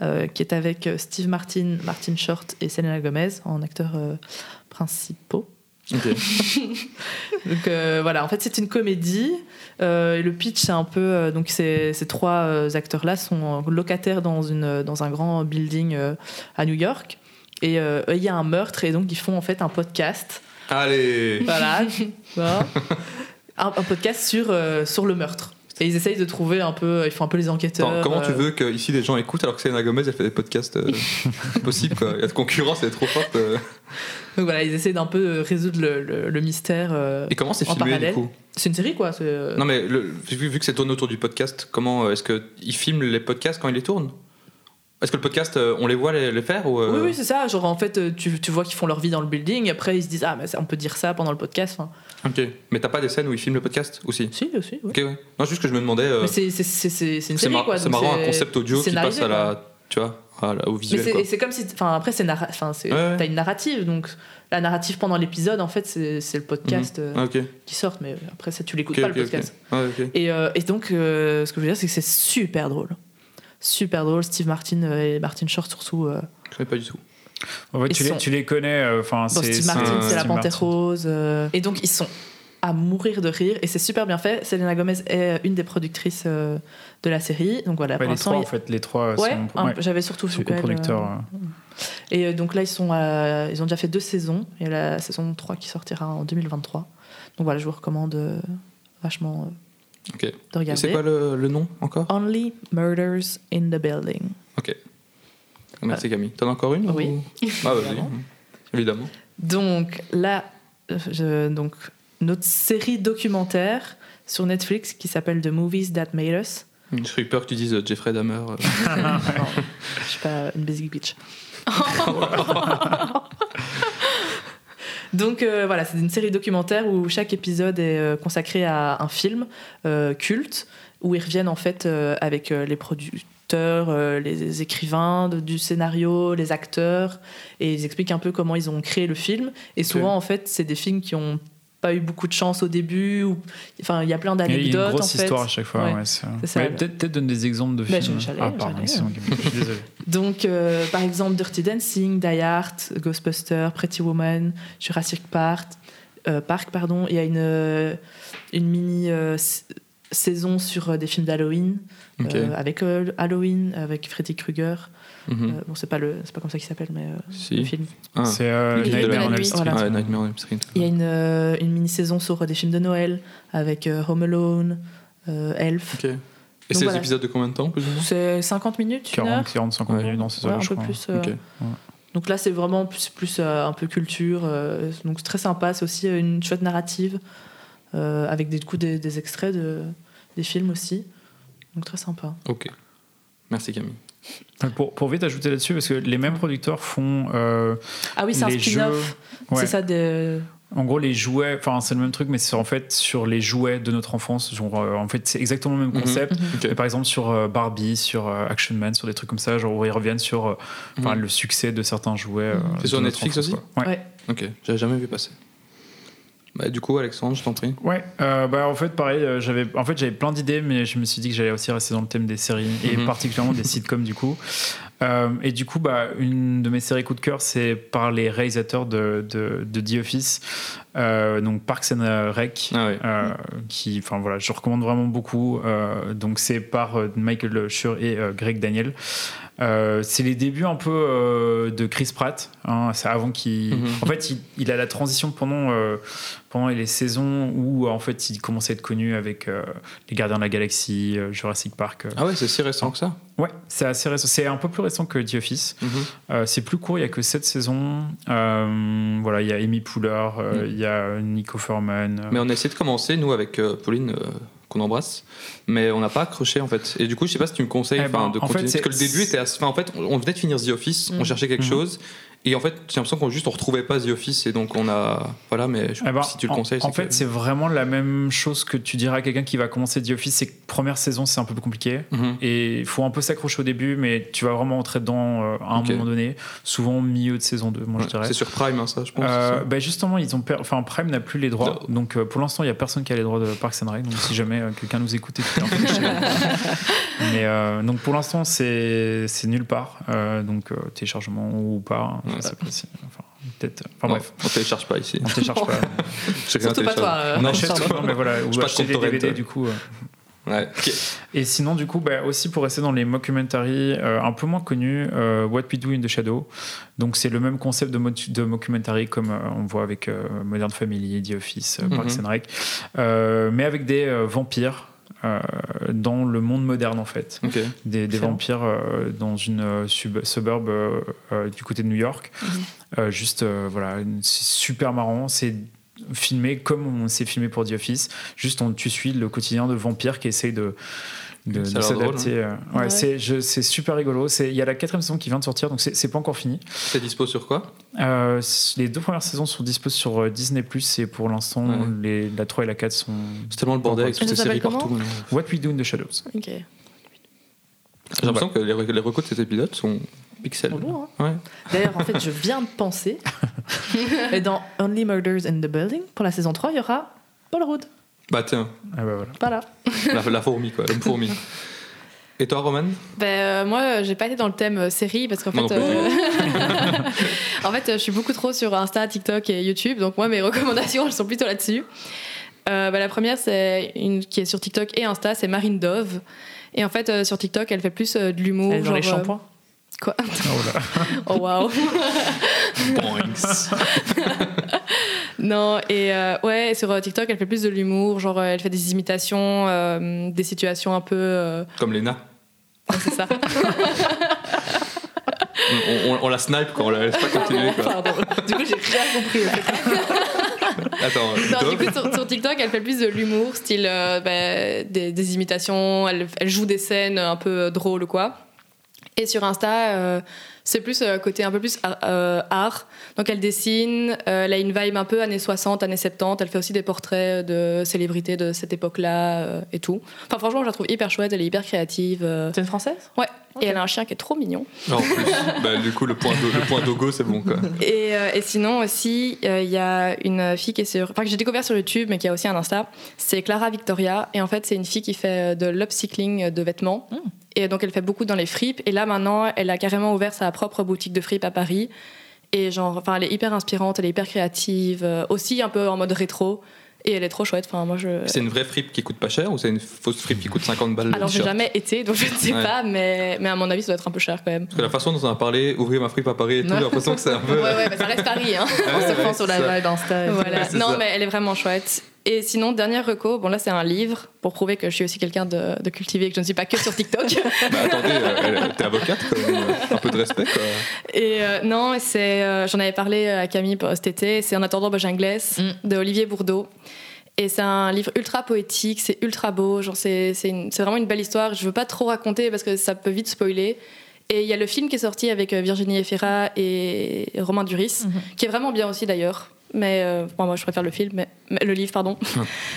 S5: euh, qui est avec euh, Steve Martin, Martin Short et Selena Gomez en acteurs euh, principaux. Donc euh, voilà, en fait c'est une comédie. Euh, et le pitch c'est un peu euh, donc ces, ces trois acteurs là sont locataires dans une euh, dans un grand building euh, à New York et euh, il y a un meurtre et donc ils font en fait un podcast.
S2: Allez
S5: Voilà, Voilà. un, un podcast sur euh, sur le meurtre. Et ils essayent de trouver un peu, euh, ils font un peu les enquêteurs.
S2: Attends, comment tu
S5: euh,
S2: veux que ici les gens écoutent alors que Selena Gomez elle fait des podcasts euh, possible quoi La concurrence elle est trop forte. euh.
S5: Donc voilà, ils essayent d'un peu euh, résoudre le, le- le mystère. euh.
S2: Et comment c'est
S5: En
S2: filmé du
S5: parallèle.
S2: coup
S5: C'est une série quoi. c'est, euh,
S2: Non mais le- vu, vu que c'est tourné autour du podcast, comment euh, est-ce que ils filment les podcasts quand ils les tournent Est-ce que le podcast euh, on les voit les, les faire ou euh,
S5: Oui, oui, c'est ça. Genre, en fait, euh, tu, tu vois qu'ils font leur vie dans le building. Après, ils se disent, ah, mais ça, on peut dire ça pendant le podcast. Enfin,
S2: Ok. Mais t'as pas des scènes où ils filment le podcast aussi
S5: si, aussi. ouais.
S2: Ok. Ouais. Non juste que je me demandais. euh,
S5: Mais c'est c'est- c'est- c'est- c'est une
S2: c'est
S5: série,
S2: mar-
S5: quoi.
S2: c'est
S5: donc
S2: marrant un concept audio qui
S5: scénarisé,
S2: passe à la tu vois à la- au
S5: Mais
S2: visuel
S5: c'est
S2: quoi.
S5: et c'est comme si. Enfin, après, c'est narra- enfin, c'est-
S2: Ouais, ouais.
S5: t'as une narrative. Donc, la narrative pendant l'épisode, en fait, c'est c'est le podcast euh,
S2: Ah, ok.
S5: qui sort. Mais après, ça, tu l'écoutes
S2: Ok,
S5: pas
S2: ok,
S5: le
S2: ok.
S5: podcast.
S2: Ouais, ok.
S5: Et, euh, et donc, euh, ce que je veux dire, c'est que c'est super drôle. Super drôle. Steve Martin euh, et Martin Short, surtout. euh.
S2: Je connais pas du tout.
S4: En vrai,
S5: Ils
S4: tu, les,
S5: sont-
S4: tu les connais. euh, Enfin,
S5: Bon,
S4: c'est
S5: Steve Martin,
S2: c'est
S5: c'est la
S4: Steve Martin.
S5: Panthère Rose. euh. Et donc, ils sont à mourir de rire et c'est super bien fait. Selena Gomez est une des productrices euh, de la série. Donc voilà,
S4: Ouais,
S5: pour
S4: les trois,
S5: l'instant.
S4: en fait, les trois euh,
S5: il- Ouais,
S4: sont,
S5: un-
S4: ouais,
S5: j'avais surtout
S4: sont
S5: vu qu'elle,
S4: coproducteurs.
S5: euh,
S4: euh.
S5: Et euh, donc là, ils, sont, à- ils ont déjà fait deux saisons et la saison 3 qui sortira en 2023. Donc voilà, je vous recommande euh, vachement euh,
S2: Ok.
S5: de
S2: Et C'est
S5: regarder.
S2: quoi le, le nom encore
S5: Only Murders in the Building.
S2: Ok. Merci Ah, Camille. T'en as encore une
S5: Euh, Oui.
S2: ou- Ah vas-y.
S5: Évidemment.
S2: évidemment.
S5: Donc là, euh, je- donc, notre série documentaire sur Netflix qui s'appelle The Movies That Made Us.
S2: J'ai eu peur que tu dises euh, Jeffrey Dahmer. euh.
S5: Non, je suis pas une basic bitch. Donc euh, voilà, c'est une série documentaire où chaque épisode est euh, consacré à un film euh, culte, où ils reviennent en fait euh, avec euh, les producteurs, euh, les écrivains de- du scénario, les acteurs, et ils expliquent un peu comment ils ont créé le film. Et souvent en fait, c'est des films qui ont pas eu beaucoup de chance au début, ou enfin il y a plein
S4: Il y a une
S5: d'anecdotes en
S4: grosse
S5: fait.
S4: histoire à chaque fois.
S5: Ouais.
S4: ouais, c'est-
S5: C'est ça,
S4: Mais
S5: le-
S4: Peut-être peut donne des exemples de
S5: Bah,
S4: films.
S5: je- j'allais-
S4: ah, pardon,
S5: j'allais.
S4: c'est bon, je suis désolé.
S5: Donc, euh, par exemple, Dirty Dancing, Die Hard, Ghostbusters, Pretty Woman, Jurassic Park. euh, Park pardon. Il y a une, euh, une mini euh, s- saison sur euh, des films d'Halloween,
S2: Ok.
S5: euh, avec euh, Halloween, avec Freddy Krueger.
S2: Mhm.
S5: Euh, bon, c'est pas, le- c'est pas comme ça qu'il s'appelle, mais euh,
S2: Si.
S5: le film.
S2: Ah.
S4: C'est euh,
S3: Le
S4: Nightmare
S3: Guide de la
S4: on Elm
S3: Nuit.
S4: Street.
S5: Voilà.
S2: Ouais, Nightmare on Elm Street.
S5: Il y a une, euh, une mini saison sur euh, des films de Noël, avec euh, Home Alone, euh, Elf.
S2: Ok. Et
S5: Donc
S2: c'est des
S5: voilà.
S2: épisodes de combien de temps, plus ou moins
S5: C'est 50 minutes, une heure
S4: 40, 40, 50
S2: Ouais.
S4: minutes dans ces
S5: Ouais,
S4: heures,
S5: un
S4: je
S5: peu
S4: crois.
S5: plus. euh,
S2: Ok.
S5: Donc là, c'est vraiment plus, plus euh, un peu culture. euh, donc c'est très sympa. C'est aussi euh, une chouette narrative euh, avec des, du coup, des, des extraits de, des films aussi. Donc très sympa.
S2: Ok. Merci Camille.
S4: Donc, Pour, pour vite ajouter là-dessus, parce que les mêmes producteurs font. euh,
S5: Ah oui, c'est un
S4: les
S5: spin-off.
S4: jeux- ouais.
S5: C'est ça
S2: Euh,
S5: des.
S4: En gros, les jouets, enfin, c'est le même truc, mais c'est en fait sur les jouets de notre enfance. Genre, euh, en fait, c'est exactement le même
S2: Mhm.
S4: concept.
S5: Mm.
S2: Ok.
S4: Mais par exemple, sur euh, Barbie, sur euh, Action Man, sur des trucs comme ça, genre où ils reviennent sur euh, enfin,
S2: Mhm.
S4: le succès de certains jouets. euh,
S2: C'est
S4: de
S2: sur
S4: notre
S2: Netflix
S4: enfance,
S2: aussi
S4: quoi. Ouais.
S5: Ouais.
S2: Ok. J'avais jamais vu passer. Bah, du coup, Alexandre, je t'en prie.
S4: Ouais, euh, bah en fait pareil, euh, j'avais en fait j'avais plein d'idées, mais je me suis dit que j'allais aussi rester dans le thème des séries et
S2: Mhm.
S4: particulièrement des sitcoms du coup. Euh, et du coup, bah une de mes séries coup de cœur, c'est par les réalisateurs de de, de The Office, euh, donc Parks and Rec.
S2: Ah ouais.
S4: euh, qui, enfin voilà, je recommande vraiment beaucoup. Euh, donc c'est par euh, Michael Schur et euh, Greg Daniel. Euh, c'est les débuts un peu euh, de Chris Pratt. hein, c'est avant qu'il,
S2: Mhm.
S4: en fait, il, il a la transition pendant euh, pendant les saisons où euh, en fait il commençait à être connu avec euh, les Gardiens de la Galaxie, euh, Jurassic Park. euh.
S2: Ah ouais, c'est si récent que ça.
S4: Ouais, c'est assez récent. C'est un peu plus récent que The Office.
S2: Mhm.
S4: Euh, c'est plus court, il y a que 7 saisons. Euh, voilà, il y a Amy Poehler, euh,
S2: Mhm.
S4: il y a Nico Forman. euh,
S2: Mais on a essayé de commencer, nous, avec euh, Pauline, euh, qu'on embrasse, mais on n'a pas accroché, en fait. Et du coup, je sais pas si tu me conseilles
S4: Eh ben,
S2: enfin, de
S4: en fait,
S2: continuer.
S4: c'est-
S2: parce que le début était assez. enfin, en fait, on on venait de finir The Office, on
S5: Mm.
S2: cherchait quelque
S4: Mhm.
S2: chose, et en fait, j'ai l'impression qu'on juste on retrouvait pas The Office, et donc on a. Voilà, mais je-
S4: Eh ben,
S2: si tu le
S4: en-
S2: conseilles,
S4: En,
S2: c'est
S4: fait,
S2: que-
S4: c'est vraiment la même chose que tu dirais à quelqu'un qui va commencer The Office. C'est que première saison, c'est un peu plus compliqué.
S2: Mhm.
S4: Et il faut un peu s'accrocher au début, mais tu vas vraiment entrer dedans euh, à un
S2: Ok.
S4: moment donné. Souvent milieu de saison 2, moi
S2: Ouais,
S4: je dirais.
S2: C'est sur Prime, hein, ça, je pense.
S4: Euh,
S2: c'est ça.
S4: bah, justement, ils ont per- enfin Prime n'a plus les droits, donc euh, pour l'instant il y a personne qui a les droits de Parks and Rec. Donc si jamais euh, quelqu'un nous écoute, et tout, en fait, je sais pas. mais euh, donc pour l'instant c'est c'est nulle part, Euh, donc euh, téléchargement ou pas, hein,
S2: Ouais.
S4: ça, c'est possible. Enfin, peut-être. Enfin
S2: Non,
S4: bref,
S2: on télécharge pas ici.
S4: on télécharge pas.
S2: Chacun
S5: Surtout pas
S2: télécharge.
S5: toi. euh,
S4: On
S2: Non,
S4: achète
S5: pardon.
S4: tout, non, mais voilà,
S2: Je
S4: ou
S2: passe
S4: acheter
S2: sur
S4: des
S2: Torrent,
S4: DVD
S2: ouais.
S4: du coup. euh.
S2: Ouais. Ok.
S4: Et sinon, du coup, bah, aussi pour rester dans les mockumentaries euh, un peu moins connus, euh, What We Do in the Shadow. Donc c'est le même concept de, mo- de mockumentary comme euh, on voit avec euh, Modern Family, The Office, euh, Parks
S2: Mhm.
S4: and Rec, Euh, mais avec des euh, vampires. euh, dans le monde moderne en fait
S2: Ok.
S4: des, des
S5: Excellent.
S4: vampires euh, dans une euh, sub- suburb euh, euh, du côté de New York. Euh, juste, euh, voilà, une- c'est super marrant. C'est filmé comme on s'est filmé pour The Office. Juste, on, tu suis le quotidien de vampires qui essayent de, de,
S2: Ça a
S4: de
S2: l'air drôle, hein.
S4: s'adapter. euh. Ouais,
S3: Ouais.
S4: c'est- je- C'est super rigolo. C'est- Il y a la quatrième saison qui vient de sortir, donc c'est c'est pas encore fini.
S2: C'est dispo sur quoi
S4: Euh, c- les deux premières saisons sont disponibles sur euh, Disney+, et pour l'instant,
S2: Ouais.
S4: les- la 3 et la 4 sont...
S2: C'est tellement le bordel avec toutes ces
S3: Ça
S2: séries
S3: s'appelle
S2: partout.
S3: comment
S2: maintenant.
S4: What We Do in the Shadows.
S3: Ok.
S2: J'ai l'impression que les, les recos de cet épisode sont pixels.
S5: Trop lourd,
S2: Ouais.
S5: hein. D'ailleurs, en fait, je viens de penser. et dans Only Murders in the Building, pour la saison 3, il y aura Paul Rudd.
S2: Bah tiens,
S4: Ah bah voilà.
S5: Pas là.
S2: la, la fourmi quoi, l'homme fourmi. Et toi, Roman
S3: Ben, euh, moi, euh, j'ai pas été dans le thème euh, série parce qu'en
S2: Moi
S3: fait,
S2: non plus.
S3: euh, en fait, euh, je suis beaucoup trop sur Insta, TikTok et YouTube. Donc moi, mes recommandations, elles sont plutôt là-dessus. Euh, ben, la première, c'est une qui est sur TikTok et Insta, c'est Marine Dove. Et en fait, euh, sur TikTok, elle fait plus euh, de l'humour.
S5: Elle est dans
S3: genre,
S5: les
S3: euh,
S5: shampoings.
S3: quoi
S4: Oh là.
S3: Oh waouh. Non, et euh, ouais, sur euh, TikTok, elle fait plus de l'humour, genre euh, elle fait des imitations, euh, des situations un peu. euh,
S2: Comme Léna.
S3: c'est ça.
S2: on, on- on la snipe quand on la laisse pas continuer. quoi.
S5: Pardon. Du coup, j'ai rien compris. en fait.
S2: Attends,
S3: Non, du
S2: Dove,
S3: coup, sur, sur TikTok, elle fait plus de l'humour, style euh, ben, des, des imitations, elle, elle joue des scènes un peu euh, drôles ou quoi. Et sur Insta, euh, c'est plus euh, côté un peu plus ar- euh, art. Donc elle dessine, euh, elle a une vibe un peu années 60, années 70. Elle fait aussi des portraits de célébrités de cette époque-là euh, et tout. Enfin, franchement, je la trouve hyper chouette, elle est hyper créative. euh.
S5: C'est une française
S3: Ouais, et elle a un chien qui est trop mignon.
S2: Non, en plus, bah, du coup, le point, do- le point dogo, c'est bon. Quoi.
S3: Et, euh, et sinon aussi, euh, il y a une fille qui est sur, enfin que j'ai découvert sur YouTube, mais qui a aussi un Insta. C'est Clara Victoria, et en fait c'est une fille qui fait euh, de l'upcycling euh, de vêtements. Et donc elle fait beaucoup dans les fripes. Et là maintenant, elle a carrément ouvert sa propre boutique de fripes à Paris. Et genre, enfin elle est hyper inspirante, elle est hyper créative, euh, aussi un peu en mode rétro. Et elle est trop chouette. Enfin moi je.
S2: C'est une vraie fripe qui coûte pas cher ou c'est une fausse fripe qui coûte 50 balles le
S3: Alors j'ai
S2: t-shirt
S3: jamais été, donc je ne sais
S2: Ouais.
S3: pas, mais mais à mon avis ça doit être un peu cher quand même.
S2: Parce que la façon dont on a parlé, ouvrir ma fripe à Paris et tout,
S5: Ouais.
S2: j'ai l'impression que c'est un
S3: Ouais
S2: peu.
S3: ouais, bah, ça reste Paris hein.
S5: On se prend
S2: ouais,
S5: sur la
S2: ça.
S5: vibe Insta. et tout.
S3: Voilà.
S2: c'est
S3: Non,
S2: ça.
S3: mais elle est vraiment chouette. Et sinon, dernière reco, bon là c'est un livre pour prouver que je suis aussi quelqu'un de, de cultivé, que je ne suis pas que sur TikTok.
S2: Bah, attendez, euh, elle- t'es avocate quand même, euh, un peu de respect quoi.
S3: Et euh, non, c'est, euh, j'en avais parlé à Camille pour- cet été, c'est En attendant Bojangles
S5: Mm.
S3: de Olivier Bourdeau. Et c'est un livre ultra poétique, c'est ultra beau, genre c'est, c'est, une- c'est vraiment une belle histoire. Je veux pas trop raconter parce que ça peut vite spoiler. Et il y a le film qui est sorti avec euh, Virginie Efira et Romain Duris,
S5: Mm-hmm.
S3: qui est vraiment bien aussi d'ailleurs. Mais euh, bon, moi je préfère le film, mais, mais- le livre pardon.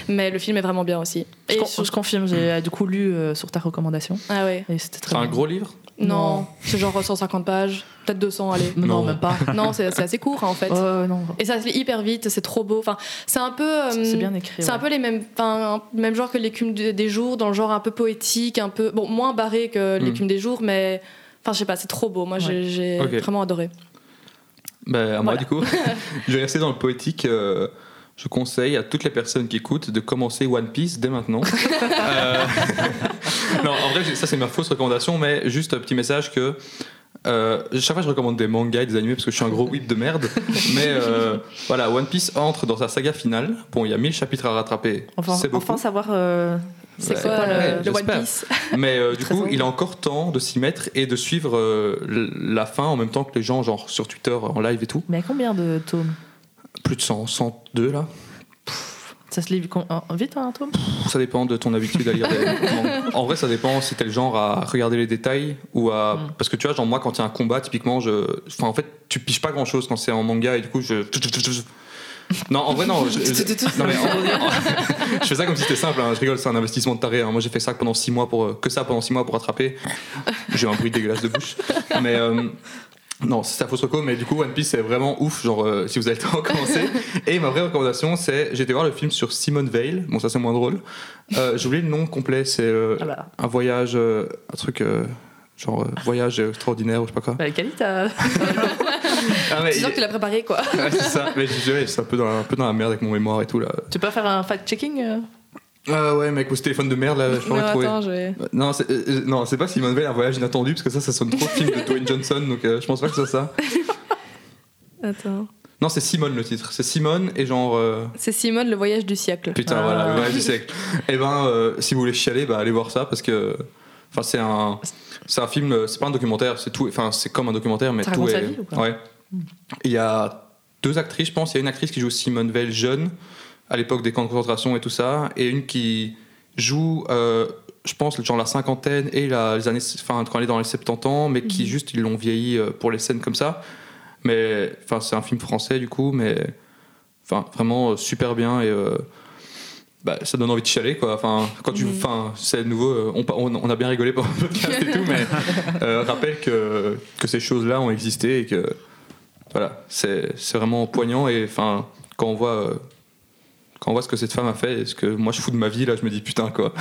S3: mais le film est vraiment bien aussi.
S5: Je,
S3: Et
S5: con- je confirme, j'ai euh, du coup lu euh, sur ta recommandation
S3: Ah ouais.
S5: et c'était très
S2: C'est un
S5: bien.
S2: gros livre
S3: Non,
S5: Non.
S3: c'est genre 150 pages, peut-être 200 allez.
S5: Non,
S2: Non.
S5: même pas.
S3: non, c'est, c'est assez court hein, en fait.
S5: Oh, non.
S3: Et ça se lit hyper vite, c'est trop beau. Enfin, c'est un peu. euh,
S5: C'est bien écrit.
S3: C'est un
S5: ouais.
S3: peu les mêmes, enfin, un- même genre que l'écume de- des jours, dans le genre un peu poétique, un peu bon moins barré que
S5: Hmm.
S2: Mm.
S3: l'écume des jours, mais enfin je sais pas, c'est trop beau. Moi j'ai- j'ai
S2: Ok.
S3: vraiment adoré.
S2: Bah, à moi
S3: Voilà.
S2: du coup. je vais rester dans le poétique. euh, je conseille à toutes les personnes qui écoutent de commencer One Piece dès maintenant. Euh, non, en vrai, ça c'est ma fausse recommandation, mais juste un petit message que. euh, chaque fois je recommande des mangas et des animés parce que je suis un gros whip de merde. Mais euh, voilà, One Piece entre dans sa saga finale. Bon, il y a 1000 chapitres à rattraper.
S5: Enfin,
S2: c'est beaucoup.
S5: enfin savoir euh,
S3: C'est
S2: Ouais.
S3: quoi le-
S2: Ouais,
S3: le, One
S2: j'espère.
S3: Piece
S2: Mais euh, du
S5: Très
S2: coup,
S5: envie.
S2: il a encore temps de s'y mettre et de suivre euh, l- la fin en même temps que les gens, genre sur Twitter, en live et tout.
S5: Mais à combien de tomes
S2: Plus de 100, 102 là.
S5: Ça se lit com- en- vite hein, un tome
S2: Ça dépend de ton habitude à lire. des- Non. en vrai, ça dépend si t'es le genre à regarder les détails ou à.
S5: Mm.
S2: Parce que tu vois, genre moi, quand il y a un combat, typiquement, je. Enfin, en fait, tu piches pas grand chose quand c'est en manga et du coup, je. Non, en vrai, non. Je, je- non, mais en- en- je fais ça comme si c'était simple. hein. Je rigole, c'est un investissement de taré. hein. Moi, j'ai fait ça pendant 6 mois pour. euh, Que ça pendant 6 mois pour attraper. J'ai eu un bruit dégueulasse de bouche. Mais. euh, Non, c'est sa fausse reco, mais du coup, One Piece, c'est vraiment ouf. Genre, euh, si vous avez le temps, commencez. Et ma vraie recommandation, c'est. J'ai été voir le film sur Simone Veil. Bon, ça, c'est moins drôle. Euh, J'ai oublié le nom complet. C'est euh,
S5: Ah bah,
S2: un voyage. euh, un truc. euh, genre, euh, voyage extraordinaire ou je sais pas quoi.
S5: bah Cali, t'as-
S2: Ah, mais.
S3: C'est sûr que tu l'as préparé quoi.
S2: Ouais, c'est ça. Mais je ouais, c'est un peu, dans la, un peu dans la merde avec mon mémoire et tout, là.
S5: tu peux pas faire un fact-checking euh
S2: Ah ouais, mec, ou ce téléphone de merde, là, je
S3: Non,
S2: pourrais trouver.
S3: attends, je vais-
S2: Euh, Non, c'est, euh, euh, non, c'est pas Simone Veil, un voyage inattendu, parce que ça, ça sonne trop film de Dwayne Johnson, donc euh, je pense pas que ce soit ça.
S3: Attends.
S2: Non, c'est Simone le titre. C'est Simone et genre. euh,
S3: C'est Simone, le voyage du siècle.
S2: Putain,
S5: Ah.
S2: voilà, le voyage du siècle. Eh ben, euh, si vous voulez chialer, bah, allez voir ça parce que. Enfin, c'est un, c'est un film, euh, c'est pas un documentaire, c'est tout. Enfin, c'est comme un documentaire, mais
S5: Ça
S2: tout
S5: raconte
S2: est.
S5: sa vie ou quoi
S2: ouais. Il y a deux actrices, je pense. Il y a une actrice qui joue Simone Veil jeune, à l'époque des camps de concentration et tout ça, et une qui joue, euh, je pense, genre la cinquantaine et la- les années, enfin, quand elle est dans les 70 ans, mais
S5: Mhm.
S2: qui juste ils l'ont vieilli euh, pour les scènes comme ça. Mais enfin, c'est un film français du coup, mais enfin vraiment euh, super bien et euh, bah, ça donne envie de chialer quoi. Enfin, quand
S5: Mm.
S2: tu, enfin, c'est de nouveau, euh, on, pa- on, on a bien rigolé pendant le podcast et tout, mais euh, rappelle que que ces choses-là ont existé et que voilà, c'est c'est vraiment poignant et enfin quand on voit euh, quand on voit ce que cette femme a fait, et ce que moi je fous de ma vie là, je me dis putain quoi.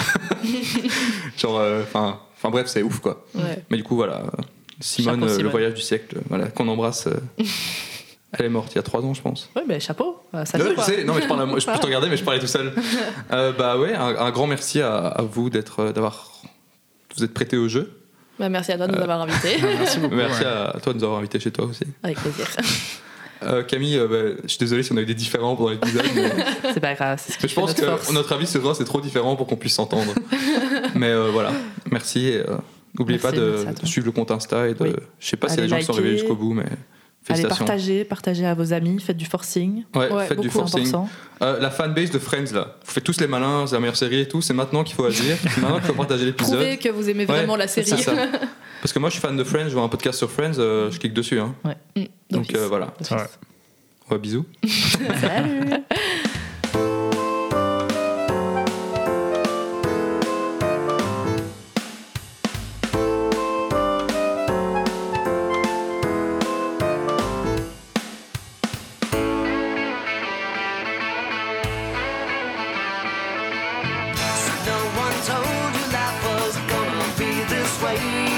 S2: Genre, euh, enfin, enfin bref, c'est ouf quoi.
S3: Ouais.
S2: Mais du coup voilà, euh, Simone,
S5: Chapeau,
S2: euh, le
S5: Simone.
S2: voyage du siècle, euh, voilà, qu'on embrasse. euh, elle est morte il y a trois ans je pense.
S5: Ouais, mais chapeau, euh, ça
S2: Non,
S5: fait
S2: je
S5: quoi.
S2: sais, non, mais je parle à moi, je peux te regarder, mais je parlais tout seul. Euh, bah ouais, un, un grand merci à, à vous d'être, euh, d'avoir, vous êtes prêté au jeu.
S3: Bah, merci à toi de
S2: Euh.
S3: nous avoir invités.
S4: Merci beaucoup.
S2: Merci
S4: ouais.
S2: à toi de nous avoir invités chez toi aussi.
S5: Avec plaisir.
S2: Euh, Camille, euh, bah, je suis désolé si on a eu des différents pendant l'épisode, mais,
S5: C'est pas grave. c'est ce
S2: mais
S5: qui
S2: je
S5: fait
S2: pense
S5: notre
S2: que
S5: force.
S2: notre avis sur toi c'est trop différent pour qu'on puisse s'entendre. mais euh, voilà, merci. et, euh, N'oubliez pas
S5: Merci,
S2: de,
S5: merci à
S2: de
S5: toi.
S2: suivre le compte Insta et de.
S5: Oui.
S2: Je sais pas si
S5: Allez
S2: les gens sont
S5: liker.
S2: arrivés jusqu'au bout, mais
S5: Allez,
S2: félicitations.
S5: partagez, partagez à vos amis, faites du forcing.
S2: Ouais,
S3: Ouais,
S2: faites du
S5: beaucoup,
S2: forcing.
S5: important.
S2: Euh, la fanbase de Friends, là. Vous faites tous les malins, c'est la meilleure série et tout. C'est maintenant qu'il faut agir. C'est maintenant qu'il faut partager l'épisode.
S3: Prouvez que vous aimez vraiment
S2: Ouais,
S3: la série.
S2: c'est ça. Parce que moi, je suis fan de Friends. Je vois un podcast sur Friends, euh, je clique dessus. hein.
S3: Mm,
S2: Donc
S3: d'office.
S2: euh, voilà.
S4: Ouais.
S2: Ouais, bisous.
S5: Salut
S1: No one told you life was gonna be this way.